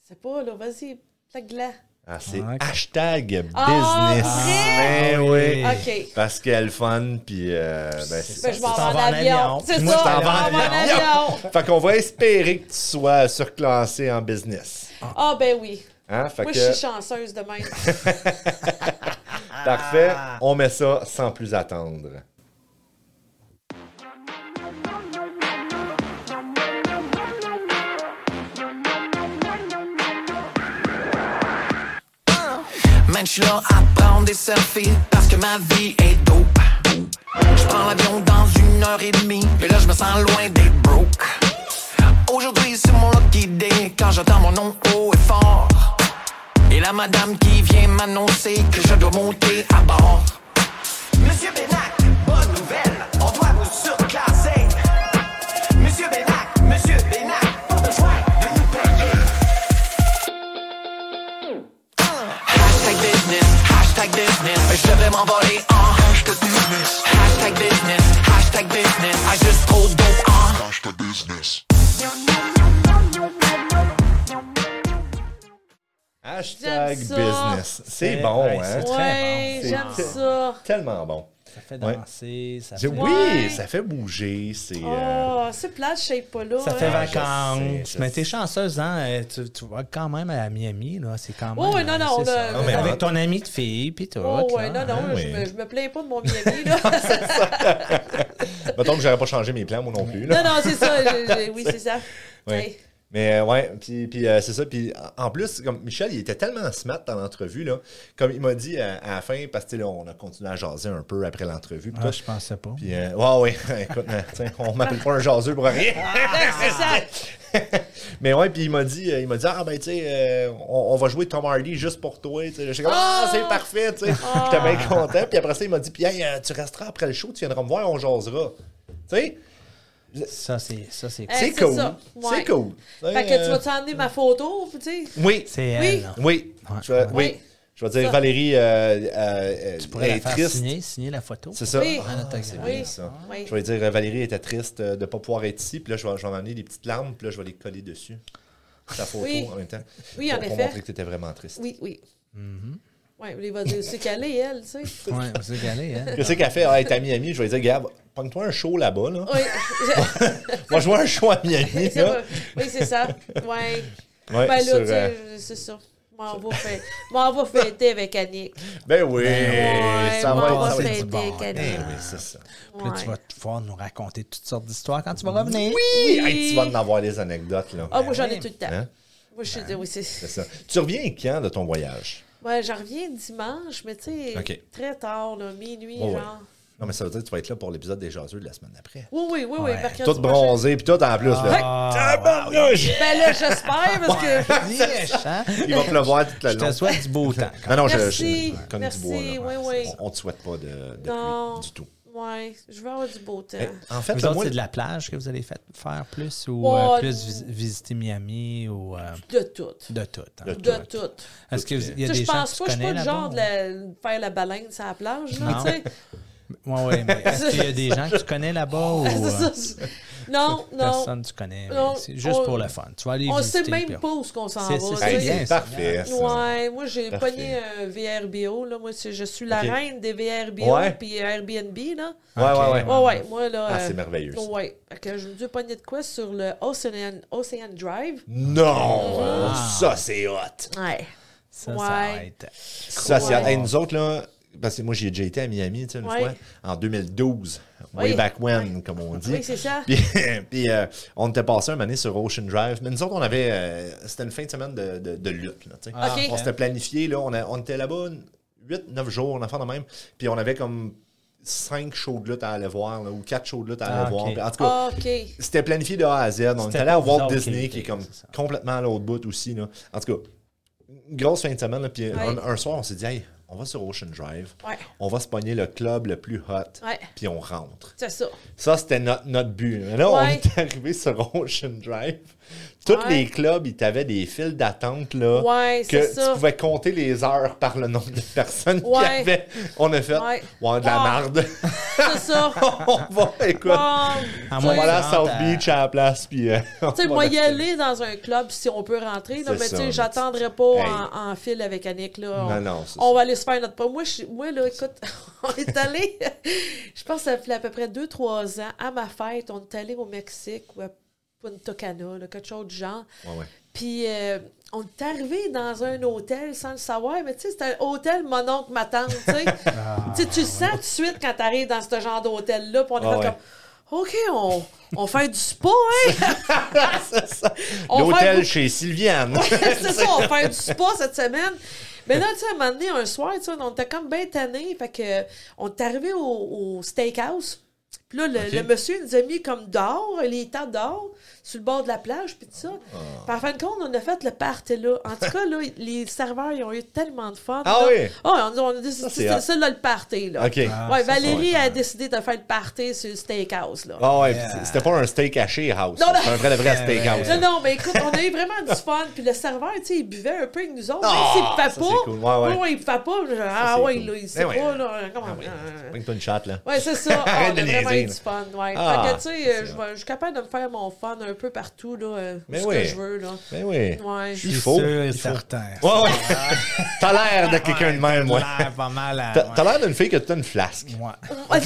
Speaker 2: C'est pas, là, vas-y, plaque-la.
Speaker 1: ah, C'est
Speaker 3: Ah, ok.
Speaker 1: hashtag business.
Speaker 2: Ah, Eh
Speaker 1: Ben oui.
Speaker 3: Ah,
Speaker 2: OK.
Speaker 1: Parce qu'elle est le fun, puis euh, ben, c'est
Speaker 2: Ben, je m'en
Speaker 3: tu
Speaker 2: vais
Speaker 3: t'en
Speaker 2: en
Speaker 3: vas en
Speaker 2: avion.
Speaker 3: avion.
Speaker 2: C'est
Speaker 1: Moi,
Speaker 2: ça,
Speaker 1: je t'en vais en
Speaker 2: je m'en vais en
Speaker 1: avion.
Speaker 2: avion.
Speaker 1: Fait qu'on va espérer que tu sois surclassé en business.
Speaker 2: Ah, ben oui.
Speaker 1: Hein? Fait
Speaker 2: Moi, je
Speaker 1: que,
Speaker 2: suis chanceuse
Speaker 1: [laughs]
Speaker 2: de même.
Speaker 1: parfait,
Speaker 2: Ah.
Speaker 1: on met ça sans plus attendre.
Speaker 6: Man, je suis là à prendre des selfies parce que ma vie est dope. Je prends l'avion dans une heure et demie, mais là je me sens loin d'être broke. Aujourd'hui, c'est mon lucky day quand j'attends mon nom haut et fort. Et la madame qui vient m'annoncer que je dois monter à bord. Monsieur Benac, bonne nouvelle, on doit vous surclasser. Monsieur Benac, Monsieur Benac, pas besoin de nous payer. Hashtag business, hashtag business. Je devrais m'envoler en hashtag business. Hashtag business, hashtag business. I just trop dope en hashtag business.
Speaker 1: Hashtag
Speaker 2: J'aime ça.
Speaker 1: business. C'est
Speaker 3: Eh,
Speaker 1: bon,
Speaker 3: ouais,
Speaker 1: hein?
Speaker 3: c'est très
Speaker 2: Ouais,
Speaker 1: bon.
Speaker 2: j'aime
Speaker 1: C'est-
Speaker 2: ça.
Speaker 1: Tellement bon.
Speaker 3: Ça fait
Speaker 1: Ouais.
Speaker 3: danser, ça
Speaker 1: Je-
Speaker 3: fait...
Speaker 1: Oui, ça fait bouger, c'est... euh,
Speaker 2: Oh, c'est plate, je sais pas là.
Speaker 3: Ça
Speaker 2: hein.
Speaker 3: fait
Speaker 1: je
Speaker 3: vacances.
Speaker 1: sais, je
Speaker 3: mais
Speaker 1: sais.
Speaker 3: t'es chanceuse, hein? euh, Tu, tu vas quand même à Miami, là. C'est quand même.
Speaker 2: Ouais, ouais, non,
Speaker 3: euh,
Speaker 2: non,
Speaker 3: c'est
Speaker 2: là,
Speaker 3: ça.
Speaker 2: Non,
Speaker 1: mais
Speaker 3: Avec
Speaker 1: on-
Speaker 3: ton ami de fille, puis tout.
Speaker 2: Oh, ouais,
Speaker 3: là,
Speaker 2: non, non,
Speaker 3: hein.
Speaker 2: je,
Speaker 1: Ah, oui.
Speaker 2: me, je me plains pas de mon Miami, là. [laughs]
Speaker 1: Mettons que j'aurais pas changé mes plans, moi non plus. là.
Speaker 2: non, non, c'est ça. j'ai- j'ai- oui, c'est ça.
Speaker 1: Ouais.
Speaker 2: Hey.
Speaker 1: Mais euh, ouais, puis, puis, euh, c'est ça. Puis en- en plus, comme Michel, il était tellement smart dans l'entrevue, là. Comme il m'a dit euh, à la fin, parce que tu sais, là, on a continué à jaser un peu après l'entrevue. puis
Speaker 3: Ah,
Speaker 1: tout.
Speaker 3: je pensais pas.
Speaker 1: Puis, euh, ouais, ouais, [laughs] écoute, euh, tiens, on m'appelle pas un jaseux pour rien.
Speaker 2: [laughs] c'est ça.
Speaker 1: [laughs] Mais ouais, puis il m'a dit, euh, il m'a dit, ah ben, tu sais, euh, on, on va jouer Tom Hardy juste pour toi. tu sais. J'étais comme, ah, c'est parfait, tu sais.
Speaker 2: Ah!
Speaker 1: J'étais bien content. Puis après ça, il m'a dit, puis hey, euh, tu resteras après le show, tu viendras me voir, on jasera. Tu sais,
Speaker 3: Ça, c'est. Ça, c'est.
Speaker 2: Eh,
Speaker 1: c'est
Speaker 2: c'est
Speaker 1: cool.
Speaker 2: ça, ouais.
Speaker 1: C'est cool. Tu sais,
Speaker 2: Fait que tu
Speaker 1: euh,
Speaker 2: vas-tu emmener ma photo, tu sais?
Speaker 1: Oui.
Speaker 3: C'est
Speaker 2: Oui.
Speaker 3: elle. là.
Speaker 1: Oui.
Speaker 3: Ouais.
Speaker 1: Je vais- oui.
Speaker 2: Ouais.
Speaker 1: Je vais dire,
Speaker 2: Ça.
Speaker 1: Valérie, euh, euh,
Speaker 3: Tu pourrais
Speaker 1: elle
Speaker 3: la
Speaker 1: est
Speaker 3: faire
Speaker 1: triste.
Speaker 3: signer, signer la photo.
Speaker 1: C'est ça.
Speaker 2: Oui.
Speaker 1: Ah,
Speaker 3: Un autographe.
Speaker 1: c'est
Speaker 2: Oui.
Speaker 1: bien ça.
Speaker 2: Oui.
Speaker 1: Je vais dire, euh, Valérie était triste euh, de ne pas pouvoir être ici. Puis là, je vais, je vais m'amener des petites larmes. Puis là, je vais les coller dessus. Ta photo
Speaker 2: Oui.
Speaker 1: en même temps.
Speaker 2: Oui,
Speaker 1: pour,
Speaker 2: en
Speaker 1: pour
Speaker 2: effet.
Speaker 1: montrer que tu étais vraiment triste.
Speaker 2: Oui, oui.
Speaker 1: Mm-hmm.
Speaker 2: Ouais, mais il va dire, c'est calé, elle,
Speaker 1: [laughs]
Speaker 2: tu sais.
Speaker 3: Ouais, c'est galé, hein?
Speaker 1: Qu'est-ce qu'elle fait? Ah, elle est à Miami. Je vais dire, Gab, pogne-toi un show là-bas. Là.
Speaker 2: Oui,
Speaker 1: Moi, je vois un show à Miami.
Speaker 2: [laughs] c'est
Speaker 1: là.
Speaker 2: vrai. Oui, c'est ça. Ouais.
Speaker 1: Ouais,
Speaker 2: ben là,
Speaker 1: sur,
Speaker 2: tu
Speaker 1: euh,
Speaker 2: sais, c'est ça. M'en va fê- m'en va fêter avec Annick.
Speaker 1: Ben oui,
Speaker 2: Ouais,
Speaker 1: ça
Speaker 2: moi,
Speaker 1: va
Speaker 2: on
Speaker 1: être ça. va
Speaker 2: va
Speaker 1: être
Speaker 2: fêter
Speaker 1: du bon.
Speaker 2: avec Annick.
Speaker 1: Ben oui, c'est ça.
Speaker 3: Puis là, tu
Speaker 2: Ouais.
Speaker 3: vas pouvoir nous raconter toutes sortes d'histoires quand tu vas revenir.
Speaker 2: Oui.
Speaker 1: Hey, tu vas en avoir des anecdotes, là.
Speaker 2: Ah, moi, j'en ai tout le temps.
Speaker 1: Hein?
Speaker 2: Moi, je suis. Oui,
Speaker 1: C'est
Speaker 2: c'est.
Speaker 1: ça. Tu reviens quand de ton voyage?
Speaker 2: Ouais, j'en reviens dimanche, mais tu sais,
Speaker 1: Ok.
Speaker 2: très tard, là, minuit,
Speaker 1: Oh, Ouais, ouais.
Speaker 2: genre.
Speaker 1: Non, mais ça veut dire que tu vas être là pour l'épisode des jaseux de la semaine d'après.
Speaker 2: Oui, oui, oui, oui. mercredi
Speaker 1: Tout
Speaker 2: prochain.
Speaker 1: bronzé, puis tout en plus, là.
Speaker 3: Ah,
Speaker 1: Tabarnouche!
Speaker 2: Ben là, j'espère, parce
Speaker 1: [laughs]
Speaker 2: que. [laughs]
Speaker 3: Yes, hein?
Speaker 1: Il va pleuvoir toute la
Speaker 3: Je te
Speaker 1: long.
Speaker 3: souhaite du beau temps.
Speaker 1: Non, non, je-
Speaker 2: Merci,
Speaker 1: je, comme
Speaker 2: merci,
Speaker 1: du bois, là.
Speaker 2: oui, oui.
Speaker 1: On, on te souhaite pas de, de pluie
Speaker 2: Non.
Speaker 1: du tout.
Speaker 2: Ouais, je vais avoir du beau temps.
Speaker 1: Eh, En fait,
Speaker 3: Vous
Speaker 1: là,
Speaker 3: autres,
Speaker 1: moi,
Speaker 3: c'est de la plage que vous allez fait- faire plus ou euh,
Speaker 2: Ouais.
Speaker 3: plus vis- visiter Miami ou euh,
Speaker 2: De tout.
Speaker 3: de tout. hein?
Speaker 1: De
Speaker 2: De tout.
Speaker 3: Est-ce qu'il y
Speaker 2: Tu
Speaker 3: a
Speaker 2: sais,
Speaker 3: des
Speaker 2: je
Speaker 3: gens
Speaker 2: pense
Speaker 3: que tu
Speaker 2: pas, je suis
Speaker 3: connais
Speaker 2: pas le
Speaker 3: là-bas,
Speaker 2: genre de la- faire la baleine sur la plage, là,
Speaker 3: Non.
Speaker 2: tu sais. [laughs]
Speaker 3: ou- Ouais, ouais, mais est-ce qu'il y a des gens que tu connais là-bas ou
Speaker 2: [laughs] C'est
Speaker 3: euh,
Speaker 2: ça, c'est- Non, non.
Speaker 3: personne que tu connais? mais
Speaker 2: Non,
Speaker 3: C'est juste
Speaker 2: on-
Speaker 3: pour le fun. Tu vas aller
Speaker 2: On
Speaker 3: visiter.
Speaker 2: sait même
Speaker 3: puis-
Speaker 2: pas où ce qu'on s'en
Speaker 3: C'est-
Speaker 2: va.
Speaker 3: c'est-
Speaker 2: tu
Speaker 3: c'est
Speaker 2: sais.
Speaker 1: hey,
Speaker 3: bien,
Speaker 1: c'est parfait. ça.
Speaker 2: Ouais, moi j'ai
Speaker 1: Parfait.
Speaker 2: pogné euh, un VRBO, là. Moi, c'est- je suis la
Speaker 1: Ok.
Speaker 2: reine des VRBO
Speaker 1: Ouais.
Speaker 2: puis Airbnb, là.
Speaker 1: Ouais, ouais, ouais.
Speaker 3: Ok.
Speaker 2: Ouais, ouais, moi, là.
Speaker 1: Ah,
Speaker 2: euh,
Speaker 1: c'est merveilleux, ça.
Speaker 2: Ouais. Fait que je me dis pogner de quoi sur le Ocean, Ocean Drive.
Speaker 1: Non!
Speaker 2: Ah.
Speaker 1: Ça, c'est hot!
Speaker 2: Ouais.
Speaker 3: Ça, ça va
Speaker 2: Ouais.
Speaker 3: être-
Speaker 1: Ça, c'est hot.
Speaker 2: Ouais.
Speaker 1: Hey, nous autres, là, parce que moi, j'ai déjà été à Miami, tu sais, une
Speaker 2: Ouais.
Speaker 1: fois, en 2012. Way
Speaker 2: Oui.
Speaker 1: back when, comme on dit.
Speaker 2: Oui, c'est ça.
Speaker 1: Puis, [laughs] puis, euh, on était passé un année sur Ocean Drive. Mais nous autres, on avait. euh, c'était une fin de semaine de, de- de lutte. Là, tu sais.
Speaker 2: Ah, OK.
Speaker 1: On s'était planifié. Là, on, a- on était là-bas 8-9 jours, on a fait de même. Puis on avait comme 5 shows de lutte à aller voir, là, ou 4 shows de lutte à aller
Speaker 3: Ah,
Speaker 1: voir.
Speaker 3: OK.
Speaker 1: Puis en tout cas,
Speaker 2: OK.
Speaker 1: c'était planifié de A à Z. On est
Speaker 3: C'était
Speaker 1: allé à
Speaker 3: pas vous
Speaker 1: Walt
Speaker 3: autres qui
Speaker 1: Disney,
Speaker 3: l'étiez,
Speaker 1: qui est comme
Speaker 3: c'est ça.
Speaker 1: complètement à l'autre bout aussi. Là. En tout cas, une grosse fin de semaine. là, puis un, un soir, on s'est dit, hey, on va sur Ocean Drive.
Speaker 2: Ouais.
Speaker 1: On va se pogner le club le plus hot.
Speaker 2: Ouais.
Speaker 1: Puis on rentre.
Speaker 2: C'est ça.
Speaker 1: Ça, c'était notre, notre but. Mais là, on
Speaker 2: Ouais.
Speaker 1: est arrivé sur Ocean Drive. Tous
Speaker 2: Ouais.
Speaker 1: les clubs, ils t'avaient des files d'attente, là.
Speaker 2: Ouais,
Speaker 1: que
Speaker 2: c'est ça.
Speaker 1: tu pouvais compter les heures par le nombre de personnes qu'il y
Speaker 2: Ouais.
Speaker 1: avait. On a fait, ouais,
Speaker 2: Ouais.
Speaker 1: de la
Speaker 2: Ah.
Speaker 1: marde. [laughs]
Speaker 2: C'est ça.
Speaker 1: on va, écoute,
Speaker 2: Bon.
Speaker 3: À
Speaker 1: on va
Speaker 3: moins
Speaker 1: aller à
Speaker 3: que-
Speaker 1: South Beach à la place, puis... euh, [laughs] on
Speaker 2: Tu sais,
Speaker 1: va
Speaker 2: moi, y
Speaker 1: rester.
Speaker 2: aller dans un club si on peut rentrer, là,
Speaker 1: C'est
Speaker 2: mais tu
Speaker 1: ça, mais
Speaker 2: sais, j'attendrais pas
Speaker 1: Hey.
Speaker 2: en, en file avec Annick. Là.
Speaker 1: Non,
Speaker 2: On,
Speaker 1: non, c'est
Speaker 2: on
Speaker 1: ça.
Speaker 2: va aller se faire notre pas. Moi, je, suis- moi là, écoute, [laughs] on est allé, [laughs] je pense que ça fait à peu près 2-3 ans, à ma fête, on est allé au Mexique ou à Punta Cana, là, quelque chose du genre.
Speaker 1: Ouais, ouais.
Speaker 2: Puis euh, on est arrivé dans un hôtel sans le savoir, mais tu sais, c'était un hôtel mon oncle, ma tante, tu
Speaker 1: [laughs]
Speaker 2: sais. Tu sais, tu le sens tout de suite quand t'arrives dans ce genre d'hôtel-là, puis on est
Speaker 1: Ah
Speaker 2: fait
Speaker 1: ouais.
Speaker 2: comme... OK, on, on fait du spa, hein?
Speaker 1: C'est ça.
Speaker 2: On va
Speaker 1: L'hôtel
Speaker 2: beaucoup-
Speaker 1: chez Sylviane. [laughs]
Speaker 2: c'est ça, on fait du spa cette semaine. Mais là, tu sais, à un moment donné, un soir, tu sais, on était comme bien tannés. Fait que, euh, on est arrivé au, au steakhouse. Puis là, le, le monsieur nous a mis comme dehors, les tables dehors, sur le bord de la plage, puis tout ça.
Speaker 1: Ah.
Speaker 2: Puis en fin de compte, on a fait le party, là. En tout cas, là, [laughs] les serveurs, ils ont eu tellement de fun.
Speaker 1: Ah
Speaker 2: là.
Speaker 1: oui?
Speaker 2: Ah, on, on a dit, c'est
Speaker 1: c'est
Speaker 2: c'est
Speaker 1: hot.
Speaker 2: ça, là, le party, là.
Speaker 1: OK. Ah,
Speaker 2: ouais, Valérie a décidé de faire le party sur le steakhouse, là.
Speaker 1: Ah ouais, puis c'est- c'était pas un steak haché house.
Speaker 2: Non, non.
Speaker 1: C'était un vrai, de
Speaker 3: [laughs]
Speaker 1: vrai steakhouse.
Speaker 2: Non, non, mais écoute, on a eu vraiment du fun. Puis le serveur, tu sais, il buvait un peu avec nous autres.
Speaker 1: Ah,
Speaker 2: même s'il ne
Speaker 1: ça,
Speaker 2: pas.
Speaker 1: c'est cool. Ouais, ouais.
Speaker 2: ouais, il ne pas. je- ah
Speaker 1: c'est
Speaker 2: ouais,
Speaker 1: cool.
Speaker 2: là, il
Speaker 1: Eh
Speaker 2: sait
Speaker 1: ouais.
Speaker 2: pas. Là, comment,
Speaker 1: oui.
Speaker 2: euh,
Speaker 1: Prends-toi une chatte, là.
Speaker 2: Ouais, c'est ça. Ah,
Speaker 1: [laughs] Arrête
Speaker 2: on a
Speaker 1: de
Speaker 2: vraiment
Speaker 1: niaiser,
Speaker 2: eu du
Speaker 1: là.
Speaker 2: fun. Ouais.
Speaker 1: Ah,
Speaker 2: fait que, tu sais, euh, je vais- je suis capable de me faire mon fun un peu partout, là, euh,
Speaker 1: Mais
Speaker 2: ce
Speaker 1: oui.
Speaker 2: que je veux, là.
Speaker 1: Ben oui.
Speaker 2: Ouais.
Speaker 1: Il
Speaker 3: Je suis
Speaker 1: faut.
Speaker 3: sûr et
Speaker 1: il faut.
Speaker 3: certain.
Speaker 1: Ouais, ouais. [laughs] T'as l'air de quelqu'un de même, moi.
Speaker 3: L'air pas mal à-
Speaker 1: T'as
Speaker 3: ouais.
Speaker 1: t'as l'air d'une fille qui a tout le temps une flasque.
Speaker 3: Ouais.
Speaker 2: [laughs] le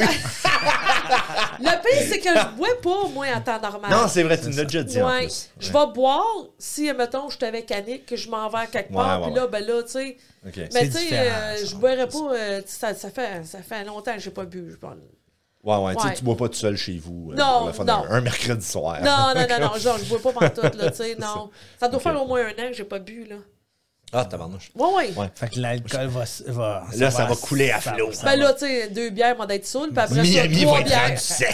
Speaker 2: pire, c'est que je bois pas, moi, en temps normal.
Speaker 1: Non, c'est vrai, tu nous l'as déjà dit en
Speaker 2: Ouais.
Speaker 1: plus.
Speaker 2: Je vais boire si, mettons, je suis avec Annick, que je m'en vais à quelque
Speaker 1: Ouais,
Speaker 2: part,
Speaker 1: ouais,
Speaker 2: puis là, ben là, tu sais.
Speaker 1: OK.
Speaker 2: Mais
Speaker 3: C'est
Speaker 2: tu sais,
Speaker 3: différent,
Speaker 2: euh,
Speaker 3: ça,
Speaker 2: je boirais pas. euh, tu sais, ça, ça, fait, ça fait longtemps que j'ai pas bu. Je pense.
Speaker 1: Ouais, ouais, tu sais,
Speaker 2: Ouais.
Speaker 1: tu bois pas tout seul chez vous. euh,
Speaker 2: Non,
Speaker 1: pour le fun,
Speaker 2: non.
Speaker 1: Un un mercredi soir.
Speaker 2: Non, non,
Speaker 1: [laughs]
Speaker 2: non, non, genre, je bois pas pantoute, là, tu sais, non. Ça
Speaker 1: Ah.
Speaker 2: doit
Speaker 1: Ok.
Speaker 2: faire au moins un an que j'ai pas bu, là.
Speaker 1: Ah, tabarnouche.
Speaker 2: Ouais, ouais.
Speaker 1: Ouais.
Speaker 3: Fait que l'alcool va, s- va-
Speaker 1: Là, ça va couler à
Speaker 3: ça-
Speaker 1: flot.
Speaker 3: ça
Speaker 2: Ben
Speaker 3: va-
Speaker 2: là, tu sais, deux bières, m'en d'être saoul, puis après ça,
Speaker 1: Miami
Speaker 2: trois
Speaker 1: va être rendu
Speaker 2: bières. Ah.
Speaker 1: sec.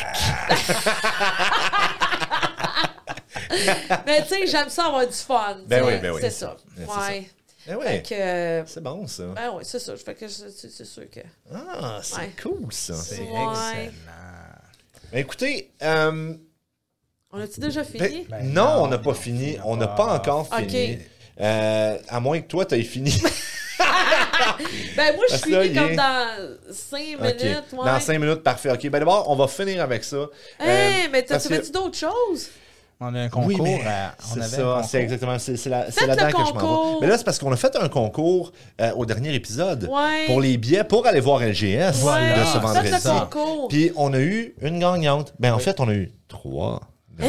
Speaker 2: Mais tu sais, j'aime ça avoir du fun.
Speaker 1: Ben
Speaker 2: tu sais,
Speaker 1: oui, ben oui.
Speaker 2: C'est ça.
Speaker 1: Ben, c'est ça.
Speaker 2: Ouais.
Speaker 1: Eh ouais,
Speaker 2: Fait que,
Speaker 1: c'est bon, ça.
Speaker 2: ben oui, c'est ça. Je fais que c'est c'est sûr que.
Speaker 1: Ah, c'est
Speaker 2: Ouais.
Speaker 1: cool, ça.
Speaker 3: C'est
Speaker 2: Ouais.
Speaker 3: excellent.
Speaker 1: Ben, écoutez, euh,
Speaker 2: On a-tu déjà
Speaker 1: ben,
Speaker 2: fini?
Speaker 3: Ben
Speaker 1: non,
Speaker 3: non,
Speaker 1: on n'a pas
Speaker 3: non,
Speaker 1: fini.
Speaker 3: on
Speaker 1: On
Speaker 3: n'a
Speaker 1: n'a pas
Speaker 3: pas.
Speaker 1: encore
Speaker 2: Ok.
Speaker 1: fini. Euh, à moins que toi, t'aies
Speaker 2: [laughs]
Speaker 1: fini.
Speaker 2: Ben moi, je
Speaker 1: Parce que là,
Speaker 2: finis
Speaker 1: il est-
Speaker 2: comme dans cinq
Speaker 1: OK.
Speaker 2: minutes, ouais.
Speaker 1: Dans cinq minutes, parfait. OK, ben d'abord, on va finir avec ça.
Speaker 2: Hé,
Speaker 1: Euh,
Speaker 2: mais t'as
Speaker 1: parce que-
Speaker 2: trouvé-tu d'autres choses?
Speaker 3: On a un concours.
Speaker 1: Oui, mais
Speaker 3: à- on
Speaker 1: c'est
Speaker 3: avait un
Speaker 1: ça,
Speaker 3: concours.
Speaker 1: c'est exactement. C'est c'est la- c'est
Speaker 2: Faites le
Speaker 1: là-dedans que je m'en vais.
Speaker 2: concours.
Speaker 1: Mais là, c'est parce qu'on a fait un concours euh, au dernier épisode
Speaker 2: Ouais.
Speaker 1: pour les billets pour aller voir LGS
Speaker 3: Voilà.
Speaker 1: de ce
Speaker 2: Faites
Speaker 1: vendredi.
Speaker 2: le concours.
Speaker 1: Puis on a eu une gagnante. Ben, en fait, on a eu trois
Speaker 2: Hein?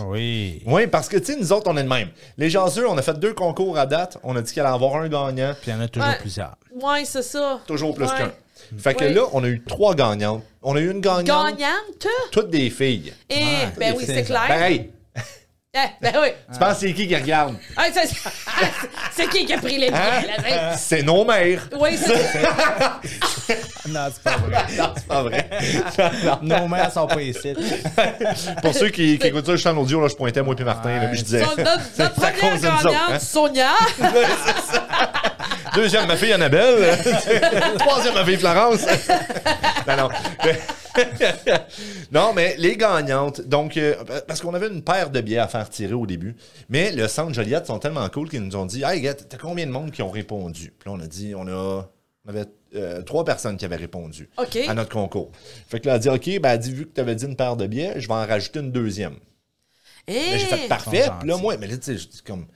Speaker 7: Oui.
Speaker 1: Oui, parce que, tu sais, nous autres, on est de même. Les jaseux, on a fait deux concours à date. On a dit qu'il allait en avoir un gagnant.
Speaker 7: Puis il y en a toujours
Speaker 2: Ouais.
Speaker 7: plusieurs.
Speaker 2: Ouais, c'est ça.
Speaker 1: Toujours plus
Speaker 2: Ouais.
Speaker 1: qu'un. Fait que
Speaker 2: Oui.
Speaker 1: là, on a eu trois gagnantes. On a eu une gagnante,
Speaker 2: Gagnante?
Speaker 1: toutes des filles.
Speaker 2: Eh, ben oui, c'est clair.
Speaker 1: Ben, hey,
Speaker 2: Eh, ben oui.
Speaker 1: tu penses c'est qui qui regarde?
Speaker 2: Ah, c'est- c'est- [laughs] c'est qui qui a pris les
Speaker 1: Hein?
Speaker 2: billets, là?
Speaker 1: C'est nos mères. [laughs]
Speaker 2: Oui, c'est
Speaker 7: Non, c'est pas vrai.
Speaker 3: [laughs]
Speaker 1: Non, c'est pas vrai.
Speaker 7: Nos mères sont pas ici.
Speaker 1: Pour ceux qui, qui écoutent ça juste en audio, là, je pointais moi et Martin, là, puis je disais.
Speaker 2: son- notre, notre
Speaker 1: à
Speaker 2: première
Speaker 1: cause de nous autres,
Speaker 2: gagnante,
Speaker 1: hein. [laughs]
Speaker 2: Sonia.
Speaker 1: Deuxième, ma fille Annabelle. Troisième, ma fille Florence. non, non. non, mais les gagnantes, donc, euh, parce qu'on avait une paire de billets à faire tirer au début, mais le centre Joliette sont tellement cool qu'ils nous ont dit Hey, gars, t'as combien de monde qui ont répondu Puis là, on a dit On a. On avait euh, trois personnes qui avaient répondu
Speaker 2: OK.
Speaker 1: à notre concours. Fait que là, elle a dit OK, ben, elle dit, vu que tu avais dit une paire de billets, je vais en rajouter une deuxième. Là,
Speaker 2: Eh,
Speaker 1: j'ai fait parfait.
Speaker 7: sont
Speaker 1: Puis là,
Speaker 7: gentils.
Speaker 1: moi, mais là, tu sais, je dis comme,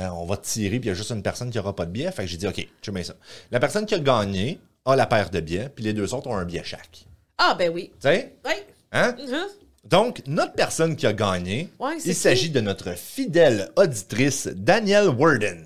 Speaker 1: euh, on va tirer, puis il y a juste une personne qui n'aura pas de biais. Fait que j'ai dit, OK, je mets ça. La personne qui a gagné a la paire de biais, puis les deux autres ont un biais chaque.
Speaker 2: Ah, ben oui.
Speaker 1: Tu sais?
Speaker 2: Oui.
Speaker 1: Hein?
Speaker 2: Mhm.
Speaker 1: Donc, notre personne qui a gagné,
Speaker 2: Ouais, c'est
Speaker 1: il s'agit
Speaker 2: qui?
Speaker 1: de notre fidèle auditrice, Danielle Worden,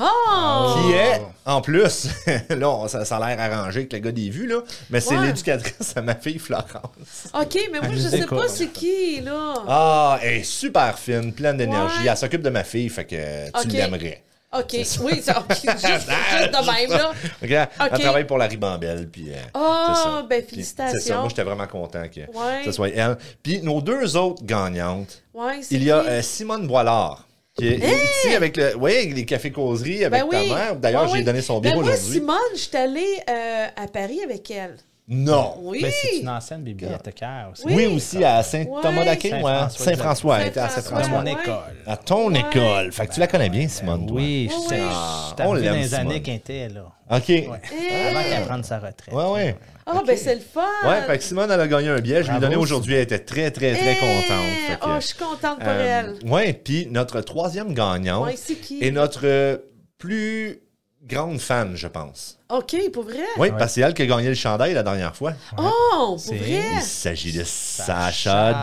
Speaker 2: Oh!
Speaker 1: qui est, en plus, [laughs] là, on- ça, ça a l'air arrangé avec le gars des vues, là, mais c'est
Speaker 2: Ouais.
Speaker 1: l'éducatrice à ma fille Florence.
Speaker 2: OK, mais moi, je sais
Speaker 7: écoute.
Speaker 2: pas c'est qui, là.
Speaker 1: Ah, elle est super fine, pleine d'énergie.
Speaker 2: Ouais.
Speaker 1: Elle s'occupe de ma fille, fait que tu
Speaker 2: Ok.
Speaker 1: l'aimerais.
Speaker 2: OK,
Speaker 1: [laughs]
Speaker 2: oui, ça, ok, juste, juste de même, là.
Speaker 1: Ok, Elle
Speaker 2: Ok.
Speaker 1: travaille pour la ribambelle. Puis, euh,
Speaker 2: Ah,
Speaker 1: c'est ça.
Speaker 2: ben,
Speaker 1: Puis,
Speaker 2: félicitations.
Speaker 1: C'est ça, moi, j'étais vraiment content que
Speaker 2: Ouais.
Speaker 1: ce soit elle. Puis nos deux autres gagnantes,
Speaker 2: Ouais, c'est
Speaker 1: il y a
Speaker 2: qui?
Speaker 1: euh, Simone Boilard. Qui est ici avec le, ouais, les cafés causeries avec
Speaker 2: ben oui.
Speaker 1: ta mère. D'ailleurs,
Speaker 2: Ouais,
Speaker 1: j'ai
Speaker 2: oui.
Speaker 1: donné son
Speaker 2: Ben
Speaker 1: bureau
Speaker 2: moi,
Speaker 1: aujourd'hui.
Speaker 2: Simone, je suis allée euh, à Paris avec elle.
Speaker 1: Non.
Speaker 2: Oui.
Speaker 3: Mais Ben, c'est une ancienne bibliothécaire aussi.
Speaker 1: Oui, aussi à Saint-Thomas
Speaker 2: Ouais.
Speaker 1: d'Aquin, ouais.
Speaker 3: Saint-François.
Speaker 1: Saint-François. elle était à
Speaker 2: Saint-François.
Speaker 3: De mon
Speaker 1: Saint-François.
Speaker 2: Ouais.
Speaker 3: école.
Speaker 1: À ton
Speaker 2: Ouais.
Speaker 1: école. Fait que tu la connais bien, Simone. toi.
Speaker 3: Oui, je
Speaker 2: Oui,
Speaker 3: sais.
Speaker 2: oui.
Speaker 3: Je suis
Speaker 1: Ah, on
Speaker 3: arrivé
Speaker 1: l'aime,
Speaker 3: dans les années
Speaker 1: Simone.
Speaker 3: qu'elle était là.
Speaker 1: OK. Ouais,
Speaker 2: Eh,
Speaker 3: Avant qu'elle prenne sa retraite.
Speaker 1: ouais. Ouais,
Speaker 2: Ah, ben c'est le fun.
Speaker 1: fait que Simone, elle a gagné un billet. Je lui ai
Speaker 3: Bravo,
Speaker 1: donné
Speaker 3: Simone.
Speaker 1: aujourd'hui. Elle était très, très, très
Speaker 2: Eh,
Speaker 1: contente. Fait que-
Speaker 2: Oh, je suis contente pour elle.
Speaker 1: Oui, Euh, puis notre troisième gagnant
Speaker 2: Ouais, c'est qui?
Speaker 1: est notre euh, plus grande fan, je pense.
Speaker 2: OK, pour vrai?
Speaker 1: Oui, parce que c'est elle qui a gagné le chandail la dernière fois.
Speaker 2: Oh, pour
Speaker 7: C'est-
Speaker 2: vrai?
Speaker 1: Il s'agit de Sacha
Speaker 3: Sacha.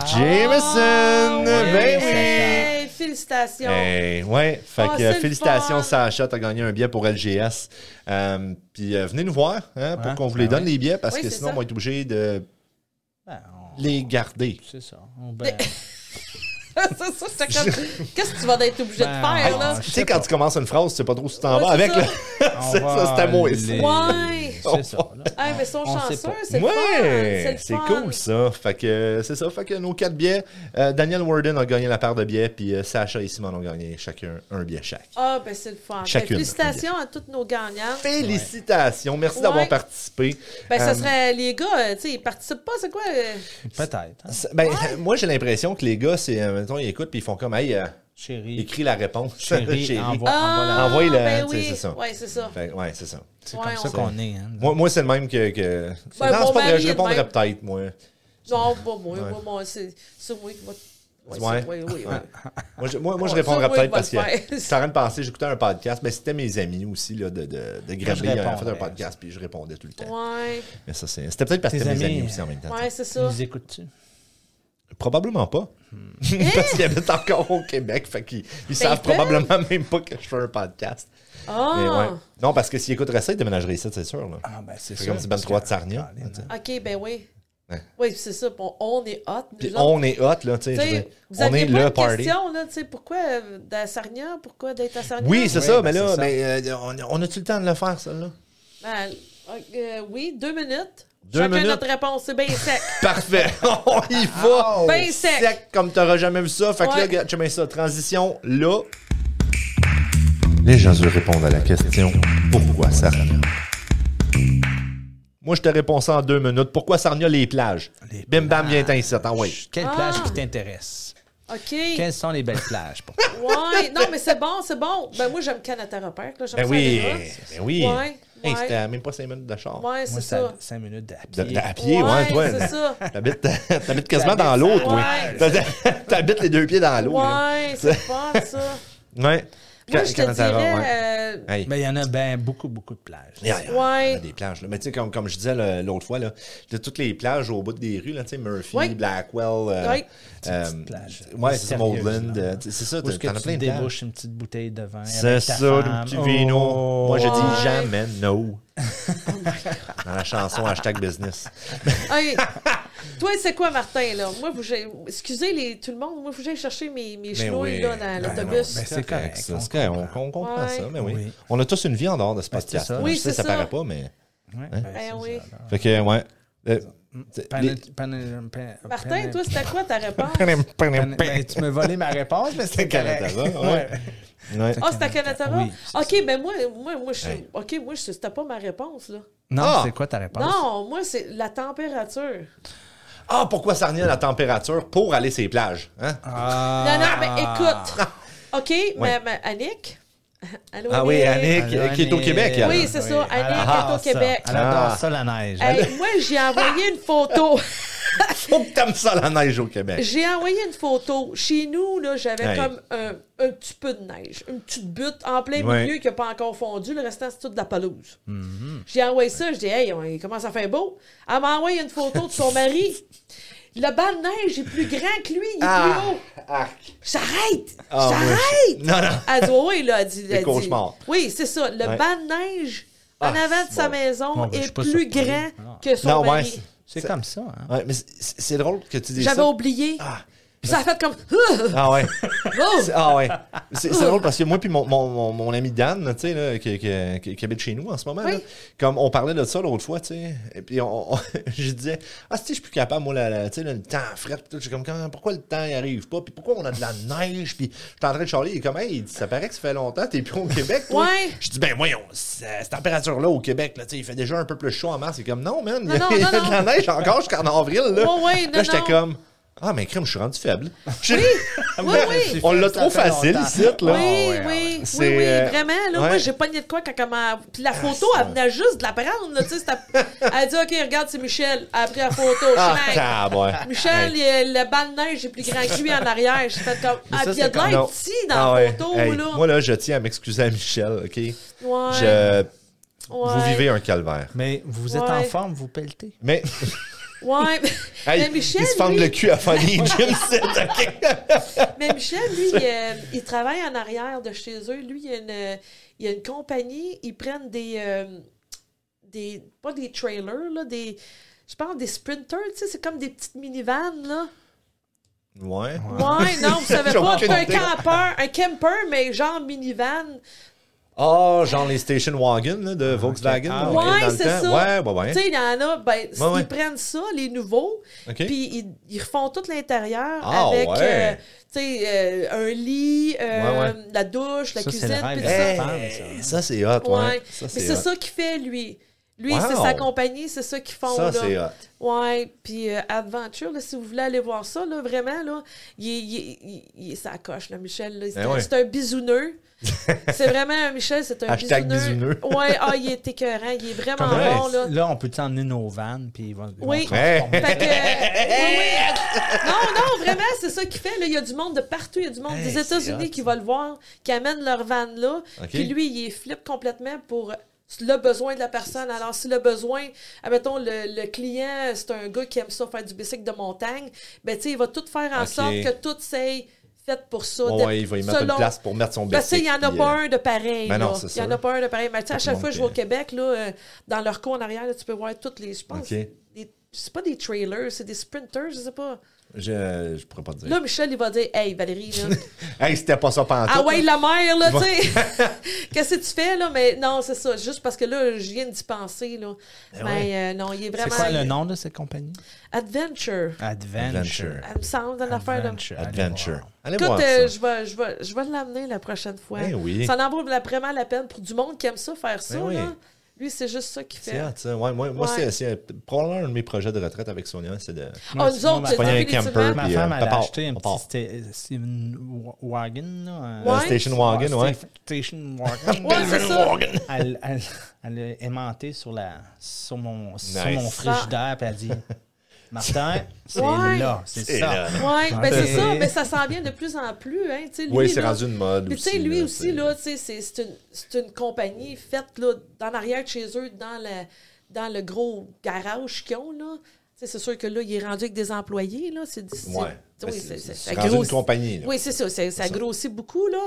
Speaker 1: Jameson.
Speaker 2: Ah,
Speaker 1: ben oui!
Speaker 2: hey, Félicitations.
Speaker 1: Eh, ouais, fait
Speaker 2: Ah,
Speaker 1: que euh,
Speaker 2: c'est le
Speaker 1: félicitations
Speaker 2: fun.
Speaker 1: Sacha, t'as gagné un billet pour LGS. Euh, puis euh, venez nous voir hein, pour
Speaker 3: Ouais,
Speaker 1: qu'on vous les
Speaker 3: ben
Speaker 1: donne les billets parce
Speaker 2: Oui,
Speaker 1: que
Speaker 2: c'est
Speaker 1: sinon
Speaker 2: ça.
Speaker 1: on va être obligé de
Speaker 3: Ben, on-
Speaker 1: les garder.
Speaker 3: C'est ça. On-
Speaker 2: [laughs]
Speaker 3: ben,
Speaker 2: c'est [laughs] ça, j'étais
Speaker 1: [laughs]
Speaker 2: comme, qu'est-ce que tu vas être obligé de
Speaker 3: Ben,
Speaker 2: faire,
Speaker 3: on-
Speaker 2: là?
Speaker 1: Tu sais, quand tu commences une phrase, tu sais pas trop où tu t'en
Speaker 2: Ouais,
Speaker 1: vas
Speaker 2: c'est
Speaker 1: avec.
Speaker 2: ça.
Speaker 1: là. [laughs]
Speaker 3: on
Speaker 1: C'est
Speaker 3: va
Speaker 1: ça, c'était moi,
Speaker 3: les-
Speaker 1: c'est-
Speaker 2: Ouais.
Speaker 3: C'est ça. là.
Speaker 2: Ah, mais ils sont
Speaker 3: On sait
Speaker 2: chanceux,
Speaker 3: pas.
Speaker 2: c'est le
Speaker 1: ouais,
Speaker 2: fun.
Speaker 1: c'est
Speaker 2: le fun.
Speaker 1: cool ça. Fait que euh, c'est ça. Fait que nos quatre billets, euh, Daniel Warden a gagné la paire de billets, puis euh, Sacha et Simon ont gagné chacun un billet chaque.
Speaker 2: Ah, ben c'est le fun. Ben,
Speaker 1: Chacune.
Speaker 2: félicitations à toutes nos gagnantes.
Speaker 1: Félicitations, merci d'avoir
Speaker 2: Ouais.
Speaker 1: participé.
Speaker 2: Ben,
Speaker 1: Euh,
Speaker 2: ça serait les gars, euh, tu sais, ils participent pas, c'est quoi? euh,
Speaker 3: Peut-être. hein.
Speaker 1: c'est- ben, euh, [laughs] moi j'ai l'impression que les gars, c'est euh, mettons, ils écoutent puis ils font comme hey, euh,
Speaker 3: Chérie.
Speaker 1: écris la réponse. [laughs]
Speaker 3: Chérie,
Speaker 1: Chérie.
Speaker 3: envoie- envoie la-
Speaker 2: Ah,
Speaker 1: envoie le-
Speaker 2: ben
Speaker 1: tu sais,
Speaker 2: oui.
Speaker 1: c'est ça.
Speaker 2: Ouais, c'est ça.
Speaker 1: Fait que, ouais, c'est ça.
Speaker 3: C'est
Speaker 2: Ouais,
Speaker 3: comme ça
Speaker 2: on-
Speaker 3: qu'on est. hein.
Speaker 1: Moi, moi c'est le même que. que...
Speaker 2: Ben,
Speaker 1: non,
Speaker 2: mon
Speaker 1: c'est pas vrai,
Speaker 2: mari
Speaker 1: je
Speaker 2: est de
Speaker 1: répondrais
Speaker 2: même.
Speaker 1: peut-être, moi.
Speaker 2: Non, pas moi. Moi, moi, c'est c'est moi qui va. Ouais, c'est-
Speaker 1: Ouais.
Speaker 2: ouais,
Speaker 1: [laughs]
Speaker 2: oui, oui.
Speaker 1: Moi, je, moi, moi, je
Speaker 2: Ouais,
Speaker 1: répondrais
Speaker 2: ça, oui,
Speaker 1: peut-être
Speaker 2: va
Speaker 1: parce que
Speaker 2: le faire.
Speaker 1: je suis en train de penser, j'écoutais un podcast, mais c'était mes amis aussi là, de, de, de Grambay, ils avaient fait un
Speaker 3: répondrais.
Speaker 1: podcast, puis je répondais tout le temps.
Speaker 2: Ouais,
Speaker 1: Mais ça, c'est- c'était peut-être parce que
Speaker 3: Tes
Speaker 1: c'était mes
Speaker 3: amis,
Speaker 1: amis aussi en même temps.
Speaker 2: ouais c'est ça.
Speaker 3: Nous écoutes-tu?
Speaker 1: Probablement pas. [laughs] parce qu'ils habitent encore au Québec, fait qu'ils ils savent
Speaker 2: Hein? Ben, ils peuvent.
Speaker 1: probablement même pas que je fais un podcast. Mais
Speaker 2: Ah,
Speaker 1: ouais. Non, parce que s'ils écouteraient ça, ils déménageraient ici, c'est sûr. Là.
Speaker 3: Ah, ben, c'est
Speaker 1: c'est
Speaker 3: ça.
Speaker 1: comme si Ben Trois de Sarnia.
Speaker 3: Caroline,
Speaker 1: tu sais.
Speaker 2: ok, ben oui.
Speaker 1: Ouais.
Speaker 2: Oui, c'est ça. bon, on est hot. nous
Speaker 1: Puis
Speaker 2: autres.
Speaker 1: on est hot, là, tu sais. je
Speaker 2: Tu sais,
Speaker 1: veux dire,
Speaker 2: vous
Speaker 1: On
Speaker 2: aviez
Speaker 1: est
Speaker 2: pas
Speaker 1: le
Speaker 2: une
Speaker 1: party.
Speaker 2: question, là, tu sais, pourquoi euh, d'à Sarnia, pourquoi d'être à Sarnia?
Speaker 1: Oui, c'est
Speaker 3: Oui,
Speaker 1: ça,
Speaker 3: ben,
Speaker 1: mais là,
Speaker 3: c'est ça.
Speaker 1: mais, euh, on, on a-tu le temps de le faire, celle-là?
Speaker 2: Ben, euh, oui, deux minutes.
Speaker 1: Deux
Speaker 2: Chacun
Speaker 1: minutes.
Speaker 2: notre réponse, c'est bien sec. [laughs]
Speaker 1: Parfait. [laughs] On y va.
Speaker 2: Ben sec.
Speaker 1: comme t'auras jamais vu ça. Fait que
Speaker 2: Ouais.
Speaker 1: là, regarde, tu mets ça. Transition, là. Les gens se répondent à la question pourquoi Sarnia Moi, je te réponds ça en deux minutes. Pourquoi Sarnia les plages
Speaker 3: Les
Speaker 1: Bim bam, viens t'en ici. Attends, Ah ouais.
Speaker 3: Quelle plage
Speaker 2: Ah!
Speaker 3: qui t'intéresse?
Speaker 2: OK.
Speaker 3: Quelles sont les belles plages
Speaker 2: [laughs]
Speaker 3: pour toi?
Speaker 2: Ouais, non, mais c'est bon, c'est bon. Ben, moi, j'aime Canada Repair, là. J'aime
Speaker 1: Ben
Speaker 2: ça,
Speaker 1: oui.
Speaker 2: les gars.
Speaker 1: Ben oui.
Speaker 2: Ouais,
Speaker 1: Hey,
Speaker 2: ouais.
Speaker 1: C'était à même pas cinq minutes de char.
Speaker 2: Ouais,
Speaker 3: Moi,
Speaker 2: c'est
Speaker 3: c'est
Speaker 2: ça.
Speaker 3: à 5 minutes de à
Speaker 1: De-
Speaker 3: pied.
Speaker 1: de- à pied, ouais, toi.
Speaker 2: c'est ça.
Speaker 1: T'habites euh, t'habites quasiment dans l'eau, [laughs] toi. T'habites les deux pieds dans l'eau. là.
Speaker 2: Ouais, c'est fun, ça.
Speaker 1: Ouais.
Speaker 2: Moi,
Speaker 1: Quand-
Speaker 2: je te
Speaker 1: quand ça va,
Speaker 2: dirais. euh,
Speaker 1: Hey.
Speaker 3: Mais il y en a ben, beaucoup, beaucoup de plages.
Speaker 1: Il y a- il y
Speaker 2: Ouais.
Speaker 1: a des plages. là. Mais tu sais, comme, comme je disais là, l'autre fois, là, de toutes les plages au bout des rues, là, tu sais, Murphy,
Speaker 2: Ouais.
Speaker 1: Blackwell. euh,
Speaker 2: Ouais.
Speaker 1: euh,
Speaker 3: Petites plages.
Speaker 1: Ouais, c'est ça,
Speaker 3: Mystérieuses,
Speaker 1: Moldland.
Speaker 3: là.
Speaker 1: euh, tu- C'est ça,
Speaker 3: Où
Speaker 1: t'as-
Speaker 3: est-ce que
Speaker 1: t'en as
Speaker 3: tu
Speaker 1: plein de plages.
Speaker 3: débouches une petite bouteille de vin
Speaker 1: C'est ça, le
Speaker 3: Oh,
Speaker 1: petit vino. Moi, je
Speaker 2: Ouais.
Speaker 1: dis jamais
Speaker 3: [laughs]
Speaker 1: no. Dans la chanson hashtag business.
Speaker 2: euh, Hey, toi, c'est quoi, Martin, là? Moi, vous, j'ai- excusez les, tout le monde, moi, faut que j'aille chercher mes, mes chenouilles, là, dans l'autobus.
Speaker 3: non, mais c'est correct,
Speaker 1: ça,
Speaker 3: on
Speaker 1: c'est correct,
Speaker 3: comprend.
Speaker 1: On, on comprend
Speaker 2: Ouais.
Speaker 1: ça, mais oui.
Speaker 3: Oui.
Speaker 1: On a tous une vie en dehors de ce
Speaker 3: Ben, c'est
Speaker 1: podcast.
Speaker 3: ça.
Speaker 1: là.
Speaker 2: Oui,
Speaker 1: Je sais,
Speaker 2: c'est
Speaker 1: ça,
Speaker 2: ça.
Speaker 1: paraît pas, mais.
Speaker 2: Ben oui.
Speaker 1: Fait que, ouais. Euh,
Speaker 2: Martin,
Speaker 3: Ben,
Speaker 2: toi, c'était quoi ta réponse?
Speaker 3: tu me volais ma réponse, mais c'était correct.
Speaker 1: [laughs] Canada, ouais. Ouais.
Speaker 2: Ah, c'était Canatara?
Speaker 3: Oui, c'est
Speaker 2: OK, ben moi, moi, moi, je,
Speaker 1: Hey.
Speaker 2: OK, moi, je, c'était pas ma réponse, là.
Speaker 3: Non,
Speaker 1: Ah!
Speaker 3: c'est quoi ta réponse?
Speaker 2: Non, moi, c'est la température.
Speaker 1: Ah, pourquoi ça revient à la température pour aller sur les plages? Hein?
Speaker 2: Ah. Non, non, mais
Speaker 1: Ah. [laughs]
Speaker 2: écoute. OK, mais, mais Annick? [laughs] Allô,
Speaker 1: Ah oui, Annick,
Speaker 3: Allô,
Speaker 1: euh, qui est au
Speaker 3: Annick.
Speaker 1: Québec. Ah! elle.
Speaker 2: Oui, c'est ça, Annick
Speaker 3: Elle
Speaker 2: est au
Speaker 3: adore ça.
Speaker 2: Québec.
Speaker 3: Elle adore ça, la neige.
Speaker 2: Hey, moi, j'ai envoyé une photo.
Speaker 1: [laughs] Faut que t'aimes ça, la neige au Québec.
Speaker 2: J'ai envoyé une photo. Chez nous, là, j'avais
Speaker 1: Hey.
Speaker 2: comme un, un petit peu de neige, une petite butte en plein
Speaker 1: Ouais. Mhm.
Speaker 2: milieu qui n'a pas encore fondu. Le restant, c'est tout de la pelouse. J'ai envoyé ça. Je dis, hey, on- il commence à faire beau. Elle m'a envoyé une photo de son mari. Le banc de neige est plus grand que lui, il est
Speaker 1: Ah,
Speaker 2: plus haut.
Speaker 1: arc.
Speaker 2: J'arrête!
Speaker 1: Ah, moi,
Speaker 2: J'arrête!
Speaker 1: je- Non, non.
Speaker 2: Elle dit, oui, là, elle dit. elle dit-
Speaker 1: cauchemars.
Speaker 2: Oui, c'est ça. Le
Speaker 1: Ouais. Ah,
Speaker 2: banc de neige en avant de sa maison
Speaker 3: Bon, ben, je suis
Speaker 2: est
Speaker 3: pas
Speaker 2: plus
Speaker 3: surpris.
Speaker 2: grand
Speaker 3: Non.
Speaker 2: que son
Speaker 1: Non, ouais.
Speaker 2: mari.
Speaker 3: C'est comme ça. Hein?
Speaker 1: Ouais, mais c'est- c'est drôle que tu dises
Speaker 2: J'avais
Speaker 1: ça.
Speaker 2: oublié. Puis ça a fait comme. [laughs]
Speaker 1: Ah ouais.
Speaker 2: Oh!
Speaker 1: C'est- Ah ouais. C'est c'est drôle parce que moi puis mon, mon, mon, mon ami Dan, là, tu sais, là, qui, qui- qui- qui habite chez nous en ce moment,
Speaker 2: Oui.
Speaker 1: là, comme on parlait de ça l'autre fois, tu sais, et puis on, [laughs] on- je disais, ah si je suis plus capable, moi, la- la- tu sais, là, le temps fret, puis tout, je suis comme, Quand- pourquoi le temps il arrive pas, puis pourquoi on a de la neige, puis je suis en train de charler, il est comme, hey, il dit, ça paraît que ça fait longtemps, t'es plus au Québec, toi.
Speaker 2: Ouais.
Speaker 1: Je dis, ben voyons, c'est- cette température-là au Québec, là, tu sais, il fait déjà un peu plus chaud en mars, il est comme, non, man, il y a,
Speaker 2: Non, non,
Speaker 1: il y a
Speaker 2: non,
Speaker 1: de la neige encore jusqu'en avril, là.
Speaker 2: Ouais, ouais, non,
Speaker 1: là, j'étais
Speaker 2: non.
Speaker 1: comme, ah, mais crime, je suis rendu faible. Oui, [laughs] Oh,
Speaker 2: Oui, oui.
Speaker 1: on l'a
Speaker 3: Ça
Speaker 1: trop
Speaker 3: Ah fait
Speaker 1: facile
Speaker 3: longtemps. Ah,
Speaker 1: ici, là.
Speaker 2: Oui, oui, oui,
Speaker 1: C'est,
Speaker 2: oui,
Speaker 1: euh,
Speaker 2: vraiment. Là,
Speaker 1: ouais. Ah,
Speaker 2: Moi, j'ai pogné de quoi quand comment. Puis la photo, elle venait juste de la prendre. Là, tu
Speaker 1: [laughs]
Speaker 2: sais, c'était- elle dit Ok, regarde, c'est Michel. Elle a pris la photo.
Speaker 1: Ah,
Speaker 2: schmack.
Speaker 1: tabarouette.
Speaker 2: Michel, il- le bal de neige est plus grand que lui en arrière. J'ai fait comme. Ah, puis il y a de l'air
Speaker 1: Non.
Speaker 2: petit dans
Speaker 1: Ah
Speaker 2: la
Speaker 1: ouais.
Speaker 2: photo.
Speaker 1: Hey,
Speaker 2: là.
Speaker 1: Moi, là, je tiens à m'excuser à Michel, OK?
Speaker 2: Ouais,
Speaker 1: Je- Vous
Speaker 2: ouais,
Speaker 1: vivez un calvaire.
Speaker 3: Mais vous êtes
Speaker 2: Ouais.
Speaker 3: en forme, vous pelletez.
Speaker 2: [laughs]
Speaker 1: Mais,
Speaker 2: Ouais.
Speaker 1: hey,
Speaker 2: mais Michel,
Speaker 1: ils se fendent
Speaker 2: lui,
Speaker 1: le cul à faire
Speaker 2: [laughs]
Speaker 1: des gym sets, OK?
Speaker 2: Mais Michel, lui, il, euh, il travaille en arrière de chez eux. Lui, il y a une, il y a une compagnie, ils prennent des, euh, des. Pas des trailers, là, des. Je pense des sprinters, tu sais, c'est comme des petites minivans, là.
Speaker 1: Ouais.
Speaker 2: Ouais, non, vous savez
Speaker 1: [laughs] J'ai
Speaker 2: pas,
Speaker 1: aucune
Speaker 2: c'est un
Speaker 1: idée.
Speaker 2: campeur, un camper, mais genre minivan.
Speaker 1: Ah, genre les station wagons là, de Volkswagen.
Speaker 3: Ah,
Speaker 1: là,
Speaker 2: ouais,
Speaker 1: dans le
Speaker 2: c'est
Speaker 1: temps.
Speaker 2: ça.
Speaker 1: Ouais, ouais,
Speaker 2: Tu
Speaker 1: ouais.
Speaker 2: sais, il y en a, ben, s-
Speaker 1: ouais.
Speaker 2: ils prennent ça, les nouveaux,
Speaker 1: OK.
Speaker 2: puis ils, ils refont tout l'intérieur
Speaker 1: Ah,
Speaker 2: avec,
Speaker 1: ouais.
Speaker 2: euh, tu sais, euh, un lit, euh,
Speaker 1: Ouais,
Speaker 2: la douche, la
Speaker 3: Ça, c'est le
Speaker 2: cuisine,
Speaker 3: rêve
Speaker 2: puis
Speaker 3: de
Speaker 2: tout ça.
Speaker 1: Hey,
Speaker 3: femme, ça.
Speaker 1: ça, c'est hot, ouais.
Speaker 2: Ouais.
Speaker 1: Ça,
Speaker 2: Mais
Speaker 1: c'est
Speaker 2: c'est
Speaker 1: hot.
Speaker 2: ça qu'il fait, lui. Lui,
Speaker 1: Wow.
Speaker 2: c'est sa compagnie, c'est ça qu'ils font.
Speaker 1: Ça,
Speaker 2: là.
Speaker 1: c'est hot.
Speaker 2: Ouais, puis euh, Adventure, là, si vous voulez aller voir ça, là, vraiment, là, il est, il est- il est- il est sa coche, là, Michel. là. C'est
Speaker 1: Eh
Speaker 2: un-
Speaker 1: ouais.
Speaker 2: c'est un bisouneux. c'est vraiment un Michel, c'est un
Speaker 1: [laughs] Hashtag
Speaker 2: bisouneux.
Speaker 1: bisouneux.
Speaker 2: Ouais, ah, il est écœurant, il est vraiment
Speaker 1: [laughs]
Speaker 3: Comme là,
Speaker 2: bon, là.
Speaker 3: là, on peut t'emmener nos vannes, puis ils vont. ils vont
Speaker 2: Oui.
Speaker 3: te
Speaker 1: Hey.
Speaker 3: transformer.
Speaker 1: [laughs]
Speaker 2: Fait que, oui, oui. Non, non, vraiment, c'est ça qu'il fait. là. Il y a du monde de partout. Il y a du monde des États-Unis qui va le voir, qui amène leur van là.
Speaker 1: OK.
Speaker 2: Puis lui, il est flip complètement pour le besoin de la personne. Alors, si le besoin, admettons, le, le client, c'est un gars qui aime ça faire du bicycle de montagne, ben, tu sais, il va tout faire en
Speaker 1: OK.
Speaker 2: sorte que tout s'est fait pour ça.
Speaker 1: Ouais,
Speaker 2: de-
Speaker 1: ouais, il va y mettre
Speaker 2: selon-
Speaker 1: une place pour mettre son
Speaker 2: parce
Speaker 1: bicycle.
Speaker 2: qu'il n'y en a
Speaker 1: puis,
Speaker 2: pas
Speaker 1: euh,
Speaker 2: un de pareil.
Speaker 1: ben
Speaker 2: là.
Speaker 1: non, c'est
Speaker 2: Il n'y en
Speaker 1: sûr.
Speaker 2: a pas un de pareil. Mais tu sais, à
Speaker 1: Tout le
Speaker 2: chaque
Speaker 1: monde
Speaker 2: fois que je vais au
Speaker 1: fait-
Speaker 2: Québec, là, euh, dans leur cours en arrière, là, tu peux voir toutes les. Je pense.
Speaker 1: Ok.
Speaker 2: des- C'est pas des trailers, c'est des sprinters, je sais pas.
Speaker 1: Je, je pourrais pas te dire.
Speaker 2: Là, Michel, il va dire Hey, Valérie,
Speaker 1: [laughs]
Speaker 2: là.
Speaker 1: Hey, c'était pas ça pendant
Speaker 2: ah ouais, la mère, là, tu sais.
Speaker 1: [laughs]
Speaker 2: [laughs] Qu'est-ce que tu fais, là? Mais non, c'est ça. Juste parce que là, je viens d'y penser, là.
Speaker 1: Ben
Speaker 2: Mais euh, non, il est
Speaker 3: C'est
Speaker 2: vraiment.
Speaker 3: quoi le nom de cette compagnie?
Speaker 2: Adventure.
Speaker 1: Adventure.
Speaker 3: Adventure.
Speaker 2: Elle me semble dans l'affaire, là.
Speaker 3: Adventure.
Speaker 1: Adventure. Allez
Speaker 2: Écoute,
Speaker 1: voir
Speaker 2: euh,
Speaker 1: ça.
Speaker 2: je vais, je vais, je vais l'amener la prochaine fois.
Speaker 1: Ben oui.
Speaker 2: Ça en vaut la- vraiment la peine pour du monde qui aime ça, faire ça.
Speaker 1: Ben oui.
Speaker 2: là. Lui, c'est juste ça qu'il fait.
Speaker 1: C'est hot, ça. Ouais, moi, moi
Speaker 2: Ouais.
Speaker 1: c'est- c'est probablement un de mes projets de retraite avec Sonia, c'est de...
Speaker 2: Ah, nous
Speaker 3: sinon, on
Speaker 2: autres,
Speaker 3: va
Speaker 1: pogner un
Speaker 2: définitivement.
Speaker 1: camper,
Speaker 3: Ma
Speaker 1: Puis,
Speaker 3: femme,
Speaker 1: euh,
Speaker 3: elle
Speaker 1: papa,
Speaker 3: a acheté un
Speaker 1: papa.
Speaker 3: petit sta- Steven Wa- Wagon. là, un-
Speaker 2: Ouais.
Speaker 1: Le Station Wagon, ouais.
Speaker 3: Station Ah, Wagon.
Speaker 2: Ouais, c'est ça.
Speaker 3: elle, elle, elle a aimanté sur, la, sur, mon, sur mon
Speaker 1: Nice. [laughs]
Speaker 3: frigidaire, puis elle a dit Martin, c'est
Speaker 2: Ouais.
Speaker 3: là, c'est
Speaker 1: C'est
Speaker 3: ça.
Speaker 1: là.
Speaker 2: Oui, ben c'est
Speaker 3: Ouais.
Speaker 2: ça, mais ça s'en vient de plus en plus. Hein, tu sais, lui,
Speaker 5: Oui, c'est
Speaker 2: là-
Speaker 5: rendu une mode
Speaker 2: Puis tu sais,
Speaker 5: aussi,
Speaker 2: lui
Speaker 5: là,
Speaker 2: aussi,
Speaker 5: c'est-
Speaker 2: là, tu sais, c'est- c'est une, c'est une compagnie faite là, dans l'arrière de chez eux, dans le, dans le gros garage qu'ils ont. Là. Tu sais, C'est sûr que là, il est rendu avec des employés. Là. C'est, c'est-
Speaker 1: Ouais.
Speaker 2: oui,
Speaker 1: Ben,
Speaker 2: c'est-
Speaker 1: c'est-
Speaker 2: c'est-
Speaker 1: c'est
Speaker 2: ça
Speaker 1: rendu une
Speaker 2: grossit.
Speaker 1: compagnie, là.
Speaker 2: Oui, c'est ça. c'est- ça grossit beaucoup. Là.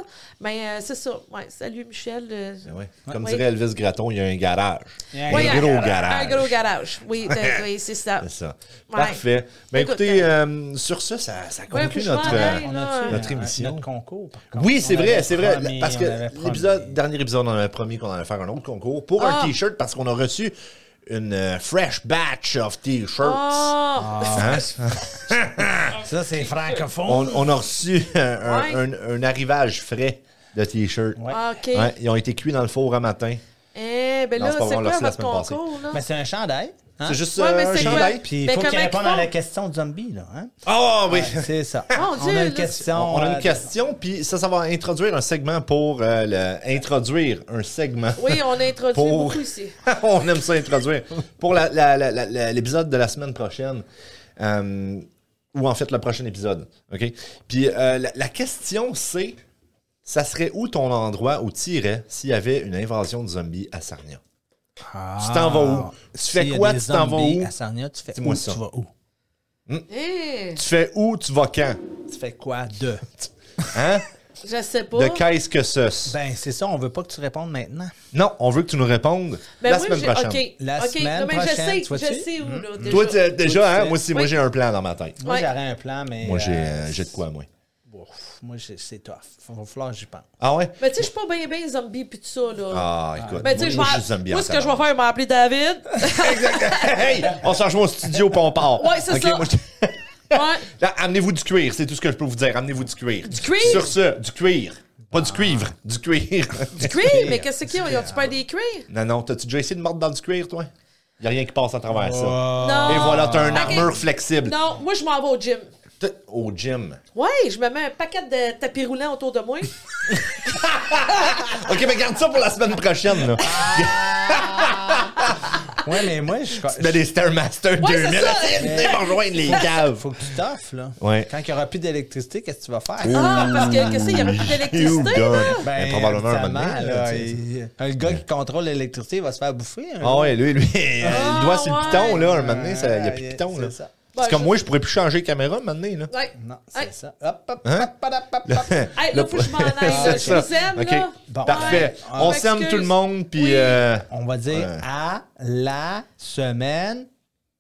Speaker 2: Mais euh, c'est ça. Ouais. Salut, Michel. euh,
Speaker 1: Ah Ben Ouais. Comme
Speaker 2: Ouais.
Speaker 1: dirait Elvis Gratton, il y a un garage.
Speaker 3: Un
Speaker 2: ouais,
Speaker 1: un gros garage.
Speaker 2: Un gros garage. Oui,
Speaker 1: [laughs]
Speaker 2: de- oui, c'est ça.
Speaker 1: C'est ça.
Speaker 2: Ouais.
Speaker 1: Parfait. Ben,
Speaker 2: Écoute,
Speaker 1: écoutez, euh, sur ça, ça, ça
Speaker 2: Ouais,
Speaker 1: conclut
Speaker 2: faut que je
Speaker 1: notre.
Speaker 2: m'en
Speaker 1: euh,
Speaker 2: aille.
Speaker 3: On a-tu,
Speaker 1: Notre
Speaker 3: euh,
Speaker 1: émission.
Speaker 3: Notre concours, par contre.
Speaker 1: Oui, c'est
Speaker 3: On
Speaker 1: vrai,
Speaker 3: avait
Speaker 1: c'est vrai.
Speaker 3: promis,
Speaker 1: parce
Speaker 3: on avait
Speaker 1: que
Speaker 3: promis.
Speaker 1: l'épisode, dernier épisode, on avait promis qu'on allait faire un autre concours pour
Speaker 2: Ah.
Speaker 1: un T-shirt parce qu'on a reçu une euh, fresh batch of T-shirts.
Speaker 2: Ah!
Speaker 1: Hein?
Speaker 3: [laughs] Ça, c'est francophone.
Speaker 1: On, on a reçu [laughs] un, un-
Speaker 2: Ouais.
Speaker 1: un- un arrivage frais de T-shirts.
Speaker 3: Ouais.
Speaker 2: Ah, OK.
Speaker 1: Ouais, ils ont été cuits dans le four à matin.
Speaker 2: Eh, ben
Speaker 1: Non, c'est
Speaker 2: là, c'est
Speaker 1: pas vrai, on l'a
Speaker 2: quoi
Speaker 1: reçu la
Speaker 2: votre
Speaker 1: semaine passée.
Speaker 2: concours, là?
Speaker 3: Mais c'est un chandail. hein?
Speaker 1: C'est juste
Speaker 2: Ouais,
Speaker 1: euh,
Speaker 2: mais
Speaker 1: un
Speaker 2: c'est quoi? Ben,
Speaker 1: chandail.
Speaker 3: Puis il
Speaker 2: Mais
Speaker 3: faut qu'il
Speaker 2: comment
Speaker 3: réponde
Speaker 2: qu'ils
Speaker 3: à la
Speaker 2: font?
Speaker 3: question de zombie, là. Hein?
Speaker 1: Ah oui!
Speaker 3: C'est ça.
Speaker 2: Mon
Speaker 3: on
Speaker 2: Dieu,
Speaker 3: a
Speaker 2: là,
Speaker 3: une question.
Speaker 1: On, on a
Speaker 3: euh,
Speaker 1: une question, puis ça, ça va introduire un segment pour euh, le- introduire un segment.
Speaker 2: Oui, on a introduit
Speaker 1: Pour-
Speaker 2: beaucoup ici.
Speaker 1: [laughs] on aime ça introduire. Pour la- la- la- la- la- l'épisode de la semaine prochaine, euh, ou en fait le prochain épisode, OK? Puis euh, la, la question, c'est, ça serait où ton endroit où tu irais s'il y avait une invasion de zombies à Sarnia? Tu t'en vas où? Tu fais
Speaker 3: Ah, S'il y a
Speaker 1: quoi?
Speaker 3: des
Speaker 1: Tu t'en vas
Speaker 3: zombies
Speaker 1: où?
Speaker 3: à Sarnia, tu fais
Speaker 1: Dis-moi
Speaker 3: où?
Speaker 1: ça.
Speaker 3: Tu vas où?
Speaker 2: Eh,
Speaker 1: Tu fais où? Tu vas quand?
Speaker 3: Tu fais quoi de?
Speaker 1: Hein?
Speaker 2: je sais pas.
Speaker 1: De qu'est-ce que ce?
Speaker 3: Ben, c'est ça, on veut pas que tu répondes maintenant.
Speaker 1: Non, on veut que tu nous répondes
Speaker 2: Ben
Speaker 1: la
Speaker 2: oui,
Speaker 1: semaine
Speaker 2: j'ai-
Speaker 1: prochaine. Hmm?
Speaker 2: OK,
Speaker 3: La
Speaker 2: OK,
Speaker 3: semaine
Speaker 2: non, mais
Speaker 3: prochaine, tu
Speaker 2: je
Speaker 3: vois-tu?
Speaker 2: sais, je sais où, là, déjà.
Speaker 1: Toi, t'es-
Speaker 3: Toi,
Speaker 1: déjà,
Speaker 3: tu
Speaker 1: hein,
Speaker 3: fais-
Speaker 1: moi aussi, moi
Speaker 2: Oui.
Speaker 1: j'ai un plan dans ma tête.
Speaker 3: Moi,
Speaker 2: Ouais.
Speaker 3: j'aurais un plan, mais.
Speaker 1: Moi, j'ai
Speaker 3: euh,
Speaker 1: euh, j'ai de quoi, moi.
Speaker 3: ouf, moi, j'ai- c'est tough. Il va falloir que j'y pense.
Speaker 1: Ah ouais?
Speaker 2: Mais Ben, tu sais, je suis pas bien, bien zombie puis tout ça, là.
Speaker 1: Ah, écoute.
Speaker 2: mais Ben, tu
Speaker 1: moi,
Speaker 2: sais, je
Speaker 1: moi, je suis
Speaker 2: vais.
Speaker 1: zombie
Speaker 2: Moi,
Speaker 1: en
Speaker 2: ce que je vais
Speaker 1: tabarnak.
Speaker 2: faire, je vais appeler David.
Speaker 1: [laughs] hey, on s'en rejoint au studio puis on part.
Speaker 2: Ouais, c'est
Speaker 1: Ok,
Speaker 2: ça.
Speaker 1: moi, je- [laughs]
Speaker 2: ouais.
Speaker 1: Là, amenez-vous du cuir, c'est tout ce que je peux vous dire. Amenez-vous du cuir. Du
Speaker 2: cuir?
Speaker 1: Sur ce, du cuir. Pas du cuivre, du cuir.
Speaker 2: [laughs] Du cuir, mais qu'est-ce qu'il y a? Ils ont-tu peur des cuirs?
Speaker 1: [laughs] non, non, t'as-tu déjà essayé de mordre dans du cuir, toi? Y a rien qui passe à travers ça.
Speaker 3: Ah.
Speaker 2: Non.
Speaker 1: Et voilà, t'as une
Speaker 2: Oh. Ah. Ok.
Speaker 1: armure flexible.
Speaker 2: Non, moi, je m'en vais au gym.
Speaker 1: T'as- Au gym.
Speaker 2: Ouais, je me mets un paquet de tapis roulants autour de moi.
Speaker 1: Ok, mais garde ça pour la semaine prochaine,
Speaker 2: [laughs]
Speaker 1: là.
Speaker 3: Ouais, mais moi,
Speaker 1: [laughs]
Speaker 3: je.
Speaker 1: Tu mets des Stairmaster 2000.
Speaker 2: c'est
Speaker 1: [laughs]
Speaker 2: ça.
Speaker 1: Venez me rejoindre
Speaker 2: [laughs]
Speaker 1: les caves.
Speaker 3: Faut que tu t'offres, là.
Speaker 1: Ouais.
Speaker 3: Quand il n'y aura plus d'électricité, qu'est-ce que tu vas faire?
Speaker 2: Ah, parce que, qu'est-ce qu'il y a plus
Speaker 1: You
Speaker 2: d'électricité,
Speaker 1: done.
Speaker 2: là?
Speaker 1: Ben, probablement un
Speaker 3: évidemment,
Speaker 1: moment donné, là,
Speaker 3: là,
Speaker 1: tu sais.
Speaker 3: il- Un gars qui contrôle l'électricité va se faire bouffer. hein. un
Speaker 1: Ah
Speaker 3: jour.
Speaker 1: ouais, lui, lui, le doigt sur le
Speaker 2: Ah, ouais.
Speaker 1: piton, là, un moment donné, ça- il n'y a plus de
Speaker 3: Ouais,
Speaker 1: piton,
Speaker 3: c'est
Speaker 1: là.
Speaker 3: ça.
Speaker 2: Ben,
Speaker 1: C'est comme
Speaker 2: je-
Speaker 1: moi, je pourrais plus changer de caméra, un moment donné, là.
Speaker 2: Ouais.
Speaker 3: Non,
Speaker 2: Hey.
Speaker 3: c'est ça. Hop, hop,
Speaker 1: Hein?
Speaker 3: hop, hop, hop, hop.
Speaker 2: [laughs]
Speaker 1: [laughs]
Speaker 2: Hey, là, faut que je m'en aille. là. Je
Speaker 1: C'est
Speaker 2: vous
Speaker 1: ça.
Speaker 2: aime,
Speaker 1: OK.
Speaker 2: là.
Speaker 3: Bon.
Speaker 1: Parfait.
Speaker 3: Ouais.
Speaker 1: On
Speaker 2: Je
Speaker 1: s'aime
Speaker 2: m'excuse.
Speaker 1: tout le monde, puis...
Speaker 2: Oui.
Speaker 1: euh,
Speaker 3: On va dire
Speaker 1: Ouais.
Speaker 3: à la semaine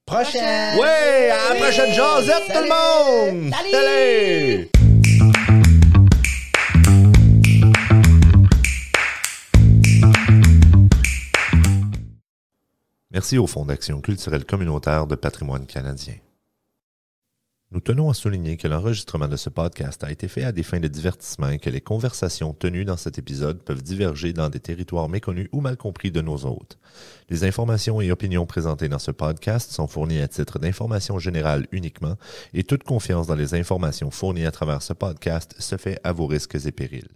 Speaker 3: prochaine.
Speaker 1: Ouais, à la prochaine Josette, tout le monde!
Speaker 2: Salut!
Speaker 1: Salut! Merci au Fonds d'action culturelle communautaire de patrimoine canadien. Nous tenons à souligner que l'enregistrement de ce podcast a été fait à des fins de divertissement et que les conversations tenues dans cet épisode peuvent diverger dans des territoires méconnus ou mal compris de nos hôtes. Les informations et opinions présentées dans ce podcast sont fournies à titre d'information générale uniquement et toute confiance dans les informations fournies à travers ce podcast se fait à vos risques et périls.